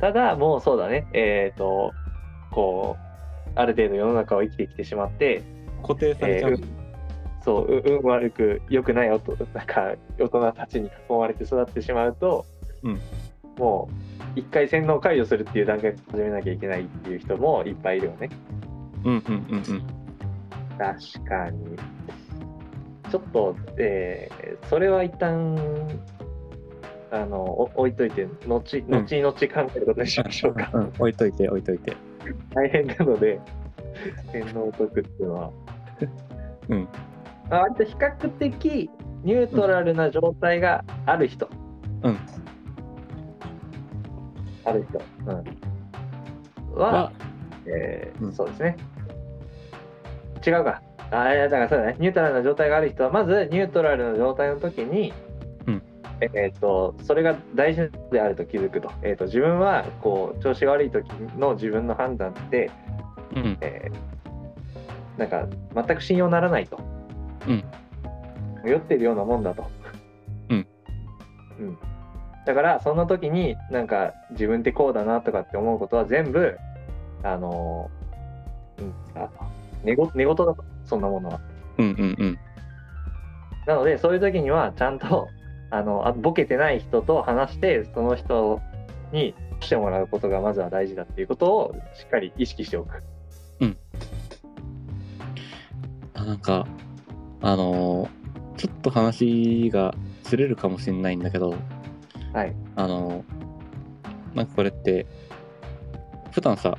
S2: ただもうそうだねえっ、とこうある程度世の中を生きてきてしまって
S1: 固定されちゃう、
S2: えーそうう運悪く良くないおとなんか大人たちに囲まれて育ってしまうと、
S1: うん
S2: もう一回洗脳解除するっていう段階から始めなきゃいけないっていう人もいっぱいいるよね。
S1: うんうんうんうん。
S2: 確かにちょっと、えーそれは一旦あのお置いといて
S1: う
S2: 後
S1: ん
S2: 後々考えることにしましょうか、
S1: うん、置いといて置いといて。
S2: 大変なので天皇を解くっていうのは、
S1: うん
S2: まあ、割と比較的ニュートラルな状態がある人、
S1: うん
S2: ある人、うん、は、
S1: は
S2: えー
S1: うん
S2: そうですね違うかあいやだからそうだねニュートラルな状態がある人はまずニュートラルの状態の時に、
S1: うん
S2: えーっとそれが大事であると気づくと,、えーっと自分はこう調子が悪い時の自分の判断って
S1: うん
S2: えーなんか全く信用ならないと、
S1: うん
S2: 酔ってるようなもんだと、
S1: うん
S2: うんだからそんな時になんか自分ってこうだなとかって思うことは全部あのーうんあ寝言寝言だとそんなものは
S1: うんうんうん
S2: なのでそういう時にはちゃんとあのあボケてない人と話してその人にしてもらうことがまずは大事だっていうことをしっかり意識しておく
S1: あなんかあのーちょっと話がずれるかもしれないんだけど
S2: はい
S1: あのーなんかこれって普段さ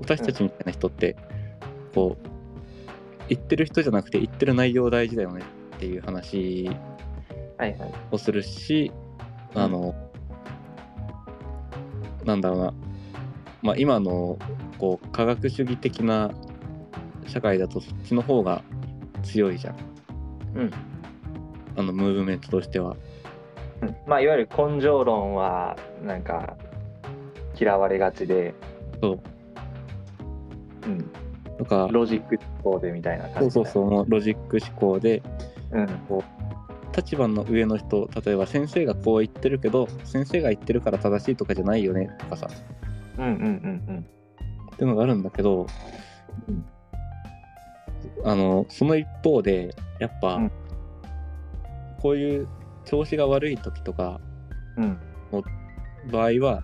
S1: 私たちみたいな人って、こう言ってる人じゃなくて言ってる内容大事だよねっていう話
S2: はいはい
S1: をするしあの、なんだろうな、まあ、今のこう科学主義的な社会だとそっちの方が強いじゃん
S2: うん
S1: あのムーブメントとしては。
S2: うんまあ、いわゆる根性論はなんか嫌われがちで、
S1: そう
S2: うん、
S1: とか
S2: ロジック思考でみたいな
S1: そ
S2: 感
S1: う
S2: じ
S1: そうそうもうロジック思考で
S2: う、うん
S1: 立場の上の人例えば先生がこう言ってるけど先生が言ってるから正しいとかじゃないよねとかさ
S2: うんうんうん
S1: っていうのがあるんだけど、
S2: うん
S1: あのその一方でやっぱ、
S2: うん
S1: こういう調子が悪い時とか
S2: うんうん
S1: 場合は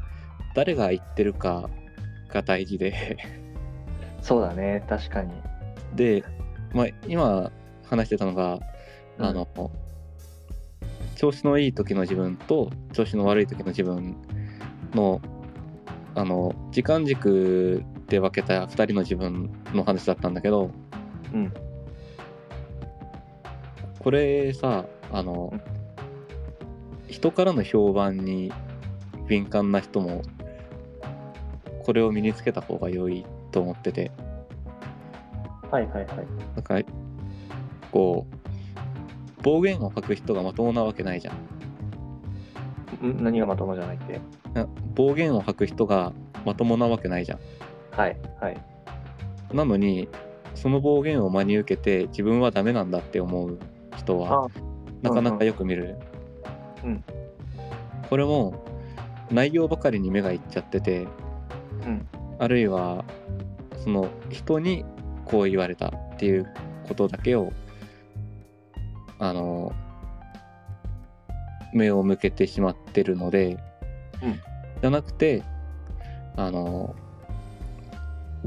S1: 誰が言ってるかが大事で
S2: そうだね確かに
S1: で、まあ、今話してたのが、あの調子のいい時の自分と調子の悪い時の自分のあの時間軸で分けた2人の自分の話だったんだけど、
S2: うん
S1: これさあの
S2: うん
S1: 人からの評判に敏感な人もこれを身につけた方が良いと思ってて
S2: はいはいはい
S1: なんかこう暴言を書く人がまともなわけないじゃん
S2: ん何がまともじゃないって
S1: な暴言を吐く人がまともなわけないじゃ
S2: はいはい
S1: んなのにその暴言を真に受けて自分はダメなんだって思う人は
S2: あ
S1: なかなかよく見る、
S2: うん
S1: これも内容ばかりに目がいっちゃってて、
S2: うん
S1: あるいはその人にこう言われたっていうことだけをあの目を向けてしまってるので、
S2: うん
S1: じゃなくてあの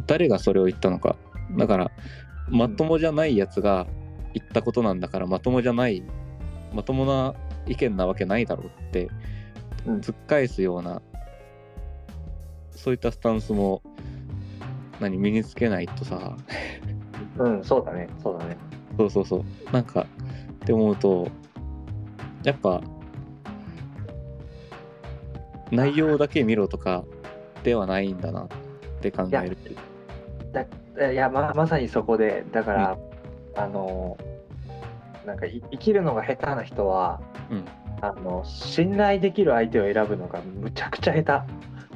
S1: 誰がそれを言ったのかだからまともじゃないやつが言ったことなんだからまともじゃないまともな意見なわけないだろうって
S2: うん
S1: 突っ返すような、そういったスタンスも何身につけないとさ
S2: うんそうだねそうだね
S1: そうそうそうなんかって思うとやっぱ内容だけ見ろとかではないんだなって考える
S2: いやままさにそこでだから、あのなんかい生きるのが下手な人は
S1: うん
S2: あの信頼できる相手を選ぶのがむちゃくちゃ下
S1: あ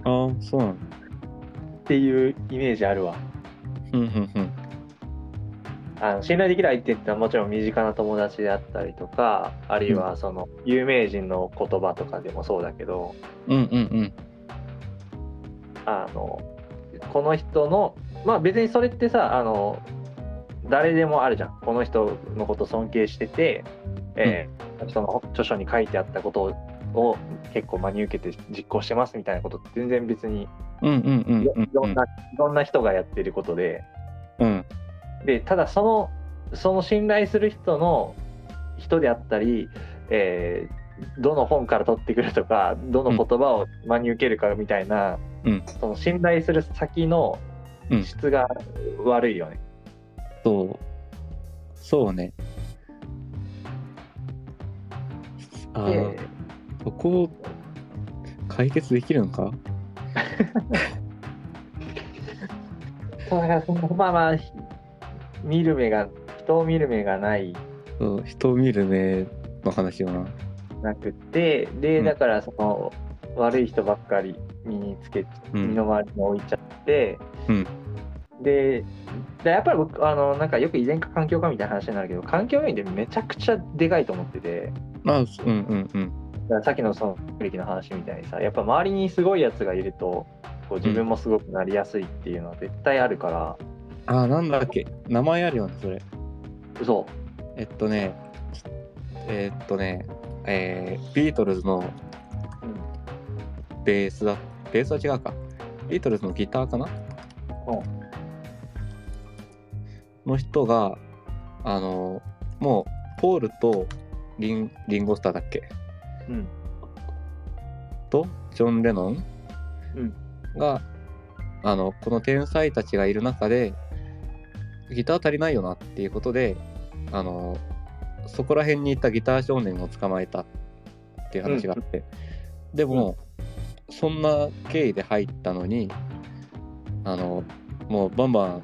S1: あそうなの
S2: 手っていうイメージあるわ
S1: うんうんうん
S2: あの信頼できる相手ってのはもちろん身近な友達であったりとかあるいはその有名人の言葉とかでもそうだけど
S1: うんうん
S2: あのこの人のまあ別にそれってさあの誰でもあるじゃんこの人のこと尊敬してて、えーその著書に書いてあったことをを結構真に受けて実行してますみたいなことって全然別に
S1: うんうんうんうん
S2: いろ
S1: うん
S2: いろんないろんな人がやってることで
S1: うん
S2: でただそのその信頼する人の人であったり、えーどの本から取ってくるとかどの言葉を真に受けるかみたいな、
S1: うん
S2: その信頼する先の
S1: うん
S2: 質が悪いよね。
S1: そう。そうね。あー
S2: で
S1: そこを解決できるのか
S2: そうだからそのまあまあひ見る目が人を見る目がない
S1: そう人を見る目の話よな。
S2: なくてで
S1: うん
S2: だからその、悪い人ばっかり身につけて
S1: う
S2: 身
S1: ん。
S2: の回りに置いちゃって、
S1: うん
S2: ででやっぱり僕あのなんかよく遺伝か環境かみたいな話になるけど環境面でめちゃくちゃでかいと思ってて
S1: まあ、うんうんうん。
S2: だからさっきのその学歴の話みたいにさやっぱ周りにすごいやつがいるとこう自分もすごくなりやすいっていうのは絶対あるから、
S1: ああ、なんだっけ。名前あるよね、それ。
S2: そ
S1: えっとね、えっとね、えービートルズの
S2: う、うん、
S1: ベースだ。ベースは違うか。ビートルズのギターかなの人が、あの、もう、ポールとリンリンゴスターだっけ
S2: うん、
S1: とジョン・レノン
S2: うん
S1: が、あのこの天才たちがいる中でギター足りないよなっていうことであのそこら辺にいたギター少年を捕まえたっていう話があって、でも、そんな経緯で入ったのにあのもうバンバン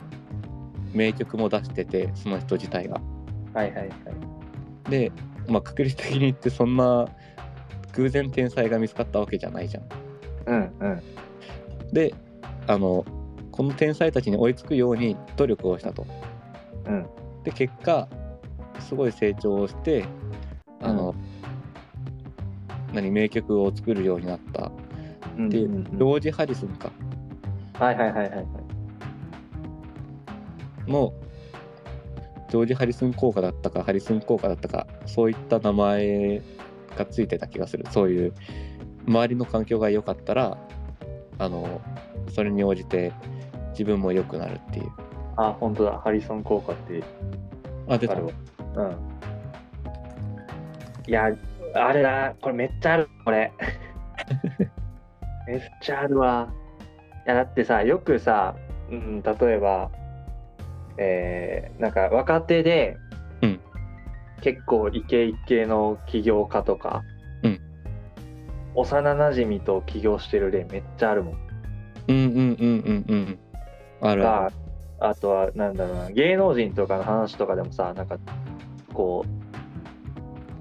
S1: 名曲も出しててその人自体が。
S2: はいはいはい
S1: で、まあ、確率的に言ってそんな偶然天才が見つかったわけじゃないじゃん。
S2: うんうん
S1: であのこの天才たちに追いつくように努力をしたと。
S2: うん
S1: で結果すごい成長をしてあの、何名曲を作るようになった
S2: うん
S1: で
S2: うんうん
S1: ロージ・ハリスンか
S2: はいはいはいはいはい
S1: のジョージ・ハリスン効果だったかハリスン効果だったかそういった名前がついてた気がするそういう周りの環境が良かったらあのそれに応じて自分も良くなるっていう
S2: あ本当だハリソン効果って
S1: あ出
S2: あ
S1: た
S2: るわうんいやあれだこれめっちゃあるこれ めっちゃあるわいやだってさよくさ、うん、例えばえーなんか若手で、
S1: うん
S2: 結構イケイケの起業家とか、
S1: うん
S2: 幼なじみと起業してる例めっちゃあるもん
S1: うんうんうんうんうん。あるあ
S2: があとはなんだろうな芸能人とかの話とかでもさなんかこ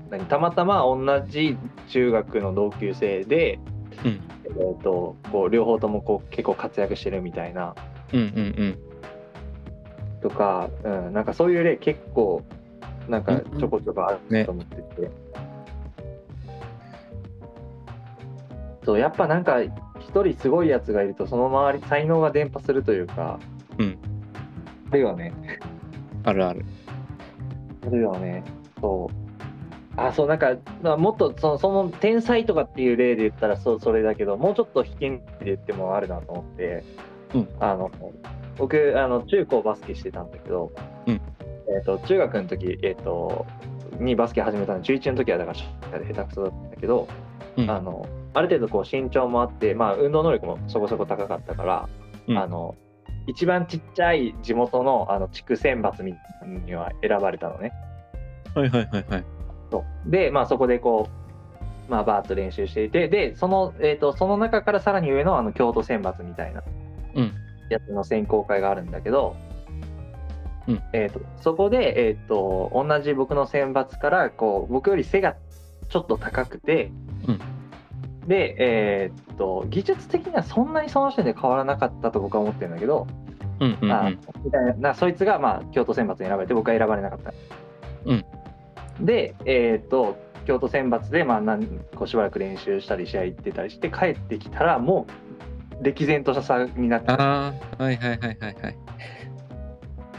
S2: う何たまたま同じ中学の同級生で、
S1: うん
S2: えー、とこう両方ともこう結構活躍してるみたいな
S1: る。うんうん
S2: とか、うん、なんかそういう例結構なんかちょこちょこあ
S1: ね
S2: ると思ってて、そうやっぱなんか一人すごいやつがいるとその周り才能が伝播するというか、
S1: うん、
S2: あるよね
S1: うん。あるある。
S2: あるよね。そう。あ、そう、なんか、まあ、もっとその、その天才とかっていう例で言ったら、そう、それだけど、もうちょっと危険で言ってもあるなと思って。
S1: うん
S2: あの、僕、あの、中高バスケしてたんだけど。
S1: うん
S2: えっ、と、中学の時、えっ、と、にバスケ始めたの、中1の時は、だから、ショットで下手くそだったんだけど。
S1: うん
S2: あの、ある程度、こう、身長もあって、まあ、運動能力もそこそこ高かったから。
S1: うん
S2: あの。一番ちっちゃい地元のあの地区選抜みたいなのには選ばれたのね。
S1: はいはいはいはい。
S2: そうで、まあ、そこでこう、まあ、バーッと練習していてでその,、えー、とその中からさらに上のあの京都選抜みたいな
S1: うん
S2: やつの選考会があるんだけど、
S1: うん
S2: えー、とそこで、えー、と同じ僕の選抜からこう僕より背がちょっと高くて、
S1: うん
S2: で、えー、と技術的にはそんなにその時点で変わらなかったと僕は思ってるんだけど、
S1: うんうんう
S2: あ
S1: ん。
S2: みたいななそいつがまあ京都選抜に選ばれて僕は選ばれなかった、
S1: うん
S2: でえっ、と京都選抜でまあ何こうしばらく練習したり試合行ってたりして帰ってきたらもう歴然とした差になってた
S1: ああ、はいはいはいはいはい。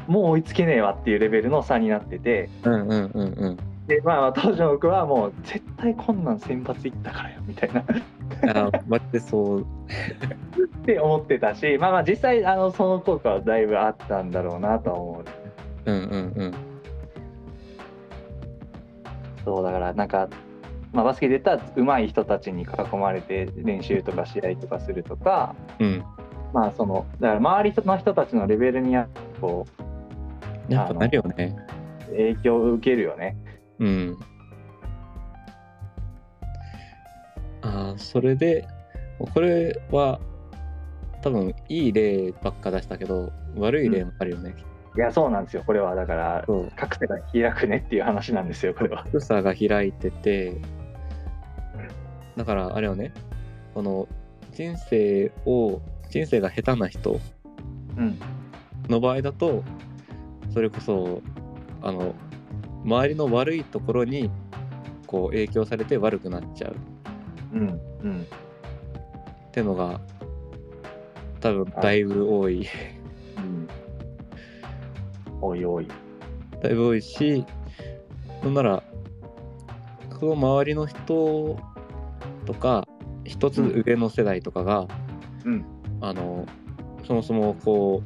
S2: もう追いつけねえわっていうレベルの差になってて
S1: うんうんうんうん。
S2: でまあ当時の僕はもう絶対こんなん選抜行ったからよみたいなっ
S1: あ ー待ってそう。
S2: て思ってたしまあまあ実際あのその効果はだいぶあったんだろうなとは思う
S1: うんうん
S2: そうだからなんか、まあ、バスケで言ったら上手い人たちに囲まれて練習とか試合とかするとか、
S1: うん。うん。
S2: まあそのだから周りの人たちのレベルにこう
S1: やっぱなるよね。
S2: 影響を受けるよね。
S1: うん。あーそれでこれは多分いい例ばっか出したけど悪い例もあるよね、
S2: いやそうなんですよこれはだから
S1: そう
S2: 格差が開くねっていう話なんですよこれは。
S1: 格差が開いててだからあれよねこの人生を人生が下手な人
S2: うん、
S1: の場合だとそれこそあの周りの悪いところにこう影響されて悪くなっちゃう
S2: うん、うん
S1: ってのが多分だいぶ多い
S2: うん。おいおい。
S1: だいぶ多いしなんならその周りの人とか一つ上の世代とかが、
S2: うん
S1: あのそもそもこ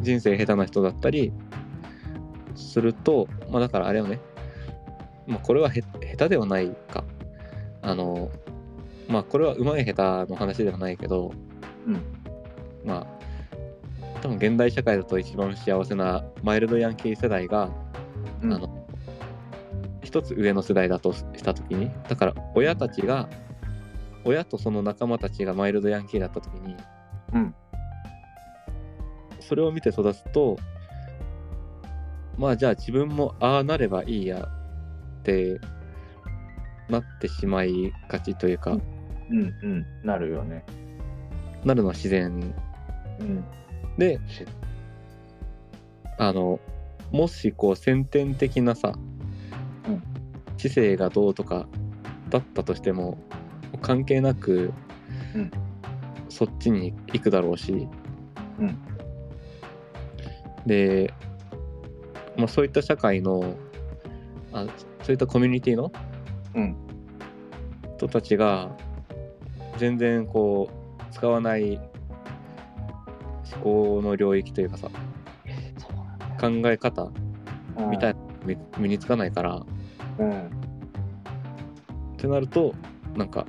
S1: う人生下手な人だったりするとまあだからあれよね、まあ、これはへ下手ではないかあのまあこれは上手い下手の話ではないけど、
S2: うん
S1: まあ多分現代社会だと一番幸せなマイルドヤンキー世代が
S2: うん
S1: あの一つ上の世代だとした時にだから親たちが親とその仲間たちがマイルドヤンキーだった時に、
S2: うん
S1: それを見て育つとまあじゃあ自分もああなればいいやってなってしまいがちというか、
S2: うんうん、なるよね。
S1: なるのは自然
S2: うん。
S1: で
S2: し
S1: あのもしこう先天的なさ、
S2: うん
S1: 知性がどうとかだったとしても関係なく、
S2: うん
S1: そっちに行くだろうし、
S2: うん
S1: で、まあ、そういった社会のあそういったコミュニティの、
S2: うん
S1: 人たちが全然こう使わない思考の領域というかさ
S2: そうなんだ
S1: 考え方
S2: うん
S1: みたいなの身身につかないから、っ
S2: うん。
S1: てなるとなんか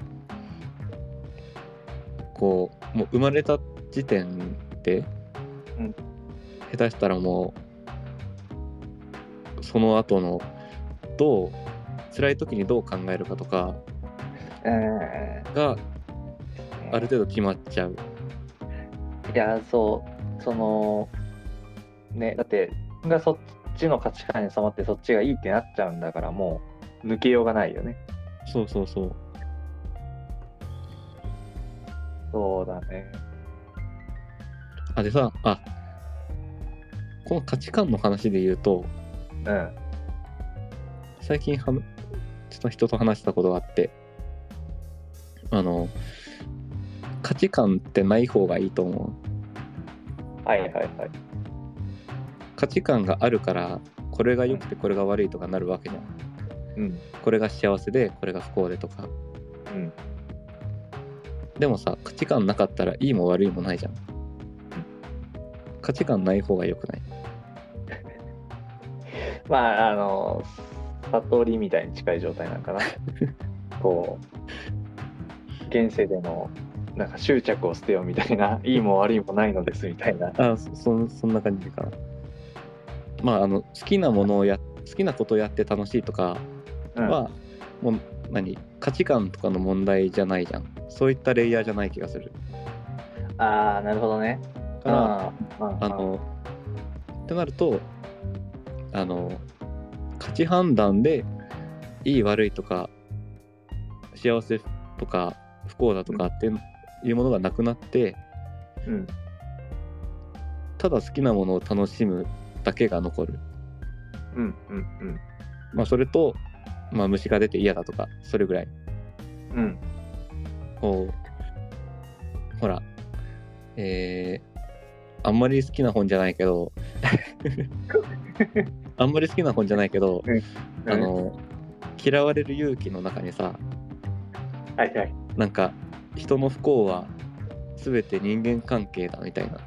S1: こうもう生まれた時点で、
S2: うん
S1: 下手したらもうその後のどう辛い時にどう考えるかとか
S2: え
S1: が
S2: ー
S1: ある程度決まっちゃう。
S2: いやそうそのねだって自分がそっちの価値観に染まってそっちがいいってなっちゃうんだからもう抜けようがないよね
S1: そうそうそう。
S2: そうだね
S1: あでさあこの価値観の話で言うと
S2: うん
S1: 最近はちょっと人と話したことがあってあの価値観ってない方がいいと思う
S2: はいはいはい
S1: 価値観があるからこれが良くてこれが悪いとかなるわけじゃん
S2: うん
S1: これが幸せでこれが不幸でとか
S2: うん
S1: でもさ価値観なかったらいいも悪いもないじゃん価値観ない方が良くない
S2: まああの悟りみたいに近い状態なん かなこう現世でのなんか執着を捨てようみたい ないいも悪いもないのですみたいな
S1: あそそそんな感じかなまああの好きなものをや好きなことをやって楽しいとか
S2: うん
S1: は、もう何価値観とかの問題じゃないじゃんそういったレイヤーじゃない気がする
S2: ああなるほどね
S1: から
S2: うん
S1: あのってなるとあの価値判断でいい悪いとか幸せとか不幸だとかっていうものがなくなって
S2: うん
S1: ただ好きなものを楽しむだけが残る
S2: うんうんうん
S1: まあそれと、まあ、虫が出て嫌だとかそれぐらい
S2: うん
S1: こうほらえー、あんまり好きな本じゃないけどあんまり好きな本じゃないけど、あの嫌われる勇気の中にさ
S2: はいはい
S1: なんか人の不幸は全て人間関係だみたいな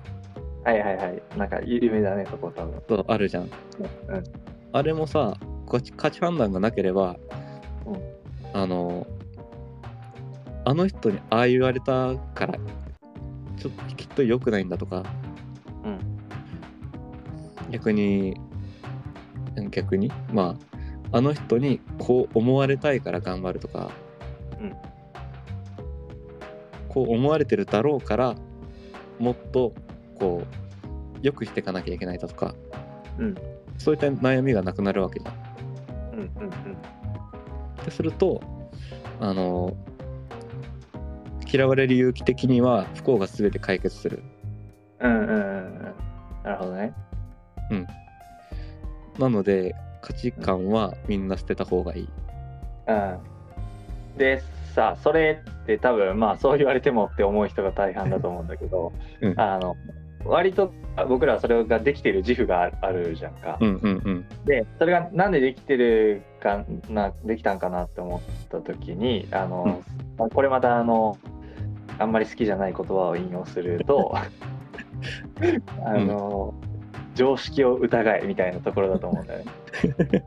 S2: はいはいはい。なんか有名だね、そこ多分。
S1: ことあるじゃん
S2: うん。
S1: あれもさ価値価値判断がなければ、
S2: うん
S1: あのあの人にああ言われたからちょっときっと良くないんだとか、
S2: うん
S1: 逆に逆にまああの人にこう思われたいから頑張るとか
S2: うん
S1: こう思われてるだろうからもっとこう良くしていかなきゃいけないだとか
S2: うん
S1: そういった悩みがなくなるわけじゃん。
S2: うんうん
S1: ってするとあの嫌われる勇気的には不幸が全て解決する。
S2: うんうんうんうんなるほどね
S1: なので価値観はみんな捨てた方がいい。
S2: うんでさそれって多分まあそう言われてもって思う人が大半だと思うんだけど、
S1: うん
S2: あの割と僕らはそれができてる自負があるあるじゃんか、
S1: うんうんうん
S2: でそれがなんでできてるかなできたんかなって思った時にあの、まあこれまたあのあんまり好きじゃない言葉を引用する とあの、常識を疑えみたいなところだと思うん だよね。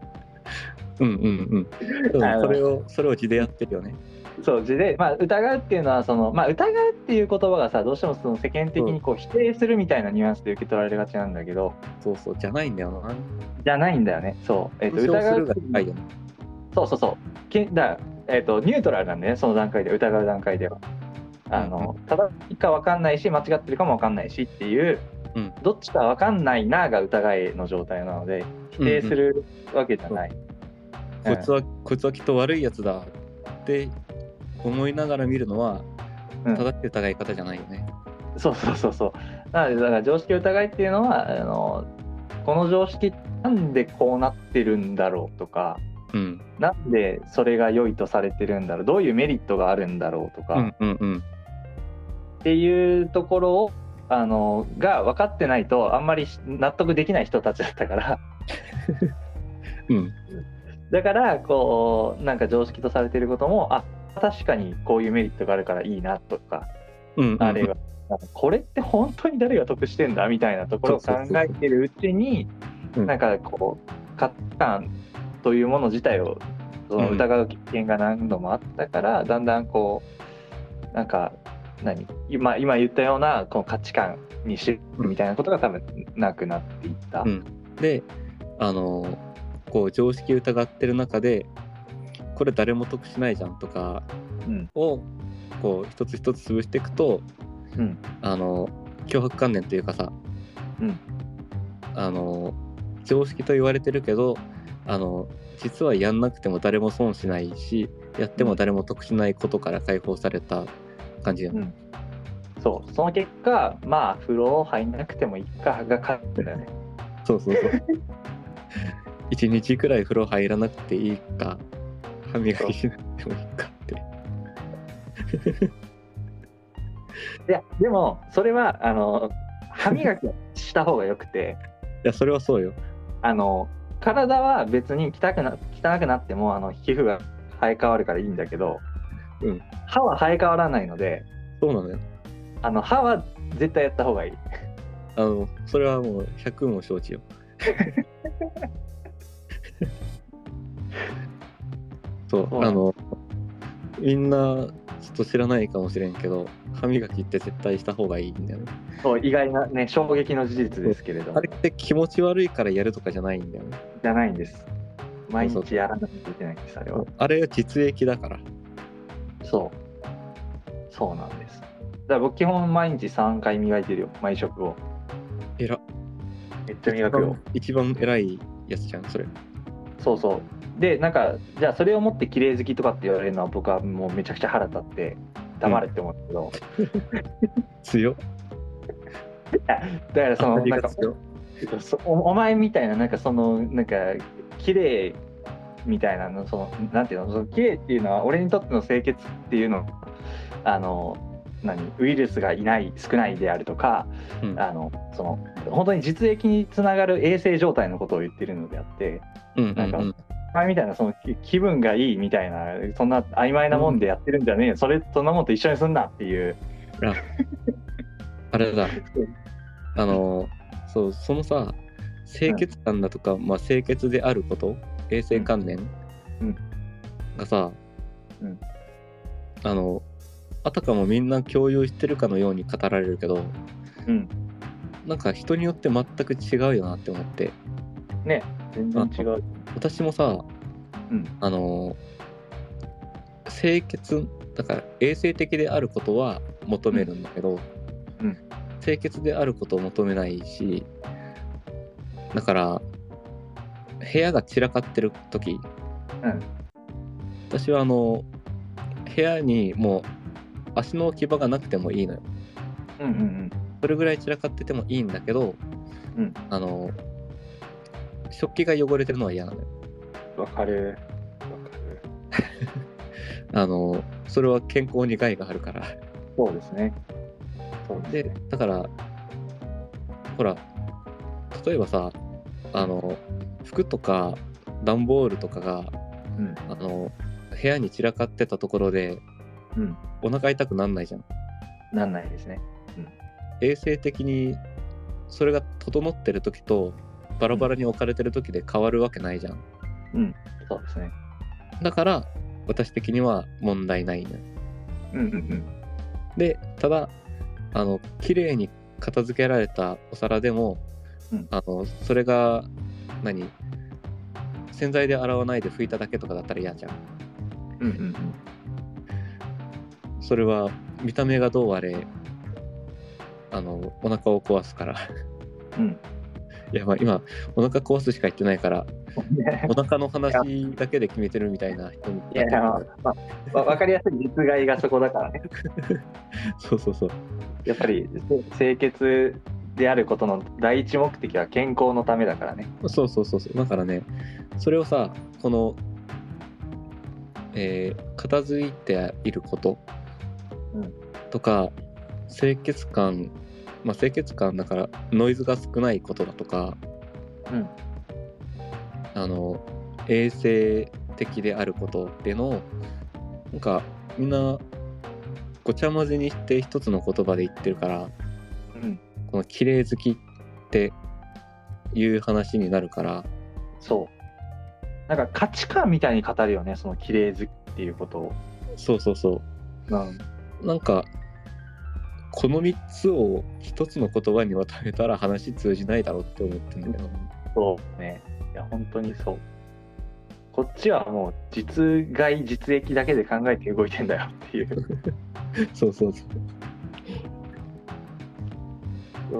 S1: うんうんうん。そう
S2: あの
S1: それをそれを地でやってるよね。
S2: そうで、まあ、疑うっていうのはその、まあ、疑うっていう言葉がさどうしてもその世間的にこう否定するみたいなニュアンスで受け取られがちなんだけど
S1: そうそうじゃないんだよな。
S2: じゃないんだよねそう、えっと
S1: 無償
S2: 疑
S1: す
S2: う
S1: るがないよね。
S2: そうそうそうけだ、えっとニュートラルなんだよねその段階で疑う段階ではあの正しいか分かんないし間違ってるかも分かんないしっていう、
S1: うん
S2: どっちか分かんないなが疑いの状態なので否定するわけじゃない、
S1: こいつはこいつはきっと悪いやつだって思いながら見るのは
S2: うん
S1: 正しい疑い方じゃないよね。
S2: そうそうそうそう。なのでだから常識を疑いっていうのはあのこの常識なんでこうなってるんだろうとか
S1: うん。
S2: なんでそれが良いとされてるんだろうどういうメリットがあるんだろうとか、
S1: う
S2: っ
S1: んうんうん。
S2: ていうところをあのが分かってないとあんまり納得できない人たちだったから
S1: うん。
S2: だからこうなんか常識とされてることもあ確かにこういうメリットがあるからいいなとか
S1: うん。
S2: あるいはなんかこれって本当に誰が得してんだみたいなところを
S1: そう
S2: 考
S1: そうそうそう
S2: えてるうちに
S1: うん
S2: なんかこう価値観というもの自体をその
S1: うん
S2: 疑う危険が何度もあったから、だんだんこうなんか何今今言ったようなこの価値観にし
S1: うん
S2: みたいなことが多分なくなっていった。
S1: うんであのこう常識疑ってる中でこれ誰も得しないじゃんとか
S2: うん
S1: をこう一つ一つ潰していくと
S2: うん
S1: あの脅迫観念というかさ、
S2: うん
S1: あの常識と言われてるけどあの実はやんなくても誰も損しないしやっても誰も得しないことから解放された感じだよね。
S2: そうその結果まあ風呂入んなくてもいいかが勝つんだよね。
S1: そうそうそう。 一日くらい風呂入らなくていいか、歯磨きしなくてもいいかって。
S2: いやでもそれはあの歯磨きはした方がよくて。
S1: いや、それはそうよ。
S2: あの体は別に汚くな汚くなってもあの皮膚が生え変わるからいいんだけど、
S1: うん
S2: 歯は生え変わらないので
S1: そうなのよ。
S2: あの歯は絶対やった方がいい。
S1: あの、それはもう100も承知よ。 そう、
S2: そう
S1: あ
S2: なの
S1: の、みんなちょっと知らないかもしれんけど、歯磨きって絶対した方がいいんだよね。
S2: そう意外なね衝撃の事実ですけれど
S1: あ
S2: も
S1: れって気持ち悪いからやるとかじゃないんだよね。
S2: じゃないんです。毎日やらないといけないんですあれは。
S1: あれは実益だから。
S2: そうそうなんです。だから僕基本毎日3回磨いてるよ毎食を。
S1: えら、
S2: めっちゃ磨くよ。
S1: 一番偉いやつじゃん、それ。
S2: そうそう。で、なんか、じゃあそれを持って綺麗好きとかって言われるのは僕はもうめちゃくちゃ腹立って黙れって思うんだけど、
S1: 強っ
S2: だからそ
S1: あ
S2: の、
S1: り
S2: な
S1: が
S2: んか
S1: とう
S2: そお、お前みたいな、なんかその、なんか、綺麗みたいなの、その、なんていうの、その綺麗っていうのは俺にとっての清潔っていうのあの、何ウイルスがいない少ないであるとか、
S1: うん
S2: あのその本当に実益につながる衛生状態のことを言ってるのであって、
S1: うんうん
S2: なんか
S1: うん
S2: 前みたいなそのき気分がいいみたいなそんな曖昧なもんでやってるんじゃねえよ、それそんなもんと一緒にすんなっていう
S1: あれだあのそうそのさ清潔感だとか、まあ、清潔であること衛生観念
S2: うん
S1: がさ、
S2: うん
S1: あのあたかもみんな共有してるかのように語られるけど、
S2: うん
S1: なんか人によって全く違うよなって思って
S2: ね全然違う
S1: 私もさ、
S2: うん
S1: あの清潔だから衛生的であることは求めるんだけど、
S2: うん
S1: 清潔であることを求めないしだから部屋が散らかってる時、
S2: うん
S1: 私はあの部屋にもう足の置き場がなくてもいいのよ
S2: うんうん
S1: それぐらい散らかっててもいいんだけど、
S2: うん
S1: あの食器が汚れてるのは嫌なのよ
S2: うんわかるわかる
S1: あのそれは健康に害があるから
S2: そうですねそうです
S1: で
S2: ね
S1: だからほら例えばさあの服とか段ボールとかが
S2: うん
S1: あの部屋に散らかってたところで
S2: うん
S1: お腹痛くなんないじゃん
S2: なんないですね
S1: 衛生的にそれが整ってる時とバラバラに置かれてる時で変わるわけないじゃん
S2: そうですね
S1: だから私的には問題ないのよ
S2: うんうん
S1: でただあの綺麗に片付けられたお皿でも、
S2: うん
S1: あのそれが何洗剤で洗わないで拭いただけとかだったら嫌じゃん
S2: うんうんうん
S1: それは見た目がどうあれあのお腹を壊すから
S2: うん
S1: いやまあ今お腹壊すしか言ってない から
S2: ね
S1: お腹の話だけで決めてるみたいな人も
S2: いやいや、まあわわかりやすい実害がそこだからね。
S1: そうそうそう
S2: やっぱりせ清潔であることの第一目的は健康のためだからね。
S1: そうそうそうそうだからねそれをさこの、えー片付いていること
S2: うん
S1: とか、清潔感まあ清潔感だからノイズが少ないことだとか、
S2: うん
S1: あの衛生的であることっていうのをなんかみんなごちゃ混ぜにして一つの言葉で言ってるから、
S2: うん、
S1: この綺麗好きっていう話になるから
S2: そう。なんか価値観みたいに語るよね、その綺麗好きっていうことを。
S1: そうそうそ
S2: うん、
S1: うなんかこの3つを一つの言葉にまとめたら話通じないだろうって思ってんだけど
S2: そうね。いや、本当にそう。こっちはもう実害、実益だけで考えて動いてんだよっていう。
S1: そうそうそう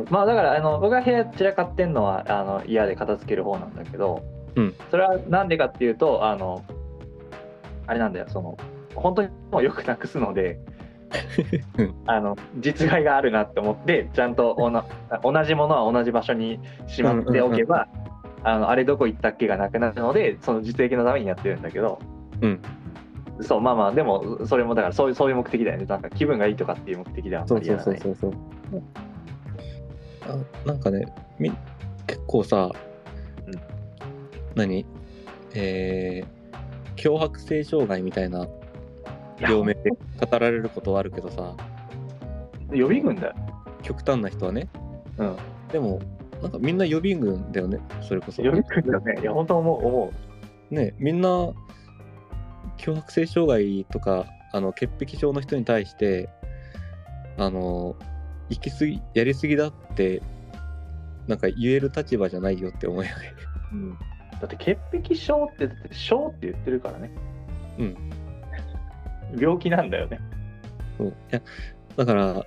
S2: まあだからあの僕が部屋散らかってんのはあの嫌で片付ける方なんだけど、
S1: うん
S2: それはなんでかっていうとあのあれなんだよその本当にもうよくなくす ので
S1: うん
S2: あの実害があるなって思ってちゃんとおな同じものは同じ場所にしまっておけば、あのあれどこ行ったっけがなくなるのでその実益のためにやってるんだけど。
S1: うん
S2: そうまあまあでもそれもだからそういうそういう目的だよねなんか気分がいいとかっていう目的ではあん
S1: そ
S2: ま
S1: う
S2: り
S1: そう
S2: やら
S1: そ
S2: な
S1: う
S2: い
S1: そうそうあなんかねみ結構さ、
S2: うん
S1: 何えー脅迫性障害みたいない
S2: や
S1: 病名で語られることはあるけどさ
S2: 予備軍だよ、
S1: 極端な人はね
S2: うん、
S1: でもなんかみんな予備軍だよねそれこそ
S2: 呼び込んだね。いや、本当思う、思
S1: ねみんな脅迫性障害とかあの潔癖症の人に対してあの行き過ぎやりすぎだってなんか言える立場じゃないよって思いよ ね
S2: う。だって、潔癖症って、だって症って言ってるからね。
S1: うん。
S2: 病気なんだよね。
S1: そういやだから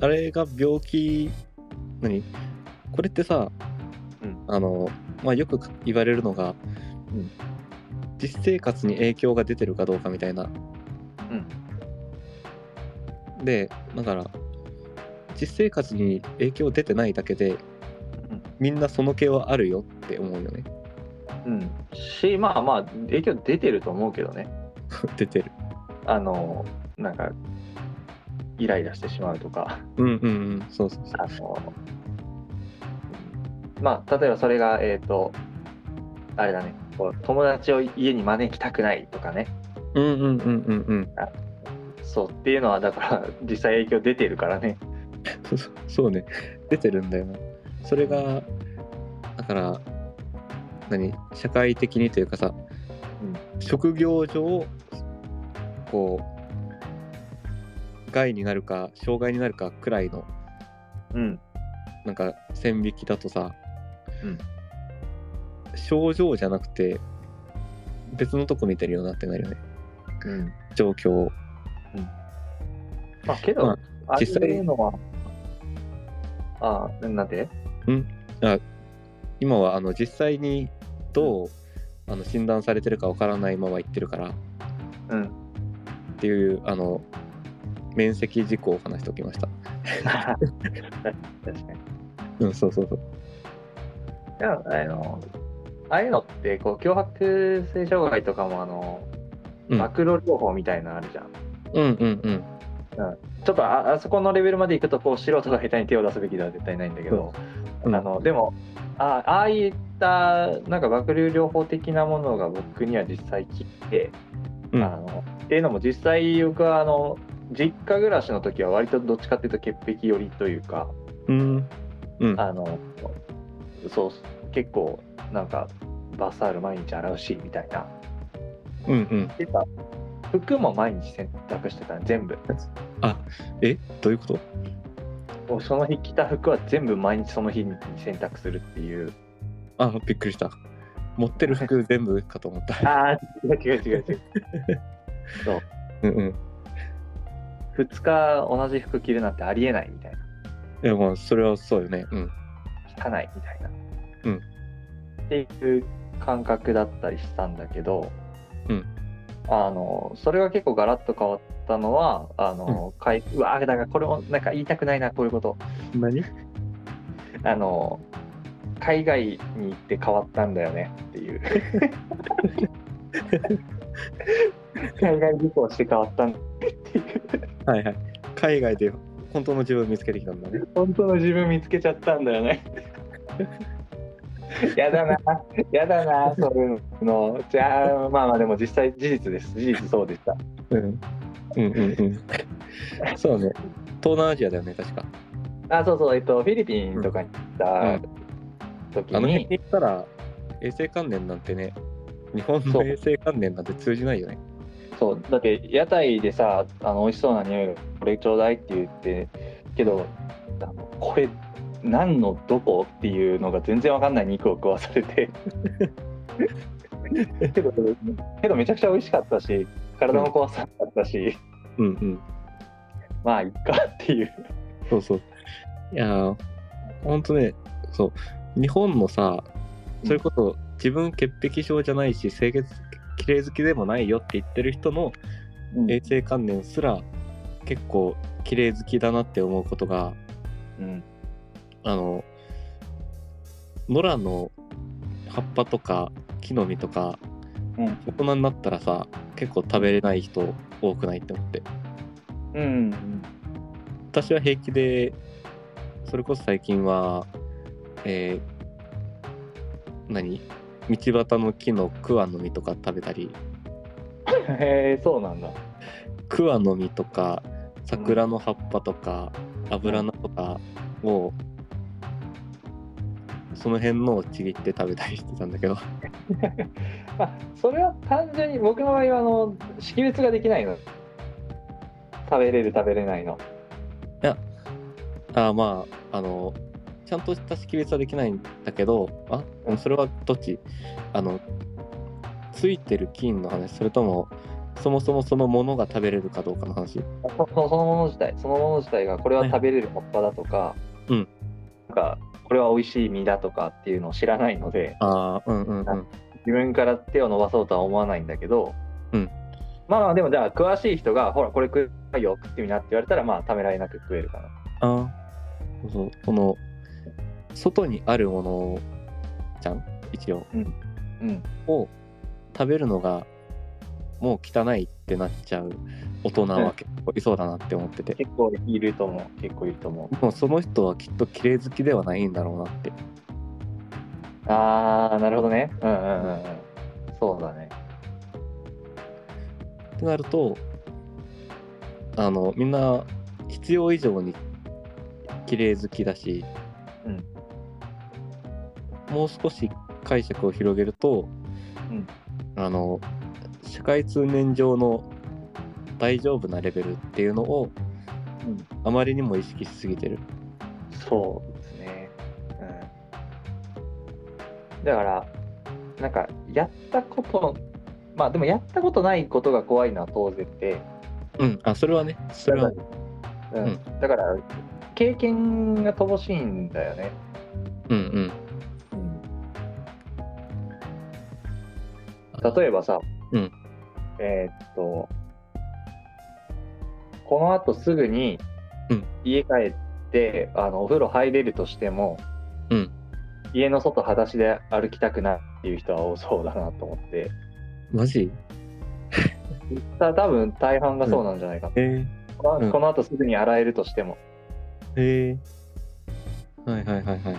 S1: あれが病気何これってさ、
S2: うん
S1: あの、まあ、よく言われるのが、
S2: うん
S1: 実生活に影響が出てるかどうかみたいなでだから実生活に影響出てないだけで
S2: うん
S1: みんなその系はあるよって思うよね
S2: うん。し、まあまあ、影響出てると思うけどね。
S1: 出てる
S2: あの、なんか、イライラしてしまうとか、
S1: うんうんうんそうそうそう
S2: あの、まあ、例えばそれが、えっ、と、あれだね、こう友達を家に招きたくないとかね。
S1: うんうんうんうんうん
S2: そうっていうのは、だから、実際影響出てるからね。
S1: そうそうそうね出てるんだよなそれがだから何社会的にというかさ、職業上こう害になるか障害になるかくらいの
S2: うん。
S1: なんか線引きだとさ、
S2: うん
S1: 症状じゃなくて別のとこ見てるよなってなるよね
S2: うん
S1: 状況
S2: まあけど、
S1: ま
S2: あ、あ
S1: 実際
S2: いうのはああなんで
S1: 今はあの実際にどうあの診断されてるかわからないまま言ってるからっ
S2: うん
S1: ていうあの面積事項を話しておきました。
S2: 確かに。
S1: うん、そうそうそう。
S2: いや、あの、ああいうのって、こう、脅迫性障害とかも、あの、
S1: うん
S2: 暴露療法みたいなのあるじゃん。
S1: うんうんうん。
S2: ちょっとああそこのレベルまでいくと、こう、素人が下手に手を出すべきでは絶対ないんだけど、
S1: うん
S2: あの、でも、あああいった、なんか、暴露療法的なものが僕には実際効いて、
S1: うん
S2: あの、っていうのも実際、僕は、あの、実家暮らしの時は割とどっちかっていうと潔癖寄りというか、
S1: うん。うん。
S2: あのそう結構なんかバスタオル毎日洗うしみたいな
S1: うんうん。
S2: てか服も毎日洗濯してた全部
S1: えどういうこと
S2: もうその日着た服は全部毎日その日に洗濯するっていう
S1: あ、びっくりした。持ってる服全部かと思った。
S2: ああ違う違う違うそう
S1: うんうん。
S2: 2日同じ服着るなんてありえないみたいない
S1: や、まあ、それはそうよね。うん。
S2: 汚いみたいな、
S1: うん
S2: っていう感覚だったりしたんだけど、
S1: うん
S2: あのそれが結構ガラッと変わったのはあの、かいうわだからこれもなんか言いたくないなこういうこと
S1: 何
S2: あの海外に行って変わったんだよねって いう海外旅行して変わったんだっていう
S1: はいはい。海外で本当の自分を見つけてきたんだね。
S2: 本当の自分見つけちゃったんだよね。 やだな、やだな、そういうの。じゃあ、まあまあ、でも実際事実です。事実そうでした。
S1: うん。うんうんうん。そうね。東南アジアだよね、確か。
S2: あ、そうそう、えっと、フィリピンとかに行った時
S1: あの辺
S2: に
S1: に、行ったら、衛生関連なんてね、日本
S2: そ
S1: の
S2: う
S1: 衛生関連なんて通じないよね。
S2: そう、だって屋台でさ、あの美味しそうな匂いがこれちょうだいって言って、けど、あのこれ、何のどこっていうのが全然わかんない肉を食わされて。けど、けどめちゃくちゃ美味しかったし、体も壊さなかったし。
S1: うんうん。
S2: まあいっかっていう。
S1: そうそう。いやー、ほんとね、そう。日本もさ、それこそ自分潔癖症じゃないし、清潔、綺麗好きでもないよって言ってる人の衛生観念すら結構綺麗好きだなって思うことが、
S2: うん、
S1: あの、野良の葉っぱとか木の実とか、
S2: うん
S1: 大人になったらさ、結構食べれない人多くないって思って。
S2: うん、
S1: 私は平気でそれこそ最近はえー何道端の木のクワの実とか食べたり
S2: へえ、そうなんだ。
S1: クワの実とか桜の葉っぱとか油菜とかをその辺のをちぎって食べたりしてたんだけど
S2: まあ、それは単純に僕の場合はあの識別ができないの。食べれる食べれないの。
S1: あーまああのちゃんとした識別はできないんだけどあうんそれはどっちあのついてる菌の話それともそもそもそのものが食べれるかどうかの話
S2: そそそのもの自体、そのもの自体がこれは食べれる葉っぱだとか、
S1: うん
S2: なんかこれは美味しい実だとかっていうのを知らないので、
S1: ああうんうんうん
S2: 自分から手を伸ばそうとは思わないんだけど、
S1: うん
S2: まあまあでもじゃあ詳しい人が、ほらこれ食うよ、食ってみなって言われたら、まあためらいなく食えるかな。
S1: ああそうそうこの外にあるものじゃん一応
S2: うん、
S1: を食べるのがもう汚いってなっちゃう大人は結構いそうだなって思ってて、
S2: 結構いると思う、結構いると思う。
S1: もうその人はきっと綺麗好きではないんだろうなって
S2: ああなるほどねうんうんうんうんそうだね
S1: ってなるとあのみんな必要以上に綺麗好きだし、
S2: うん
S1: もう少し解釈を広げると、
S2: うん
S1: あの社会通念上の大丈夫なレベルっていうのを、
S2: うん
S1: あまりにも意識しすぎてる。
S2: そうですねうんだからなんかやったことまあでもやったことないことが怖いのは当然で、
S1: うん、あ、それはね、それは、
S2: うん
S1: うん
S2: だから経験が乏しいんだよね。
S1: うんうん。
S2: 例えばさ、
S1: うん
S2: えーっとこのあとすぐに
S1: うん
S2: 家帰って、あのお風呂入れるとしても、
S1: うん
S2: 家の外裸足で歩きたくないっていう人は多そうだなと思って
S1: マジ
S2: た多分大半がそうなんじゃないかな、
S1: え
S2: こ
S1: うん
S2: のこのあとすぐに洗えるとしても。
S1: ー、えー。はいはいはいはい。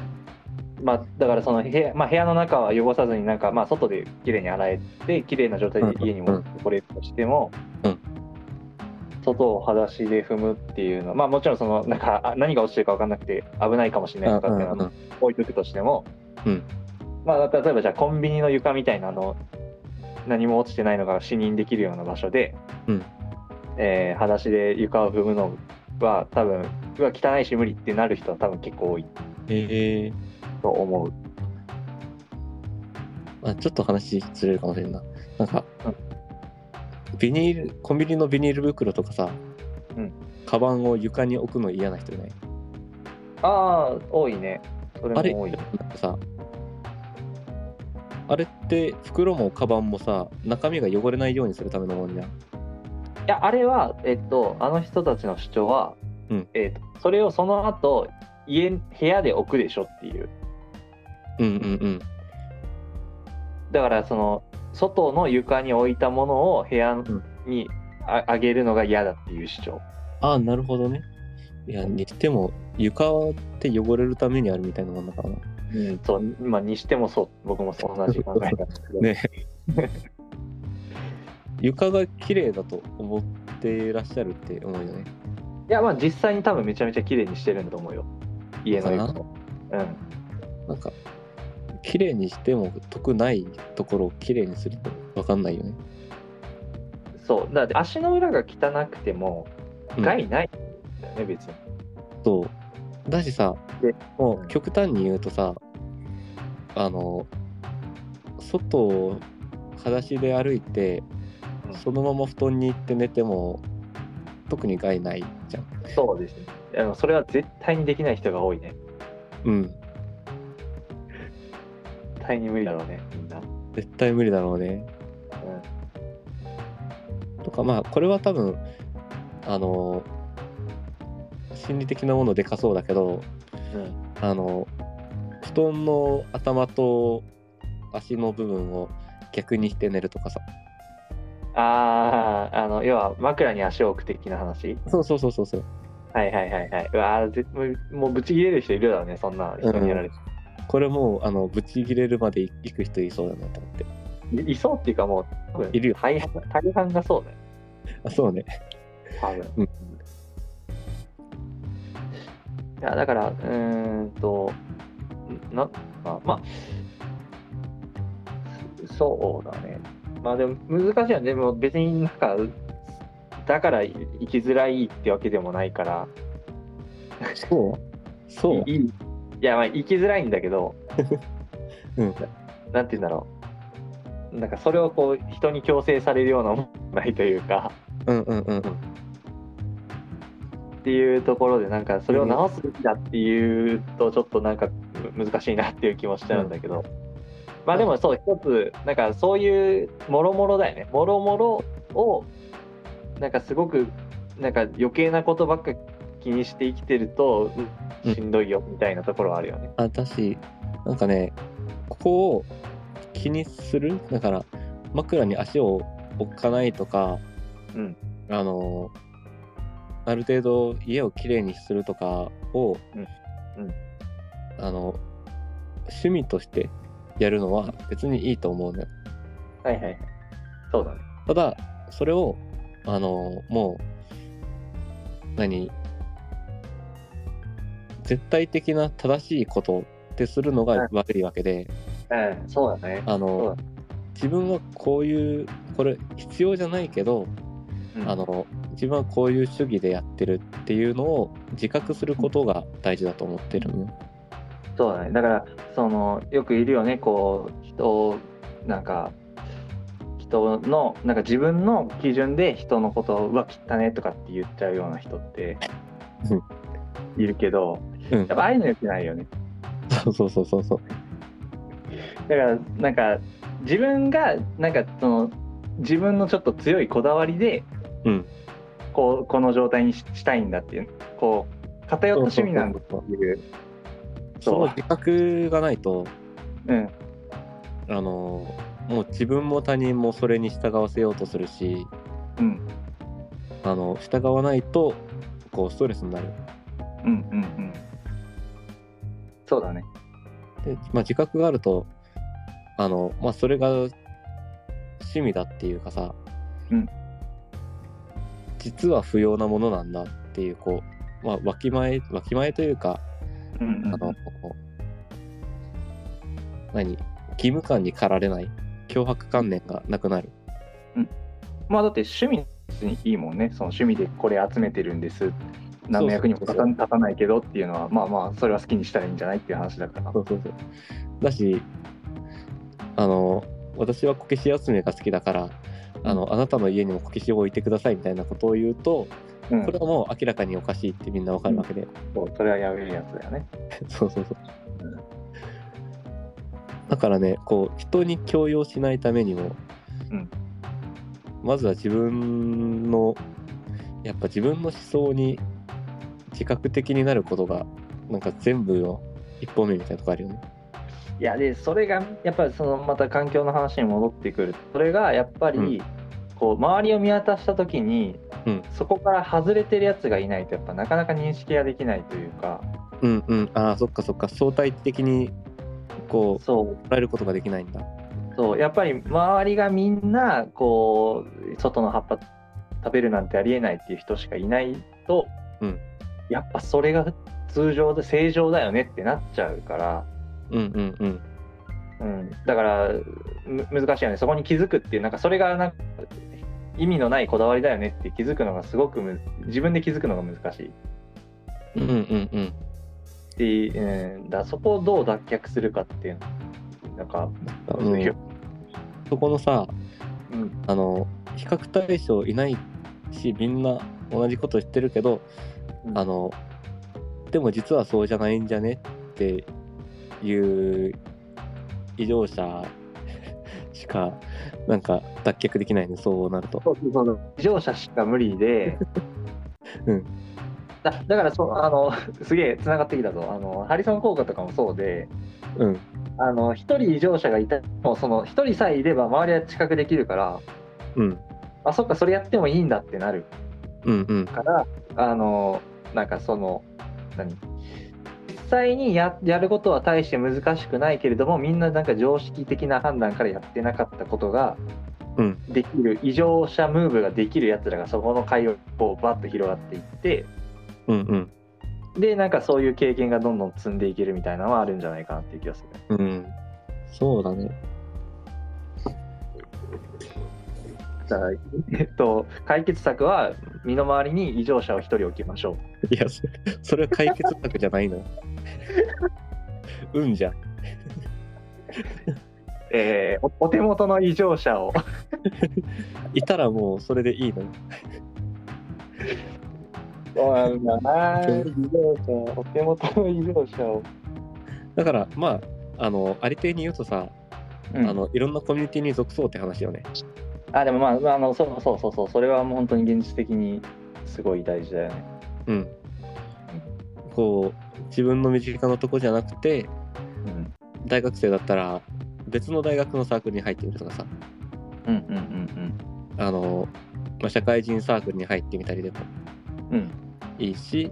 S2: まあ、だからその部屋,、まあ、部屋の中は汚さずになんか、まあ、外で綺麗に洗えて綺麗な状態で家に戻ってこれるとしても、
S1: うん
S2: 外を裸足で踏むっていうのは、まあ、もちろんそのなんかあ何が落ちてるか分かんなくて危ないかもしれないとかっていうのは置いとくとしても、
S1: うん
S2: まあ、例えばじゃあコンビニの床みたいなあの何も落ちてないのが視認できるような場所で、
S1: うん
S2: えー裸足で床を踏むのは多分うわ汚いし無理ってなる人は多分結構多い
S1: えー。
S2: と思う。
S1: あちょっと話ずれるかもしれんな。なんか
S2: うん、
S1: ビニール、コンビニのビニール袋とかさ、
S2: うん
S1: カバンを床に置くの嫌な人いない
S2: ああ、多いね。それ
S1: あれ
S2: も多い。
S1: なんかさ、あれって袋もカバンもさ、中身が汚れないようにするためのもんじゃん。
S2: いや、あれは、えっと、あの人たちの主張は、
S1: うん
S2: えっと、それをその後、家、部屋で置くでしょっていう。
S1: うんうん
S2: だから、その、外の床に置いたものを部屋にああげるのが嫌だっていう主張。
S1: ああ、なるほどね。いや、にしても、床って汚れるためにあるみたいなもんだからな。
S2: うん、そう、まあ、にしてもそう、僕もそう同じ考えなんですけど。
S1: ね床が綺麗だと思ってらっしゃるって思うよね。
S2: いや、まあ、実際に多分めちゃめちゃ綺麗にしてるんだと思うよ。家の床を。うん。
S1: なんか、綺麗にしても得ないところを綺麗にすると分かんないよね。
S2: そう。だって、足の裏が汚くても、
S1: うん
S2: 害ないんだよね、別に。
S1: そう。だしさ
S2: で、
S1: もう極端に言うとさ、あの、外を裸足で歩いて
S2: うん、
S1: そのまま布団に行って寝ても、特に害ないじゃん。
S2: そうですね。あのそれは絶対にできない人が多いね。
S1: うん。
S2: 絶対に無理だろうね、みんな。うん
S1: 絶対無理だろうね。とか、まあ、これは多分、あの、心理的なものでかそうだけど、
S2: うん
S1: あの布団の頭と足の部分を逆にして寝るとかさ
S2: ああ、あの、要は枕に足を置く的な話。
S1: そうそうそうそうそう
S2: はいはいはいはい。うわーぜもうもうぶち切れる人いるだろうね、そんな人にやられて。
S1: これもうあのブチ切れるまで行く人いそうだなと思って
S2: いいそうっていうかもう、多分
S1: いるよ
S2: 大半大半がそうだよ、
S1: あそうね
S2: 多分。
S1: うん
S2: いや、だから、うーんと、な、まあ、まあ、そうだね。まあでも難しいよね。でも別になんか、だから生きづらいってわけでもないから、
S1: そうそう
S2: いいいや、まあ生きづらいんだけど、
S1: うん
S2: なんて言うんだろう。なんかそれをこう人に強制されるようなものないというか、
S1: うんうんうんうん
S2: っていうところでなんかそれを直すべきだっていうとちょっとなんかむ難しいなっていう気もしちゃうんだけど、まあでもそう一つなんかそういうもろもろだよねもろもろをなんかすごくなんか余計なことばっか気にして生きてると
S1: うん
S2: しんどいよみたいなところはあるよね。
S1: あだしなんかねここを気にするだから枕に足を置かないとか、
S2: うん
S1: あのある程度家をきれいにするとかを、
S2: うんうん
S1: あの趣味としてやるのは別にいいと思うのよ
S2: はいはいはい。そうだね。
S1: ただそれをあのもう何絶対的な正しいことってするのが悪いわけで、
S2: うん、そうだね。
S1: あ
S2: そう
S1: の自分はこういうこれ必要じゃないけど、
S2: うん
S1: あの自分はこういう主義でやってるっていうのを自覚することが大事だと思ってるのよ。
S2: そうだね。だから、その、よくいるよね、こう、人を、なんか、人のなんか自分の基準で人のことを「うわ汚ね」とかって言っちゃうような人って
S1: うん
S2: いるけど
S1: う
S2: やっ
S1: ん
S2: ぱああいうの良くないよね
S1: そうそうそうそうそう
S2: だからなんか自分がなんかその自分のちょっと強いこだわりで
S1: うん
S2: こうこの状態にししたいんだっていうこう偏った趣味なんだっていう
S1: その自覚がないと
S2: うん
S1: あのもう自分も他人もそれに従わせようとするし
S2: うん
S1: あの従わないとこうストレスになる
S2: うんうんうんそうだね
S1: で、まあ、自覚があるとあの、まあ、それが趣味だっていうかさ、
S2: うん
S1: 実は不要なものなんだっていうこう、まあ、わきまえわきまえというか
S2: うんうん
S1: あの、何義務感に駆られない脅迫観念がなくなる
S2: まあだって趣味にいいもんねその趣味でこれ集めてるんです何の役にも立
S1: そ
S2: た
S1: うそうそう
S2: 立たないけどっていうのはまあまあそれは好きにしたらいいんじゃないっていう話だから
S1: そうそうそうだしあの私はこけし集めが好きだからあのあなたの家にもこけしを置いてくださいみたいなことを言うと
S2: うん
S1: これはもう明らかにおかしいってみんなわかるわけで、
S2: そうそれはやべえやつだよね
S1: そうそうそうだからねこう人に強要しないためにも、
S2: うん
S1: まずは自分のやっぱ自分の思想に自覚的になることがなんか全部の一歩目みたいなとこあるよね。
S2: いやでそれがやっぱりそのまた環境の話に戻ってくるそれがやっぱり、
S1: うん
S2: こう周りを見渡した時に、
S1: うん
S2: そこから外れてるやつがいないとやっぱなかなか認識ができないというか
S1: うんうんああそっかそっか相対的にこ
S2: そう
S1: う捉えることができないんだ。
S2: そうやっぱり周りがみんなこう外の葉っぱ食べるなんてありえないっていう人しかいないと、
S1: うん
S2: やっぱそれが通常で正常だよねってなっちゃうから。
S1: うんうんうん
S2: うん、だからむ難しいよねそこに気づくっていうなんかそれがなんか意味のないこだわりだよねって気づくのがすごくむ自分で気づくのが難し
S1: う
S2: い
S1: んうんうん
S2: っていう、うん、だそこをどう脱却するかっていうなんか、
S1: あ
S2: う
S1: うんん。そこのさ
S2: うん
S1: あの比較対象いないしみんな同じこと言ってるけど、
S2: うん
S1: あのでも実はそうじゃないんじゃねっていう異常者 しかなんか脱却できないねそうなると。
S2: そうそうそう異常者しか無理で、
S1: うん
S2: だだからそうあのすげえつながってきたぞあのハリソン効果とかもそうで
S1: うん
S2: あの一人異常者がいたもうその一人さえいれば周りは知覚できるから
S1: うん
S2: あそっかそれやってもいいんだってなる
S1: うんうん
S2: からあのなんかその何実際にややることは大して難しくないけれどもみんななんか常識的な判断からやってなかったことが
S1: うん
S2: できる、異常者ムーブができるやつらがそこの会をこうバッと広がっていって
S1: うんうん
S2: でなんかそういう経験がどんどん積んでいけるみたいなのはあるんじゃないかなっていう気がする。
S1: うんそうだね。
S2: じゃあ えっと解決策は身の回りに異常者を一人置きましょう。
S1: いやそそれは解決策じゃないのよ。 うんじゃん。
S2: えーおお手元の異常者を
S1: いたらもうそれでいいのよ。
S2: そうなんだな。異常者、お手元の異常者を。
S1: だからまああのありていに言うとさ、あのいろんなコミュニティに属そうって話よね。
S2: あでもまあまああのそうそうそうそうそれはもう本当に現実的にすごい大事だよね。
S1: うん。こう自分の身近なとこじゃなくて
S2: うん
S1: 大学生だったら別の大学のサークルに入ってみるとかさ
S2: うんうん
S1: あの、まあ、社会人サークルに入ってみたりでも
S2: うんうん
S1: いいし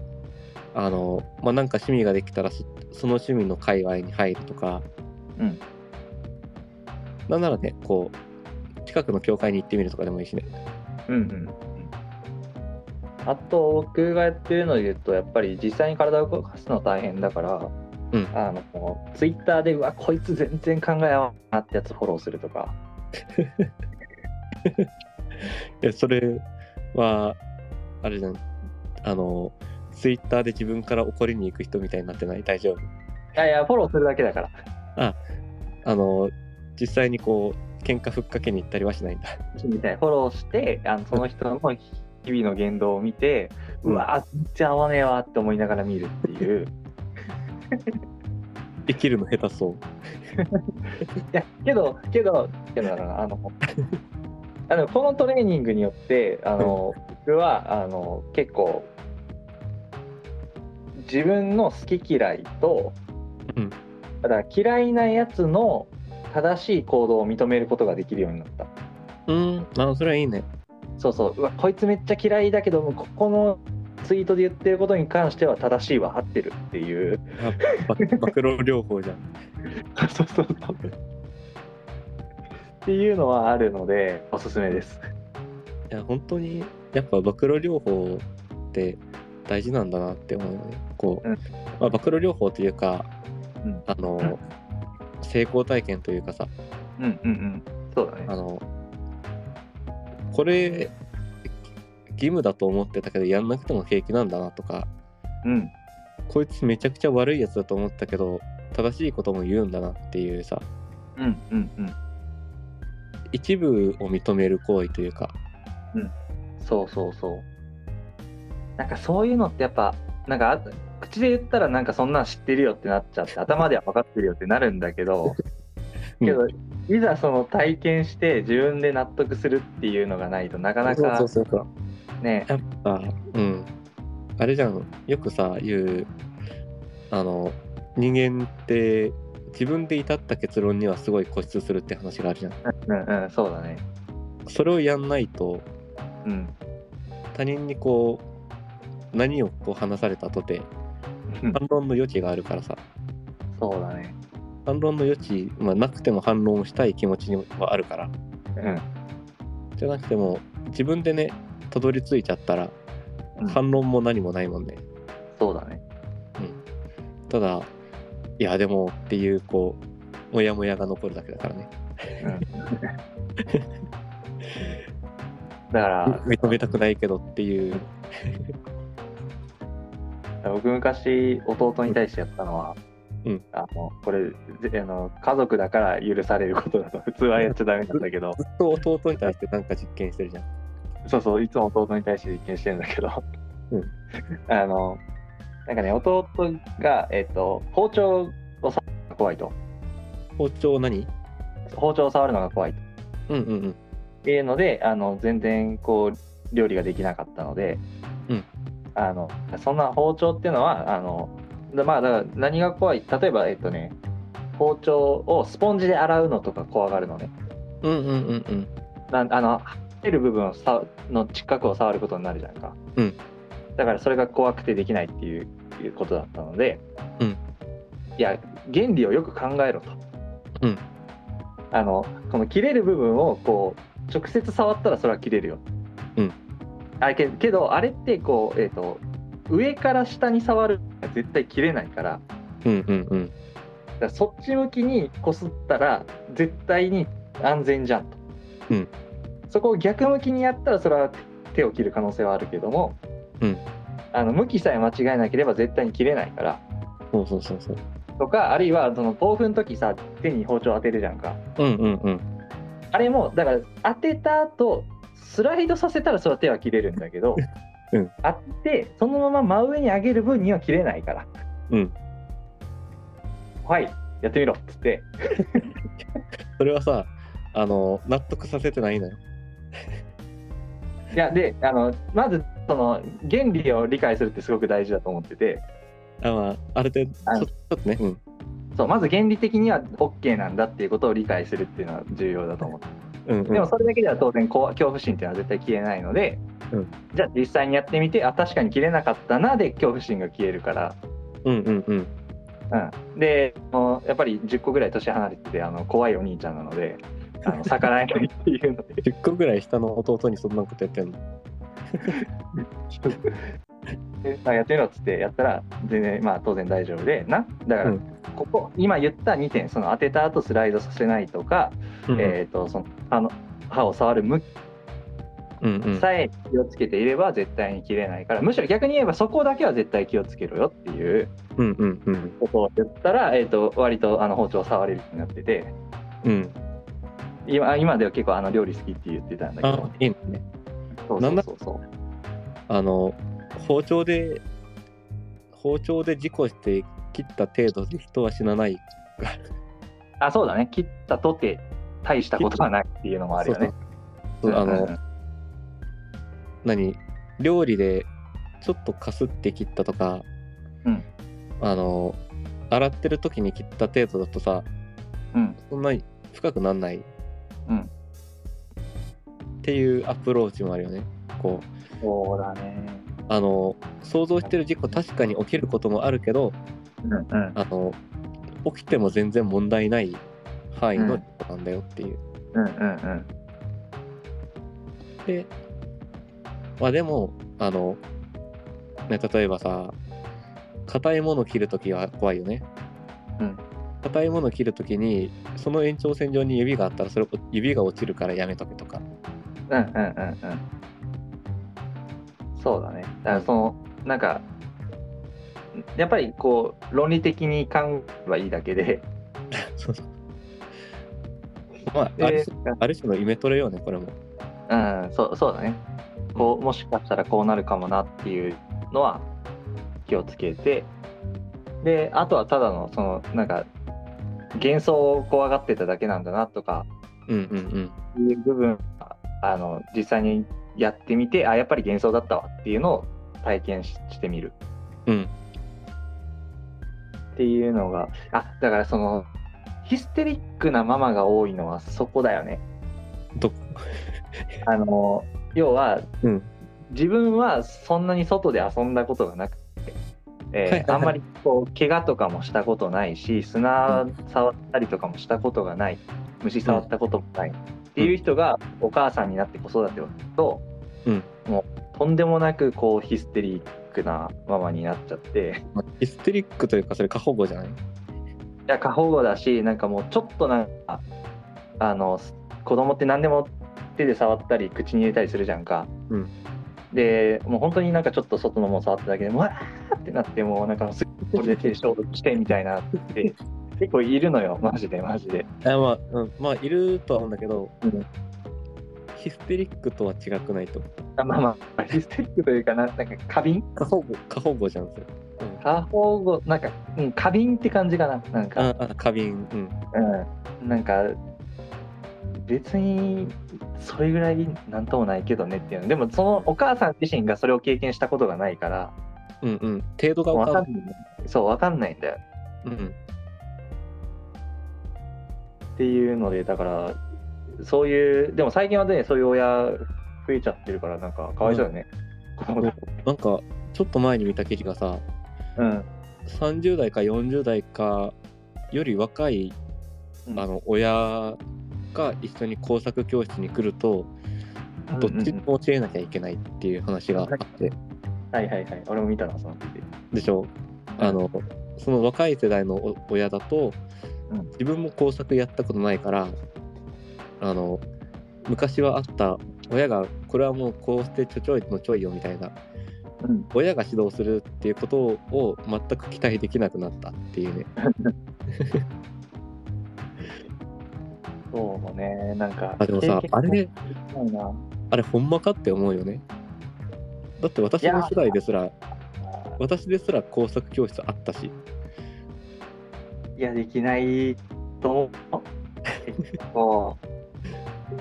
S1: あの、まあ、なんか趣味ができたらそその趣味の界隈に入るとか、
S2: うん、
S1: なんならねこう近くの教会に行ってみるとかでもいいしね。
S2: うんうん。あと僕がやってるので言うとやっぱり実際に体を動かすの大変だから、
S1: うん
S2: あのツイッターでうわこいつ全然考え合わんなってやつフォローするとか
S1: いやそれはあれじゃんあのツイッターで自分から怒りに行く人みたいになってない大丈夫
S2: いやいやフォローするだけだから
S1: あの実際にこう喧嘩ふっかけに行ったりはしないんだ。
S2: みたいなフォローしてあのその人の日々の言動を見て、
S1: う
S2: うんわー全然合わねえわって思いながら見るって いう
S1: 生きるの下手そう。
S2: いやけどけどけどだからあのあのこのトレーニングによってあの、僕はあの結構自分の好き嫌いと、
S1: うん
S2: だから嫌いなやつの正しい行動を認めることができるようになった。
S1: うん、あそれはいいね。
S2: そうそううわこいつめっちゃ嫌いだけどもここのツイートで言ってることに関しては正しいわ合ってるっていう
S1: あば 暴露療法じゃん。
S2: そうそうそうっていうのはあるのでおすすめです
S1: いや本当にやっぱ暴露療法って大事なんだなって思うよね。こう、
S2: うん
S1: まあ、暴露療法というか、
S2: うん
S1: あの、
S2: うん
S1: 成功体験というかさ
S2: うんうんうんそうだね
S1: あのこれ義務だと思ってたけどやんなくても平気なんだなとか
S2: うん
S1: こいつめちゃくちゃ悪いやつだと思ったけど正しいことも言うんだなっていうさ
S2: うんうんうん
S1: 一部を認める行為というか
S2: そうそうそうなんかそういうのってやっぱなんかあ口で言ったらなんかそんなん知ってるよってなっちゃって頭では分かってるよってなるんだけどけど、いざその体験して自分で納得するっていうのがないとなかなか
S1: そうそうそう
S2: ね
S1: やっぱうんあれじゃんよくさ言うあの人間って自分で至った結論にはすごい固執するって話があるじゃん
S2: うんうんそうだね
S1: それをやんないと
S2: うん
S1: 他人にこう何をこう話されたとて反論の余地があるからさ
S2: そうだね
S1: 反論の余地、まあ、なくても反論をしたい気持ちにはあるから
S2: うん
S1: じゃなくても自分でねたどり着いちゃったら
S2: うん
S1: 反論も何もないもんね、
S2: そうだね
S1: ただいやでもっていうこうモヤモヤが残るだけだからね
S2: うんだから
S1: 認めたくないけどっていう
S2: 僕昔弟に対してやったのは、
S1: うん
S2: あのこれぜあの家族だから許されることだと 普通はやっちゃダメなんだけど
S1: ずっと弟に対してなんか実験してるじゃん
S2: そうそういつも弟に対して実験してるんだけど、
S1: うん
S2: あのなんかね弟が、えっと包丁を触るのが怖いと
S1: 包丁何
S2: 包丁を触るのが怖いと
S1: うんうんうん
S2: っていうのであの全然こう料理ができなかったので、
S1: うん
S2: あのそんな包丁っていうのはあのだまあだから何が怖い例えばえっとね包丁をスポンジで洗うのとか怖がるのね
S1: うんうんうんうん
S2: なんあの入ってる部分をさの近くを触ることになるじゃんか、
S1: うん
S2: だからそれが怖くてできないっていういうことだったので、
S1: うん
S2: いや原理をよく考えろと、
S1: うん
S2: あのこの切れる部分をこう直接触ったらそれは切れるよ、
S1: うん
S2: あけけどあれってこう、えー、と上から下に触るのは絶対切れないから
S1: うんうんうん
S2: だからそっち向きにこすったら絶対に安全じゃんと、
S1: うん
S2: そこを逆向きにやったらそれは手を切る可能性はあるけども、
S1: うん
S2: あの向きさえ間違えなければ絶対に切れないから
S1: そうそうそうそう
S2: とかあるいはその豆腐の時さ手に包丁当てるじゃんか
S1: うんうんうん
S2: あれもだから当てた後スライドさせたらそれは手は切れるんだけど、
S1: うん
S2: 当ててそのまま真上に上げる分には切れないから
S1: うん
S2: はいやってみろっつって
S1: それはさあの納得させてないのよ
S2: いやであのまずその原理を理解するってすごく大事だと思ってて
S1: あ,、まあ、ある程度ち
S2: あ
S1: ょちょっとねうん
S2: そうまず原理的には OK なんだっていうことを理解するっていうのは重要だと思って
S1: うんうん
S2: でもそれだけでは当然こう恐怖心っていうのは絶対消えないので、
S1: うん
S2: じゃあ実際にやってみてあ確かに切れなかったなで恐怖心が消えるから、
S1: うんうんうん
S2: うん、であのやっぱり10個ぐらい年離れててあの怖いお兄ちゃんなのであの逆らえないっていうので
S1: 10個ぐらい下の弟にそんなことやってんの
S2: でまあやってみろっつってやったら全然まあ当然大丈夫でなだから
S1: うん
S2: ここ今言った2点その当てた後スライドさせないとか、えー、とその歯の歯を触る向き
S1: うんうん
S2: さえ気をつけていれば絶対に切れないから、むしろ逆に言えばそこだけは絶対気をつけろよっていう
S1: うんうんうん
S2: ことを言ったら、えー、と割とあの包丁を触れるようになってて
S1: うん
S2: 今今では結構あの料理好きって言ってたんだけ
S1: あ
S2: ど
S1: いいね
S2: そう
S1: な
S2: そ
S1: ん
S2: う
S1: だ
S2: そうそう
S1: あの包丁で包丁で事故して切った程度で人は死なない
S2: あそうだね切ったとて大したことはないっていうのもあるよね
S1: そうそうあ
S2: うんうん
S1: の
S2: うん
S1: 何料理でちょっとかすって切ったとか、
S2: うん
S1: あの洗ってる時に切った程度だとさ
S2: うん
S1: そんなに深くなんない、
S2: うん
S1: っていうアプローチもあるよねこう
S2: そうだね
S1: あの想像してる事故確かに起きることもあるけど
S2: うんうん
S1: あの起きても全然問題ない範囲の事故なんだよっていう。
S2: うんうんうん
S1: で、まあでも、あの、ね、例えばさ、硬いものを切るときは怖いよね。
S2: うん。
S1: 硬いものを切るときに、その延長線上に指があったら、それ指が落ちるからやめとけとか。
S2: うんうんうんうんそうだねだからそのなんかやっぱりこう論理的に考えればいいだけで
S1: そうそうまあ、ある
S2: で
S1: 種ある種のイメトレよね、これも。
S2: うんそうそうだねこうもしかしたらこうなるかもなっていうのは気をつけてであとはただのそのなんか幻想を怖がってただけなんだなとか
S1: うんうんうん。
S2: いう部分はあの実際にやってみてあやっぱり幻想だったわっていうのを体験ししてみる
S1: うん
S2: っていうのがあだからそのヒステリックなママが多いのはそこだよね
S1: ど
S2: あの要は、
S1: うん
S2: 自分はそんなに外で遊んだことがなくて、えー
S1: はいはいはい
S2: あんまりこう怪我とかもしたことないし砂触ったりとかもしたことがない虫触ったこともない、っていう人がお母さんになって子育てをすると、
S1: うん
S2: もうとんでもなくこうヒステリックなママになっちゃって。
S1: まあヒステリックというか、それ過保護じゃない
S2: いや過保護だしなんかもうちょっとなんかあのす子供って何でも手で触ったり口に入れたりするじゃんか、
S1: うん
S2: でもう本当になんかちょっと外のもの触っただけでもうわーってなってもうなんかすぐこれで手消毒してみたい なって結構いるのよマジでマジで
S1: あまあ、うん、まあ、いるとは思うんだけど、
S2: うん
S1: ヒステリックとは違くないと思う。
S2: あまあまあヒステリックというかななんか過敏
S1: 過保護過保護じゃん、それ。
S2: 過保護なんか、うん、過敏って感じかななんか
S1: ああ、過敏。うん。
S2: うんなんか別にそれぐらいなんともないけどねっていうのでもそのお母さん自身がそれを経験したことがないから
S1: うんうん。程度が
S2: 分
S1: 分
S2: か
S1: か
S2: ん
S1: ん
S2: ないそう分かんないんだよ
S1: うん。
S2: っていうのでだからそういうでも最近はねそういう親増えちゃってるからなんかかわいそうだね、
S1: んなんか、ちょっと前に見た記事がさ、
S2: うん
S1: 30代か40代かより若い、
S2: うん
S1: あの親が一緒に工作教室に来ると、どっち
S2: うんうん
S1: も教えなきゃいけないっていう話があって、
S2: はいはいはい俺も見たなその時
S1: でしょあの、その若い世代のお親だと
S2: うん、
S1: 自分も工作やったことないから、あの、昔はあった親がこれはもうこうしてちょちょいのちょいよみたいな
S2: うん
S1: 親が指導するっていうことを全く期待できなくなったっていうね
S2: そうもねなんか
S1: あでもさ
S2: 経験
S1: あれ
S2: ないな
S1: あれほんまかって思うよねだって私の世代ですら私ですら工作教室あったし
S2: いやできないと 思うそ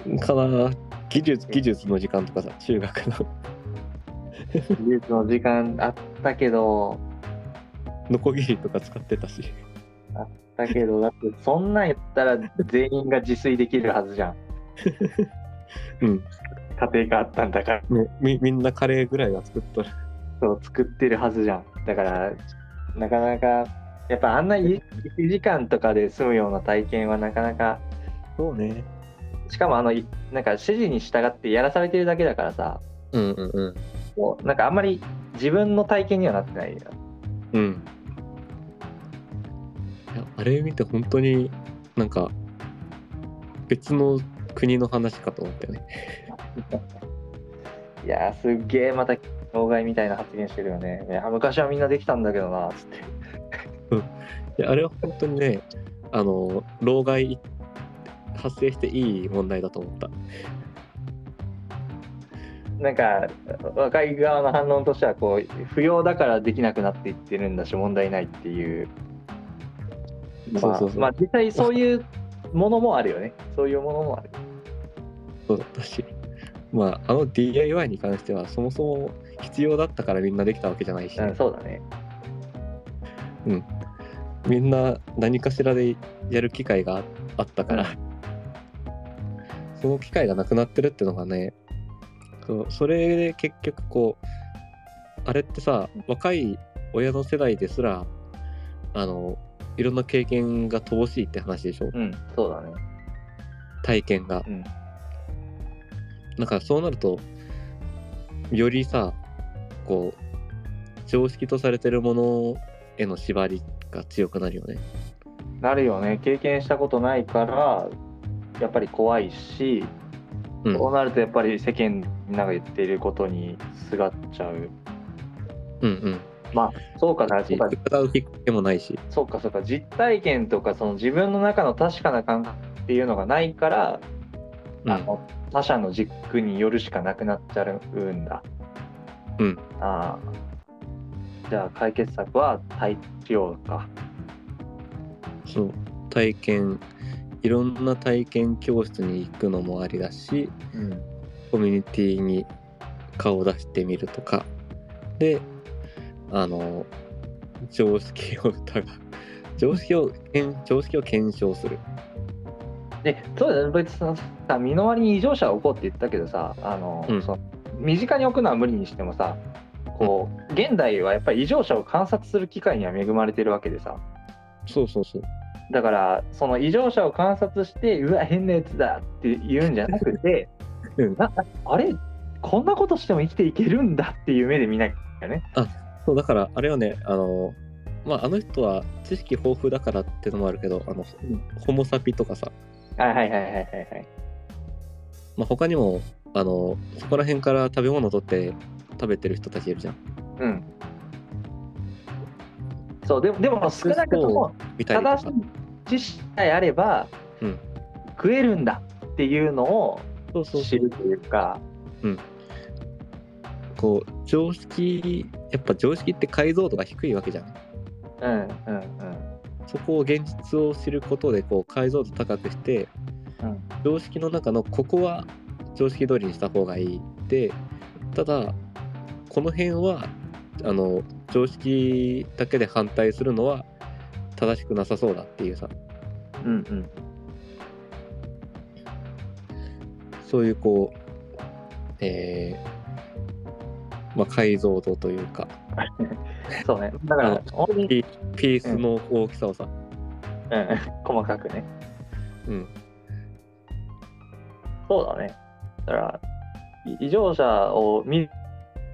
S2: う
S1: かな技術技術の時間とかさ中学の
S2: 技術の時間あったけど、
S1: ノコギリとか使ってたし
S2: だけど、だってそんなんやったら全員が自炊できるはずじゃん。
S1: うん、
S2: 家庭があったんだから。
S1: ねみみんなカレーぐらいは作っとる
S2: そう、作ってるはずじゃん。だから、なかなか、やっぱあんな1時間とかで済むような体験はなかなか、
S1: そうね
S2: しかもあの、いなんか指示に従ってやらされてるだけだからさ、
S1: うんうんうん
S2: こうなんかあんまり自分の体験にはなってないよ。
S1: うんいやあれ見て本当になんか別の国の話かと思ったよね
S2: いやー、すっげえまた、障害みたいな発言してるよね。いや昔はみんなできたんだけどな、つっ
S1: い
S2: て。
S1: やあれは本当にねあの老害発生していい問題だと思った。
S2: なんか若い側の反論としてはこう不要だからできなくなっていってるんだし問題ないっていう
S1: そうそうそう。
S2: まあ、まあ実際そういうものもあるよねそういうものもある
S1: そうだったし、まあ、あの DIY に関しては、そもそも必要だったからみんなできたわけじゃないし、
S2: うんそうだね
S1: みんな何かしらでやる機会がああったから、その機会がなくなってるってのがね、そうそれで結局こう、あれってさ、若い親の世代ですら、あの、いろんな経験が乏しいって話でしょ、
S2: うんそうだね
S1: 体験が。
S2: うん
S1: だからそうなるとよりさこう常識とされてるものへの縛りが強くなるよね。
S2: なるよね経験したことないからやっぱり怖いし、
S1: うん
S2: そうなるとやっぱり世間なんか言っていることにすがっちゃう
S1: うんうん。
S2: まあそうかなそうか
S1: 歌うきっかけもないし。
S2: そうかそうか実体験とかその自分の中の確かな感覚っていうのがないから、
S1: うん
S2: あの他者の軸によるしかなくなっちゃうんだ。
S1: うん
S2: ああじゃあ解決策は対応か。
S1: そう体験いろんな体験教室に行くのもありだし
S2: うん
S1: コミュニティに顔を出してみるとかであの常識を疑う 常識を常識を検証する。
S2: でそうだね別にそのさ身の回りに異常者が起こうって言ったけどさあの、
S1: うん
S2: その身近に置くのは無理にしてもさこう現代はやっぱり異常者を観察する機会には恵まれてるわけでさ。
S1: そうそうそう。
S2: だからその異常者を観察してうわ変なやつだって言うんじゃなくて
S1: うん
S2: なあれこんなことしても生きていけるんだっていう目で見なきゃね
S1: そうだからあれはねあのまああの人は知識豊富だからってのもあるけどあの、
S2: うん
S1: ホモ・サピとかさ、
S2: はいはいはいはいはいはい
S1: まあ、他にもあのそこら辺から食べ物を取って食べてる人たちいるじゃん
S2: うんそうでもでも少なくとも
S1: 見たりと
S2: 正
S1: か
S2: しい知識さえあれば、
S1: うん
S2: 食えるんだっていうのを
S1: そうそうそ
S2: 知
S1: う
S2: るというか
S1: こう常識やっぱ常識って解像度が低いわけじゃん
S2: うんうん
S1: そこを現実を知ることでこう解像度高くして、
S2: うん
S1: 常識の中のここは常識通りにした方がいいでただこの辺はあの常識だけで反対するのは正しくなさそうだっていうさ
S2: うんうんうん
S1: そういうこうえーまあ、解像度というか
S2: そうねだから本当に、
S1: ピピースの大きさをさ、
S2: うん、細かくね
S1: うん、
S2: そうだね。だから、い異常者を見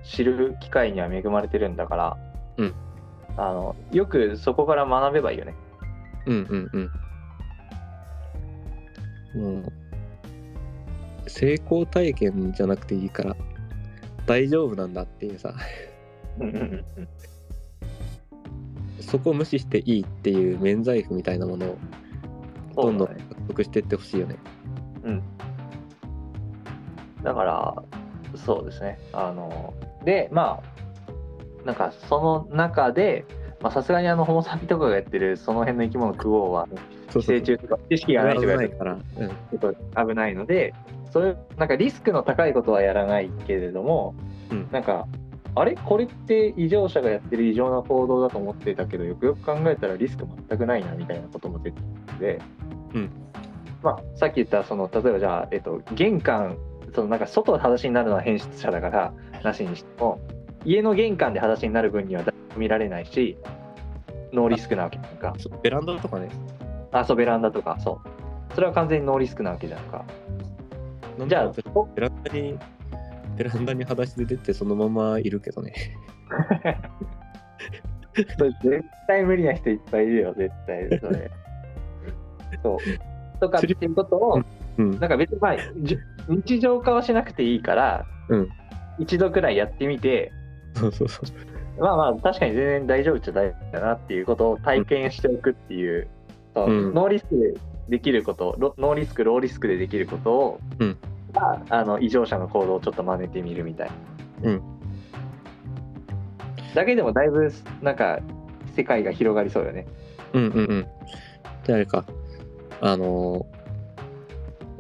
S2: 知る機会には恵まれてるんだから、
S1: うん
S2: あのよくそこから学べばいいよね。
S1: うんうんうん。もう、成功体験じゃなくていいから、大丈夫なんだっていうさ、そこを無視していいっていう免罪符みたいなものを
S2: そ
S1: ど
S2: うん
S1: ど
S2: だ
S1: ん
S2: ね。
S1: 獲得してってほしいよね。
S2: だから、そうですね。あので、まあ、なんかその中で、まあさすがにあのホモサピとかがやってるその辺の生き物食おうは、
S1: そう
S2: 寄
S1: そう
S2: 生
S1: そう。
S2: 虫とか知識がない人がや
S1: な
S2: る
S1: いから、うん、
S2: ちょっと危ないのでそういうなんかリスクの高いことはやらないけれども、
S1: うん
S2: なんかあれこれって異常者がやってる異常な行動だと思ってたけどよくよく考えたらリスク全くないなみたいなことも出てきて、
S1: うん
S2: まあ、さっき言ったその例えばじゃあ、えっと、玄関そのなんか外で裸足になるのは変質者だからなしにしても家の玄関で裸足になる分には誰も見られないしノーリスクなわけなんか
S1: そうベランダとかね、
S2: あそうベランダとかそうそれは完全にノーリスクなわけじゃんか。
S1: なん
S2: じ
S1: だ
S2: ゃ
S1: ろ
S2: あ
S1: うベランダに、ベランダに裸足で出てそのままいるけどね。
S2: それ絶対無理な人いっぱいいるよ絶対 それそうとかっていうことを
S1: うん、
S2: なんか別にまあじ日常化はしなくていいから、
S1: うん
S2: 一度くらいやってみて
S1: そうそうそう。
S2: まあまあ確かに全然大丈夫っちゃ大丈夫だなっていうことを体験しておくっていう、そう
S1: うん
S2: ノーリスクできることロノーリスクローリスクでできることを、
S1: うん
S2: まあ、あの異常者の行動をちょっと真似てみるみたいな、
S1: うん
S2: だけでもだいぶなんか世界が広がりそうよね
S1: うんうんうん。で、あれか、あのー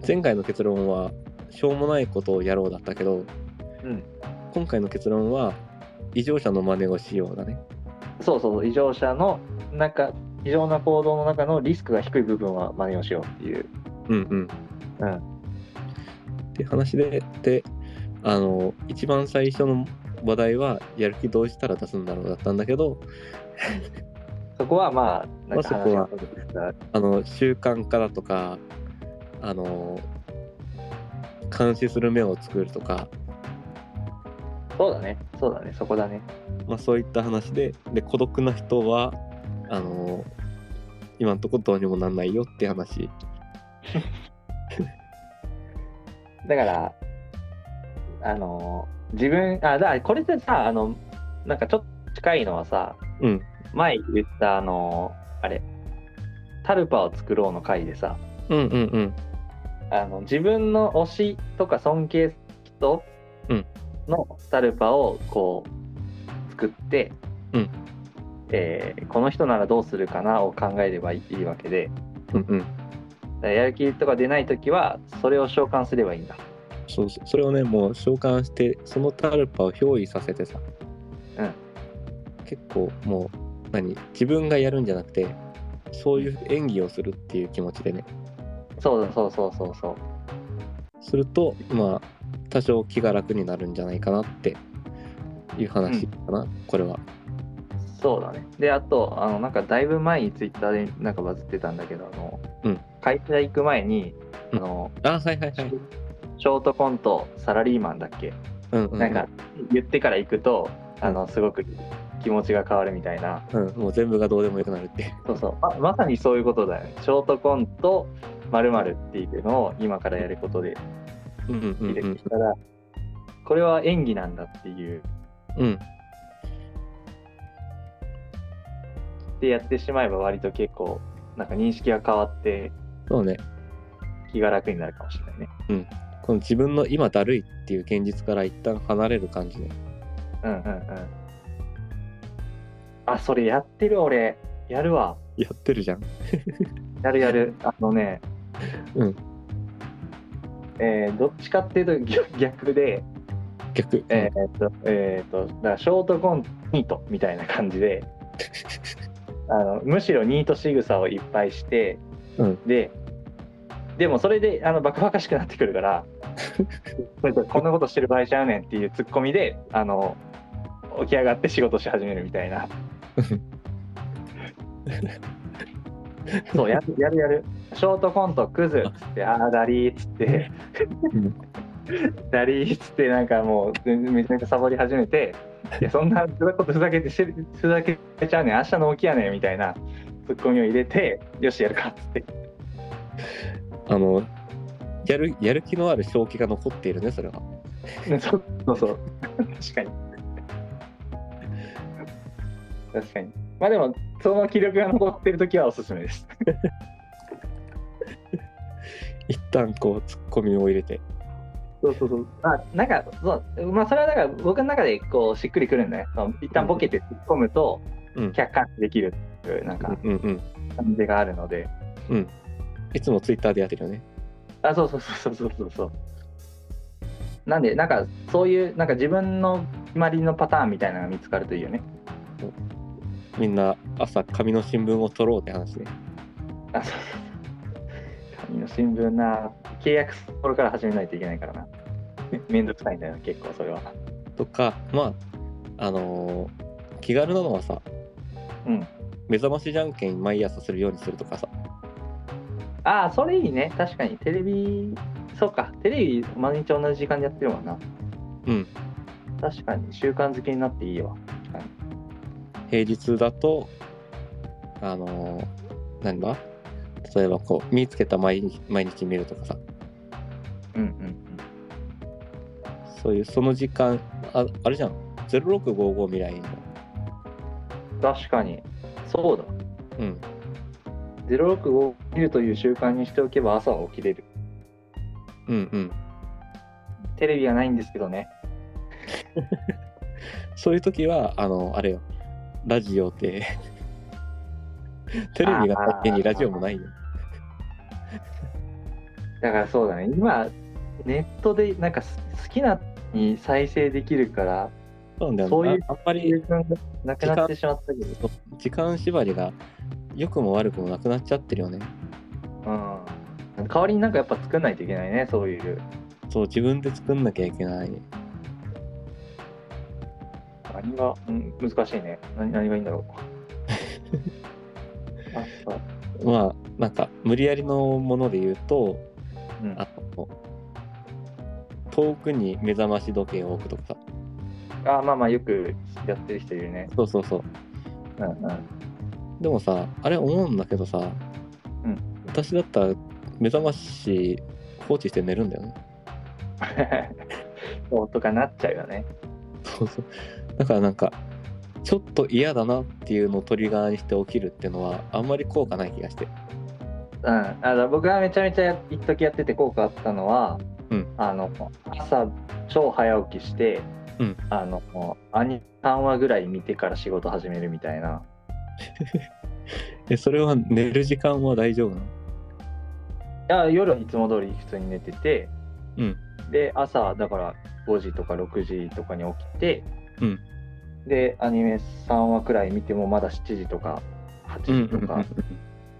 S1: 前回の結論は、しょうもないことをやろうだったけど、
S2: うん
S1: 今回の結論は、異常者の真似をしようだね。
S2: そうそう異常者の中異常な行動の中のリスクが低い部分は真似をしようっていう、
S1: うんうん。
S2: うん、
S1: って話で、で、あのー一番最初の話題は、やる気どうしたら出すんだろうだったんだけど、
S2: そこはまあなんか
S1: まあそこは
S2: 話が出てきた
S1: あの習慣化だとかあの監視する目を作るとか、
S2: そうだねそうだねそこだね
S1: まあ、そういった話でで孤独な人はあの今んとこどうにもなんないよって話
S2: だから、あの、自分、あ、だからこれってさ、あの、なんかちょっと近いのはさ、
S1: うん
S2: 前言った、あの、あれ、タルパを作ろうの回でさ、
S1: うんうんうん
S2: あの自分の推しとか尊敬する人
S1: うん
S2: のタルパをこう作って、
S1: うん
S2: えーこの人ならどうするかなを考えればいいわけで、
S1: うんうん
S2: だからやる気とか出ないときは、それを召喚すればいいんだ。
S1: そうそうそれをねもう召喚してそのタルパを憑依させてさ、
S2: うん
S1: 結構もう何自分がやるんじゃなくてそういう演技をするっていう気持ちでね
S2: そうだ、そうそうそうそう。
S1: するとまあ多少気が楽になるんじゃないかなっていう話かな、これは
S2: そうだね。で、あと、あの、なんかだいぶ前にツイッターでなんかバズってたんだけど、あの、
S1: うん
S2: 会社行く前に、
S1: う
S2: あ
S1: ん
S2: の、
S1: あはいはいはい
S2: ショートコント、サラリーマンだっけ、
S1: うんうん
S2: なんか言ってから行くと、あの、すごく気持ちが変わるみたいな、
S1: うんもう全部がどうでもよくなるっていう
S2: そうそう、ままさにそういうことだよね。ショートコント、まるっていうのを今からやることで
S1: うんうん
S2: 入れ
S1: う
S2: て
S1: ん
S2: きたら、これは演技なんだっていう、
S1: うん
S2: でやってしまえば割と結構、なんか認識が変わって
S1: そうね
S2: 気が楽になるかもしれないね。
S1: この自分の今だるいっていう現実から一旦離れる感じね
S2: うんうんうん。あ、それやってる俺。やるわ。
S1: やってるじゃん
S2: やるやる。あのね。
S1: うん。
S2: えーどっちかっていうと逆逆で、
S1: 逆、
S2: えーっと、えーっと、だからショートコンニートみたいな感 じで、あのむしろニート仕草をいっぱいして、
S1: うん
S2: で、でもそれであのバカバカしくなってくる から、こいつこんなことしてる場合ちゃうねんっていうツッコミで、あの、起き上がって仕事し始めるみた いな。そうやるやるやるショートコントクズっつってああダリーっつって
S1: うん
S2: ダリーっつってなんかもう全然めちゃめちゃサボり始め ていやそんなことふざけてしてるふざけちゃうねん明日の起きやねんみたいなツッコミを入れてよしやるかっつって
S1: あのやるやる気のある正気が残っているねそれは
S2: そうそうそう確かに確かにまあでもその気力が残ってる時はおすすめです
S1: 一旦こうツッコミを入れて
S2: そうそうそう。まあ、なんか、そう、まあ、それはだから、僕の中で、こう、しっくりくるんだね。その一旦ボケて突っ込むと
S1: うん、
S2: 客観視できるっていう、なんか、
S1: うんうん
S2: 感じがあるので。
S1: いつもツイッターでやってるよね
S2: あ、そうそうそうそうそうそう。なんで、なんか、そういう、なんか、自分の決まりのパターンみたいなのが見つかるといいよね。
S1: みんな朝紙の新聞を取ろうって話ね
S2: あ、そうそうそう。紙の新聞な、契約する頃から始めないといけないからな。めんどくさいんだよな、結構、それは。
S1: とかまああのー気軽なのはさ、
S2: うん
S1: 目覚ましじゃんけん毎朝するようにするとかさ
S2: ああ、それいいね。確かに。テレビ、そうか。テレビ、毎日同じ時間でやってるもんな。
S1: うん
S2: 確かに。習慣づけになっていいわ。
S1: 平日だとあのー何だ例えばこう見つけた毎日毎日見るとかさ
S2: うんうん
S1: そういうその時間ああれじゃん0655未来の
S2: うん。確かに。そうだ。
S1: うん
S2: 06を見るという習慣にしておけば朝は起きれる。
S1: うんうん。
S2: テレビはないんですけどね。
S1: そういう時は、あの、あれよ、ラジオで、 テレビがない家にラジオもないよ。
S2: だからそうだね。今、ネットでなんかす好きなに再生できるから、
S1: そうなんだよね
S2: そういう
S1: ああんまり
S2: 習慣がなくなってしまったけど。
S1: 時間縛りが良くも悪くもなくなっちゃってるよね。
S2: うん。代わりになんかやっぱ作んないといけないね、そういう。
S1: そう、自分で作んなきゃいけない。
S2: 何が、うん、難しいね。何何がいいんだ ろう。あそう
S1: まあ、なんか、無理やりのもので言うと、
S2: うん、
S1: あの、遠くに目覚まし時計を置くとかさ。
S2: あまあまあよくやってる人いるね。
S1: そうそうそう。
S2: うんうん。
S1: でもさ、あれ思うんだけどさ、
S2: うん
S1: 私だったら目覚まし放置して寝るんだよね。
S2: 音がなっちゃうよね。
S1: そうそう。だからなんか、ちょっと嫌だなっていうのをトリガーにして起きるっていうのは、あんまり効果ない気がして。
S2: うん。あだから僕がめちゃめちゃ一時やってて効果あったのは、
S1: うん
S2: あの朝超早起きして、
S1: うん
S2: あのアニメ3話ぐらい見てから仕事始めるみたいな。
S1: え、それは寝る時間は大丈夫なの
S2: いや夜はいつも通り普通に寝てて、
S1: うん
S2: で朝だから5時とか6時とかに起きて、
S1: うん
S2: でアニメ3話くらい見てもまだ7時とか8時とか、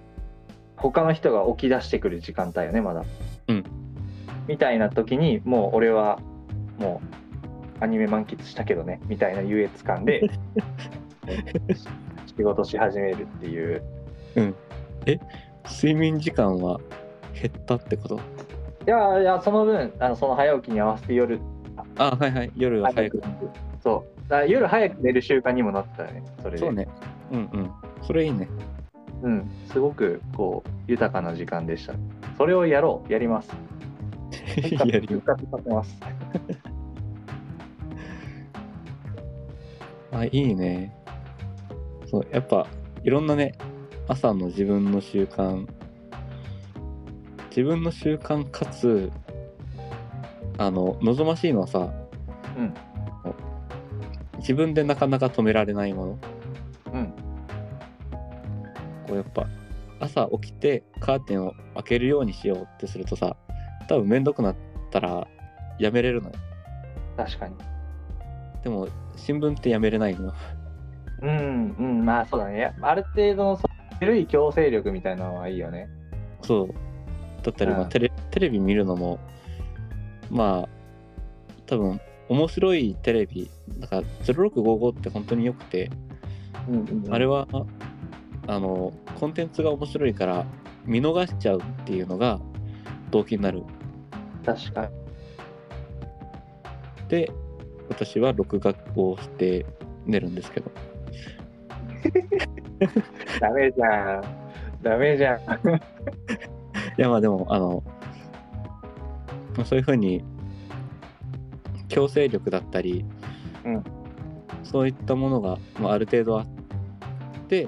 S2: 他の人が起き出してくる時間帯よねまだ、
S1: うん
S2: みたいな時にもう俺はもうアニメ満喫したけどねみたいな優越感で 仕事し始めるっていう
S1: 睡眠時間は減ったってこと
S2: いやいやその分あのその早起きに合わせて夜
S1: あ、はいはい。夜は早く。
S2: そうだから夜早く寝る習慣にもなってたよねそれで
S1: そうね。うんうん。それいいね。
S2: うんすごくこう豊かな時間でしたそれをやろうやります
S1: やり
S2: 復活させます
S1: あ、いいね。そう、やっぱ、いろんなね、朝の自分の習慣、自分の習慣かつ、あの、望ましいのはさ、
S2: うん
S1: 自分でなかなか止められないもの。
S2: うん
S1: こう、やっぱ、朝起きてカーテンを開けるようにしようってするとさ、多分めんどくなったらやめれるのよ。
S2: 確かに
S1: でも、新聞ってやめれないのよ。
S2: うんうんまあそうだねある程度のそう緩い強制力みたいなのはいいよね
S1: そう。だったり、まあ
S2: うん
S1: テレ、テレビ見るのも、まあ、多分、面白いテレビ、だから、0655って本当に良くて、
S2: うんうんうん
S1: あれは、あの、コンテンツが面白いから、見逃しちゃうっていうのが、動機になる。
S2: 確かに
S1: で、私は録画をして寝るんですけど。
S2: ダメじゃん ダメじゃん
S1: いや、まあでも、あの、まあそういうふうに、強制力だったり、
S2: うん
S1: そういったものが、まあ、ある程度あって、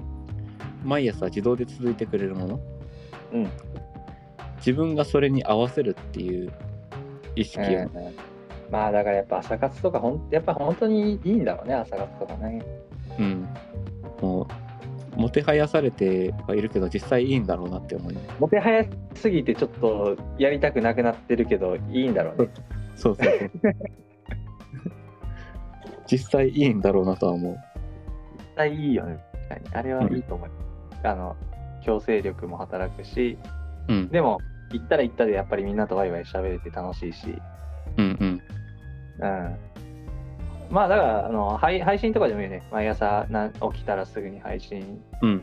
S1: 毎朝自動で続いてくれるもの、
S2: うん
S1: 自分がそれに合わせるっていう意識を、
S2: うんまあだからやっぱ朝活とかほんやっぱ本当にいいんだろうね朝活とかね
S1: うん、もう、もてはやされてはいるけど、実際いいんだろうなって思います。
S2: もてはやすぎてちょっとやりたくなくなってるけどいいんだろうね
S1: そうそうそう。 実際いいんだろうなとは思う。
S2: 絶対いいよね確かにあれはいいと思う、あの強制力も働くし
S1: うん、
S2: でも行ったら行ったでやっぱりみんなとワイワイ喋れて楽しいし
S1: うん、うん。
S2: うんまあだからあの配配信とかでもいいよね毎朝な起きたらすぐに配信
S1: うん、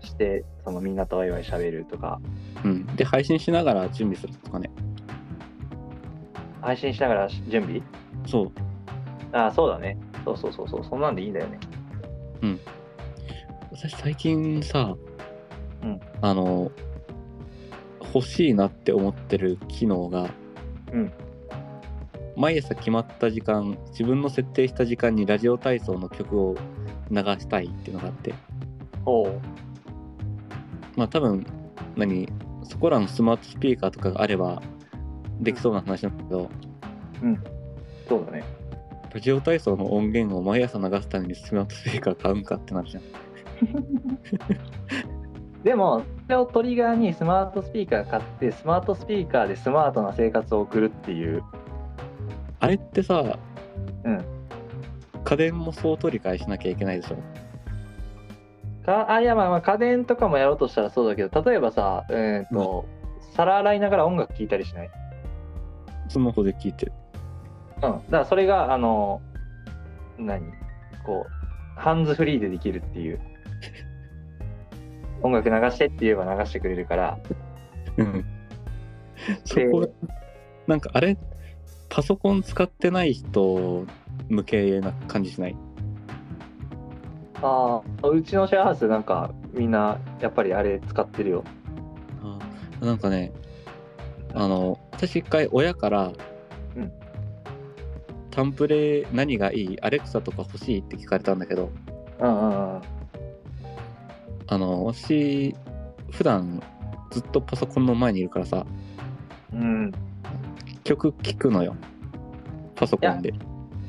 S2: してそのみんなとワイワイ喋るとか
S1: うん、で配信しながら準備するとかね
S2: 配信しながら準備
S1: そう
S2: ああそうだねそうそうそうそうそんなんでいいんだよね
S1: 私最近さ、
S2: うん
S1: あの欲しいなって思ってる機能が、
S2: うん
S1: 毎朝決まった時間自分の設定した時間にラジオ体操の曲を流したいっていうのがあって
S2: おう
S1: まあ多分何そこらのスマートスピーカーとかがあればできそうな話なんだけど、
S2: そうだね。
S1: ラジオ体操の音源を毎朝流すためにスマートスピーカー買うんかってなるじゃん。
S2: でも、それをトリガーにスマートスピーカー買って、スマートスピーカーでスマートな生活を送るっていう、
S1: あれってさ、
S2: うん
S1: 家電もそう取り替えしなきゃいけないでしょ。
S2: かあいやまあまあ家電とかもやろうとしたらそうだけど、例えばさ、えーと皿洗いながら音楽聴いたりしない。
S1: スマホで聞いて。
S2: うん、だからそれが、あの、何こう、ハンズフリーでできるって いう。音楽流してって言えば流してくれるから、
S1: うん。 そこ、なんかあれ、パソコン使ってない人向けな感じしない
S2: ああ、うちのシェアハウスなんかみんなやっぱりあれ使ってるよ。
S1: あなんかねあの私一回親から、
S2: うん
S1: タンプレ何がいいアレクサとか欲しいって聞かれたんだけど
S2: うんうんうん。
S1: あの私普段ずっとパソコンの前にいるからさ
S2: うん、い
S1: 曲聴くのよパソコンで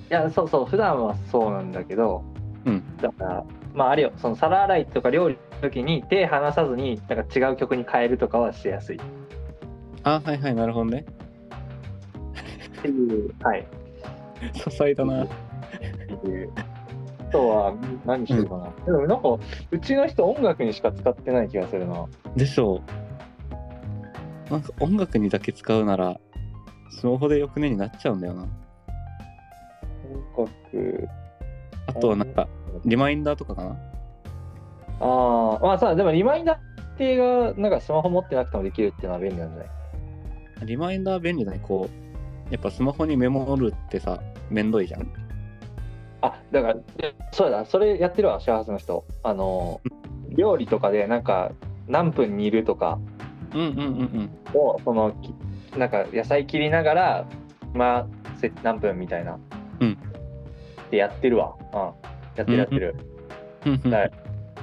S2: やそうそう普段はそうなんだけど、
S1: うん
S2: だからまああれよその皿洗いとか料理の時に手離さずになんか違う曲に変えるとかはしやすいっ
S1: あはいはいなるほどね
S2: ていうはい
S1: 支えだな
S2: っていうあとは何してるかな、でもなんかうちの人音楽にしか使ってない気がするな
S1: でしょうなんか音楽にだけ使うならスマホでよくねになっちゃうんだよな
S2: 音楽
S1: あとはなんかリマインダーとかかな
S2: ああまあさでもリマインダーってがなんかスマホ持ってなくてもできるっていうのは便利なんじゃない
S1: リマインダー便利だね、こう。やっぱスマホにメモるってさ、めんどいじゃん。
S2: あだからでそうだそれやってるわ幸せの人あの料理とかでなんか何分煮るとか
S1: うんうんうん
S2: をそのきなんか野菜切りながらまあせ何分みたいな
S1: うん
S2: でやってるわうんやってるやってる、
S1: うん。うん
S2: はい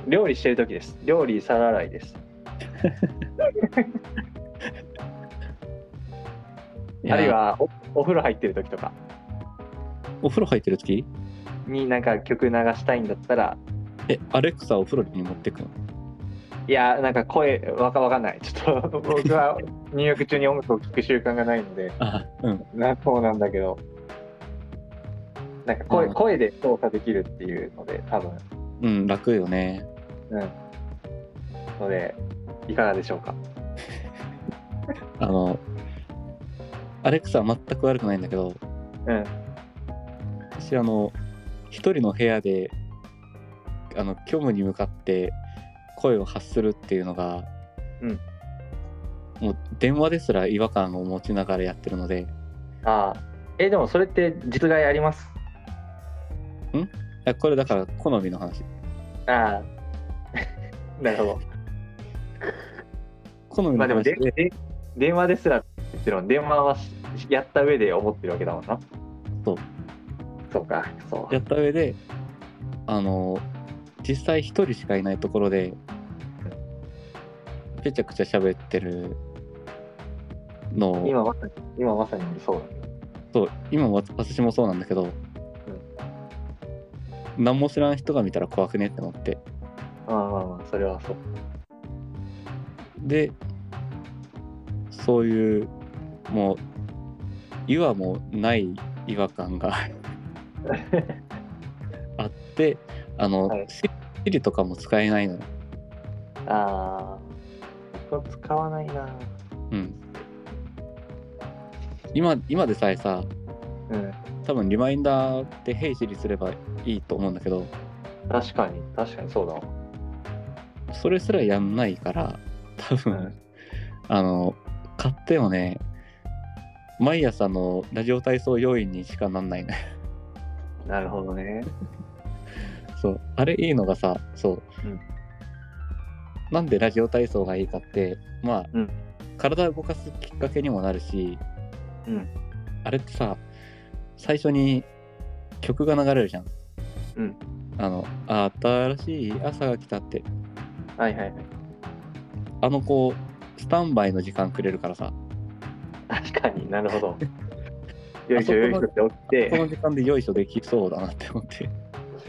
S2: 料理してる時です料理皿洗いです
S1: いや
S2: あるいはおお風呂入ってる時とか
S1: お風呂入ってる時
S2: になんか曲流したいんだったら
S1: え、アレクサお風呂に持ってくの
S2: いやなんか声わかわかんないちょっと 僕は入浴中に音楽を聴く習慣がないので
S1: あ、うん。
S2: なそうなんだけどなんか声,、
S1: うん
S2: 声で操作できるっていうので多分
S1: うん、楽よね。
S2: うんのでいかがでしょうか
S1: あの、アレクサは全く悪くないんだけど、
S2: うん
S1: 私、あの、一人の部屋で、あの、虚無に向かって声を発するっていうのが、
S2: うん。
S1: もう、電話ですら違和感を持ちながらやってるので、
S2: ああえでもそれって実害あります
S1: いやこれだから好みの話。
S2: あ あなるほど
S1: 好みの話で、
S2: まあでもでで電話ですら言ってるの電話はしやった上で思ってるわけだもんな
S1: そう
S2: そうかそう
S1: やった上であの実際一人しかいないところでぺちゃくちゃ喋ってるのを
S2: 今まさに今まさにそうだけど
S1: そう今も私もそうなんだけど、何も知らん人が見たら怖くねって思って
S2: まあまあまあそれはそう
S1: でそういうもう違和もない違和感が あってあの、
S2: はい
S1: シリとかも使えないのよ
S2: ああ僕は使わないな
S1: うん、今今でさえさ
S2: うん
S1: 多分リマインダーって「ヘイシリ」すればいいと思うんだけど
S2: 確かに確かにそうだわ
S1: それすらやんないから多分、
S2: うん
S1: あの買ってもね毎朝のラジオ体操要員にしかなんないね
S2: なるほどね
S1: そうあれいいのがさそう、
S2: うん
S1: なんでラジオ体操がいいかってまあ、
S2: うん
S1: 体を動かすきっかけにもなるし
S2: うん
S1: あれってさ最初に曲が流れるじゃん。
S2: うん
S1: あの「新しい朝が来た」って
S2: はいはいはい
S1: あのこうスタンバイの時間くれるからさ
S2: 確かになる ほど
S1: の
S2: よいしょよいしょっ
S1: こ
S2: て起きて
S1: の時間でよいしょできそうだなって思って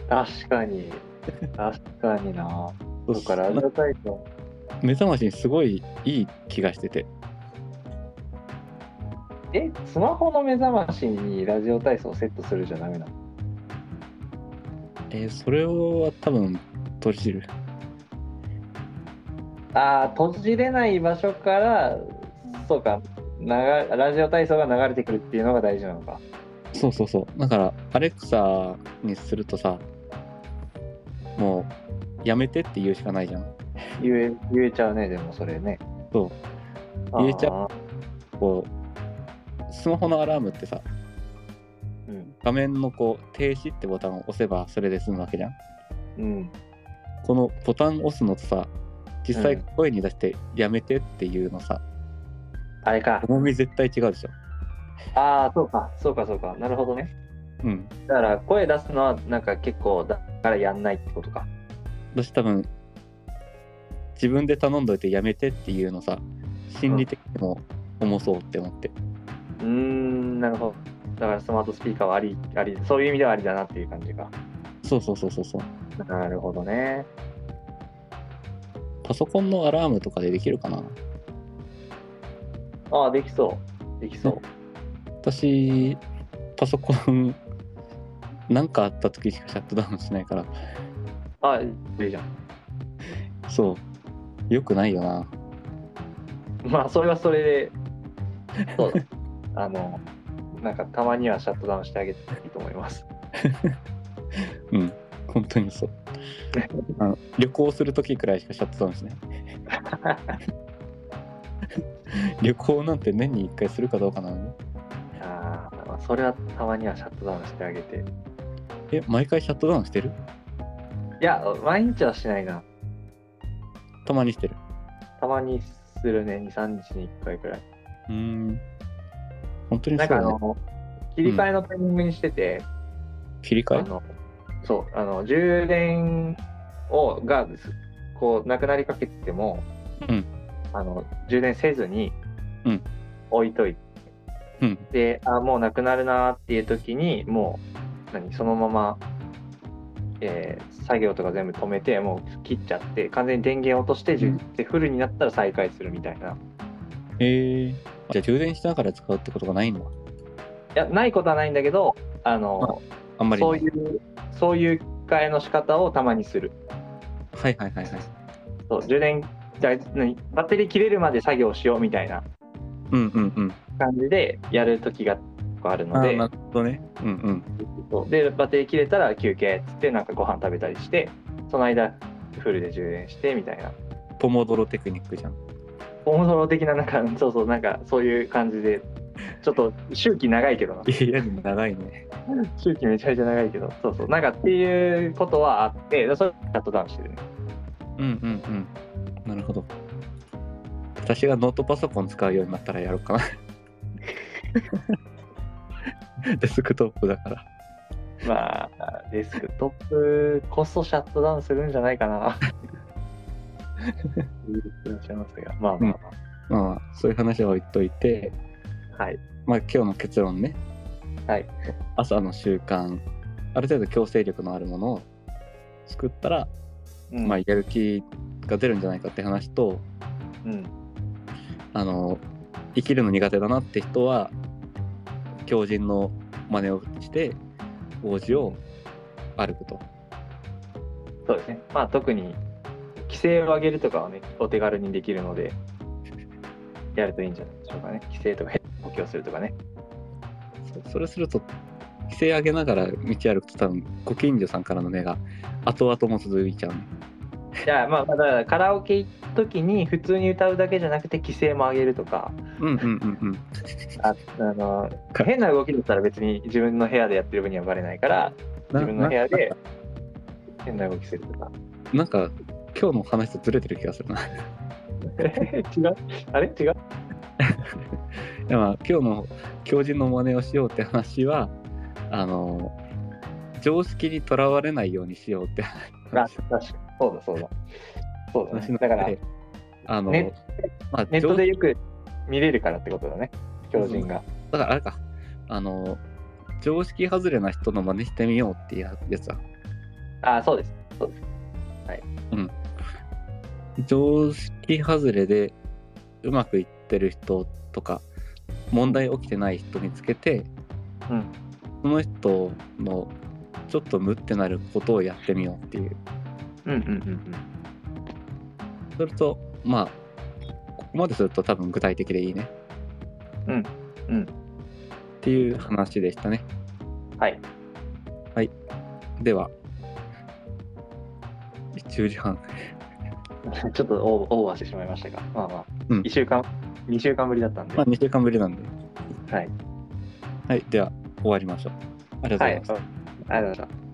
S2: 確かに確かになだからありがたいと
S1: 目覚ましにすごいいい気がしてて
S2: えスマホの目覚ましにラジオ体操セットするじゃダメなの
S1: えーそれを多分閉じる
S2: ああ閉じれない場所からそうかながラジオ体操が流れてくるっていうのが大事なのか
S1: そうそうそうだからアレクサにするとさもうやめてって言うしかないじゃん
S2: 言え言えちゃうねでもそれね
S1: そう
S2: あー
S1: 言えちゃこうスマホのアラームってさ
S2: うん
S1: 画面のこう停止ってボタンを押せばそれで済むわけじゃん
S2: うん
S1: このボタン押すのとさ実際
S2: うん
S1: 声に出して「やめて」っていうのさ、
S2: あれか
S1: 重み絶対違うでしょ
S2: ああそうかそうかそうかなるほどね
S1: うん
S2: だから声出すのはなんか結構だからやんないってことか
S1: 私多分自分で頼んどいて「やめて」っていうのさ心理的にも重そうって思って、
S2: うーんなるほどだからスマートスピーカーはありありそういう意味ではありだなっていう感じか
S1: そうそうそうそうそう
S2: なるほどね
S1: パソコンのアラームとかでできるかな
S2: ああできそうでき そう
S1: 私パソコン何かあった時しかシャットダウンしないから
S2: あいいじゃん
S1: そうよくないよな
S2: まあそれはそれでそう だあのなんかたまにはシャットダウンしてあげていいと思います
S1: うん本当にそうあの旅行する時くらいしかシャットダウン しない旅行なんて年に1回するかどうかなのに
S2: あーまあそれはたまにはシャットダウンしてあげて
S1: え毎回シャットダウンしてる
S2: いや毎日はしないな
S1: たまにしてる
S2: たまにするね23日に1回くらいう
S1: ーん本当にそ
S2: なん
S1: う
S2: かあ
S1: だね
S2: の、切り替えのタイミングにしてて、
S1: 切り替
S2: あ
S1: え
S2: のそうあの充電をがこうなくなりかけてても、
S1: うん
S2: あの充電せずに
S1: うん
S2: 置いといて、
S1: うん
S2: であもうなくなるなーっていう時にもう何そのまま、えー作業とか全部止めてもう切っちゃって完全に電源落として充電してフルになったら再開するみたいな。
S1: えー、じゃあ充電しながら使うってことがないんだ
S2: いやないことはないんだけどあの
S1: あんまり
S2: そ
S1: な
S2: う
S1: い
S2: いうそういう替えの仕方をたまにする
S1: はいはいはいはい
S2: そう充電だ何バッテリー切れるまで作業しようみたいな
S1: うんうんうん
S2: 感じでやる時がある
S1: あ
S2: の
S1: ー
S2: で
S1: なるほどねうんうん
S2: そうでバッテリー切れたら休憩っつってなんかご飯食べたりしてその間フルで充電してみたいな
S1: ポモドロテクニックじゃん
S2: 大物的ななんか そうそうなんかそういう感じでちょっと周期長いけどない
S1: や長いね
S2: 周期めちゃめちゃ長いけどそうそうなんかっていうことはあってでそれをシャットダウンしてるね
S1: うんうんうんなるほど私がノートパソコン使うようになったらやろうかな デスクトップだから
S2: まあデスクトップこそシャットダウンするんじゃないかな言ってらっしゃいますがまあまあまあ、
S1: まあそういう話は置いといて
S2: はい。
S1: まあ今日の結論ね
S2: はい
S1: 朝の習慣ある程度強制力のあるものを作ったら、
S2: うん
S1: まあ、やる気が出るんじゃないかって話と
S2: うん。
S1: あの生きるの苦手だなって人は狂人の真似をして王子を歩くと
S2: そうですね。まあ、特に、規制を上げるとかはね、お手軽にできるので、やるといいんじゃないでしょうかね。規制とか、補強するとかね。
S1: そそれすると規制上げながら道歩くと多分ご近所さんからの目が後々も続いちゃうね
S2: じゃあ、まあ、だからカラオケ行くときに、普通に歌うだけじゃなくて、規制も上げるとか、
S1: うんうんうんうん
S2: ああの、変な動きだったら別に自分の部屋でやってる分にはバレないから、
S1: な
S2: 自分の部屋で変な動きするとか。
S1: ななんか今日の話とずれてる気がするな い
S2: 違うあれ違う
S1: やまあ今日の狂人の真似をしようって話はあの常識にとらわれないようにしようって
S2: あ
S1: 話
S2: 確かに。そうだそうだ。そうだ、
S1: 話
S2: ね。
S1: の
S2: だから、
S1: あの、
S2: ね
S1: まあ、
S2: ネット
S1: 上
S2: でよく見れるからってことだね、狂人が。
S1: だからあれか、あの、常識外れな人の真似してみようっていうやつだ。
S2: ああ、そうです。そうです。
S1: 常識外れでうまくいってる人とか、問題起きてない人見つけて、
S2: うん。
S1: その人のちょっと無ってなることをやってみようっていう。
S2: うんうんうん
S1: それと、まあ、ここまですると多分具体的でいいね。
S2: うんうん
S1: っていう話でしたね。
S2: うん。はい。
S1: では、10時半。
S2: ちょっとオーオーバーしてしまいましたが、まあまあ、
S1: うん
S2: 1週間、2週間ぶりだったんで、
S1: まあ、2週間ぶりなんで。
S2: はい。
S1: はい、では終わりましょう。ありがとうござい
S2: は
S1: まし
S2: い。あり
S1: た
S2: がとうございました。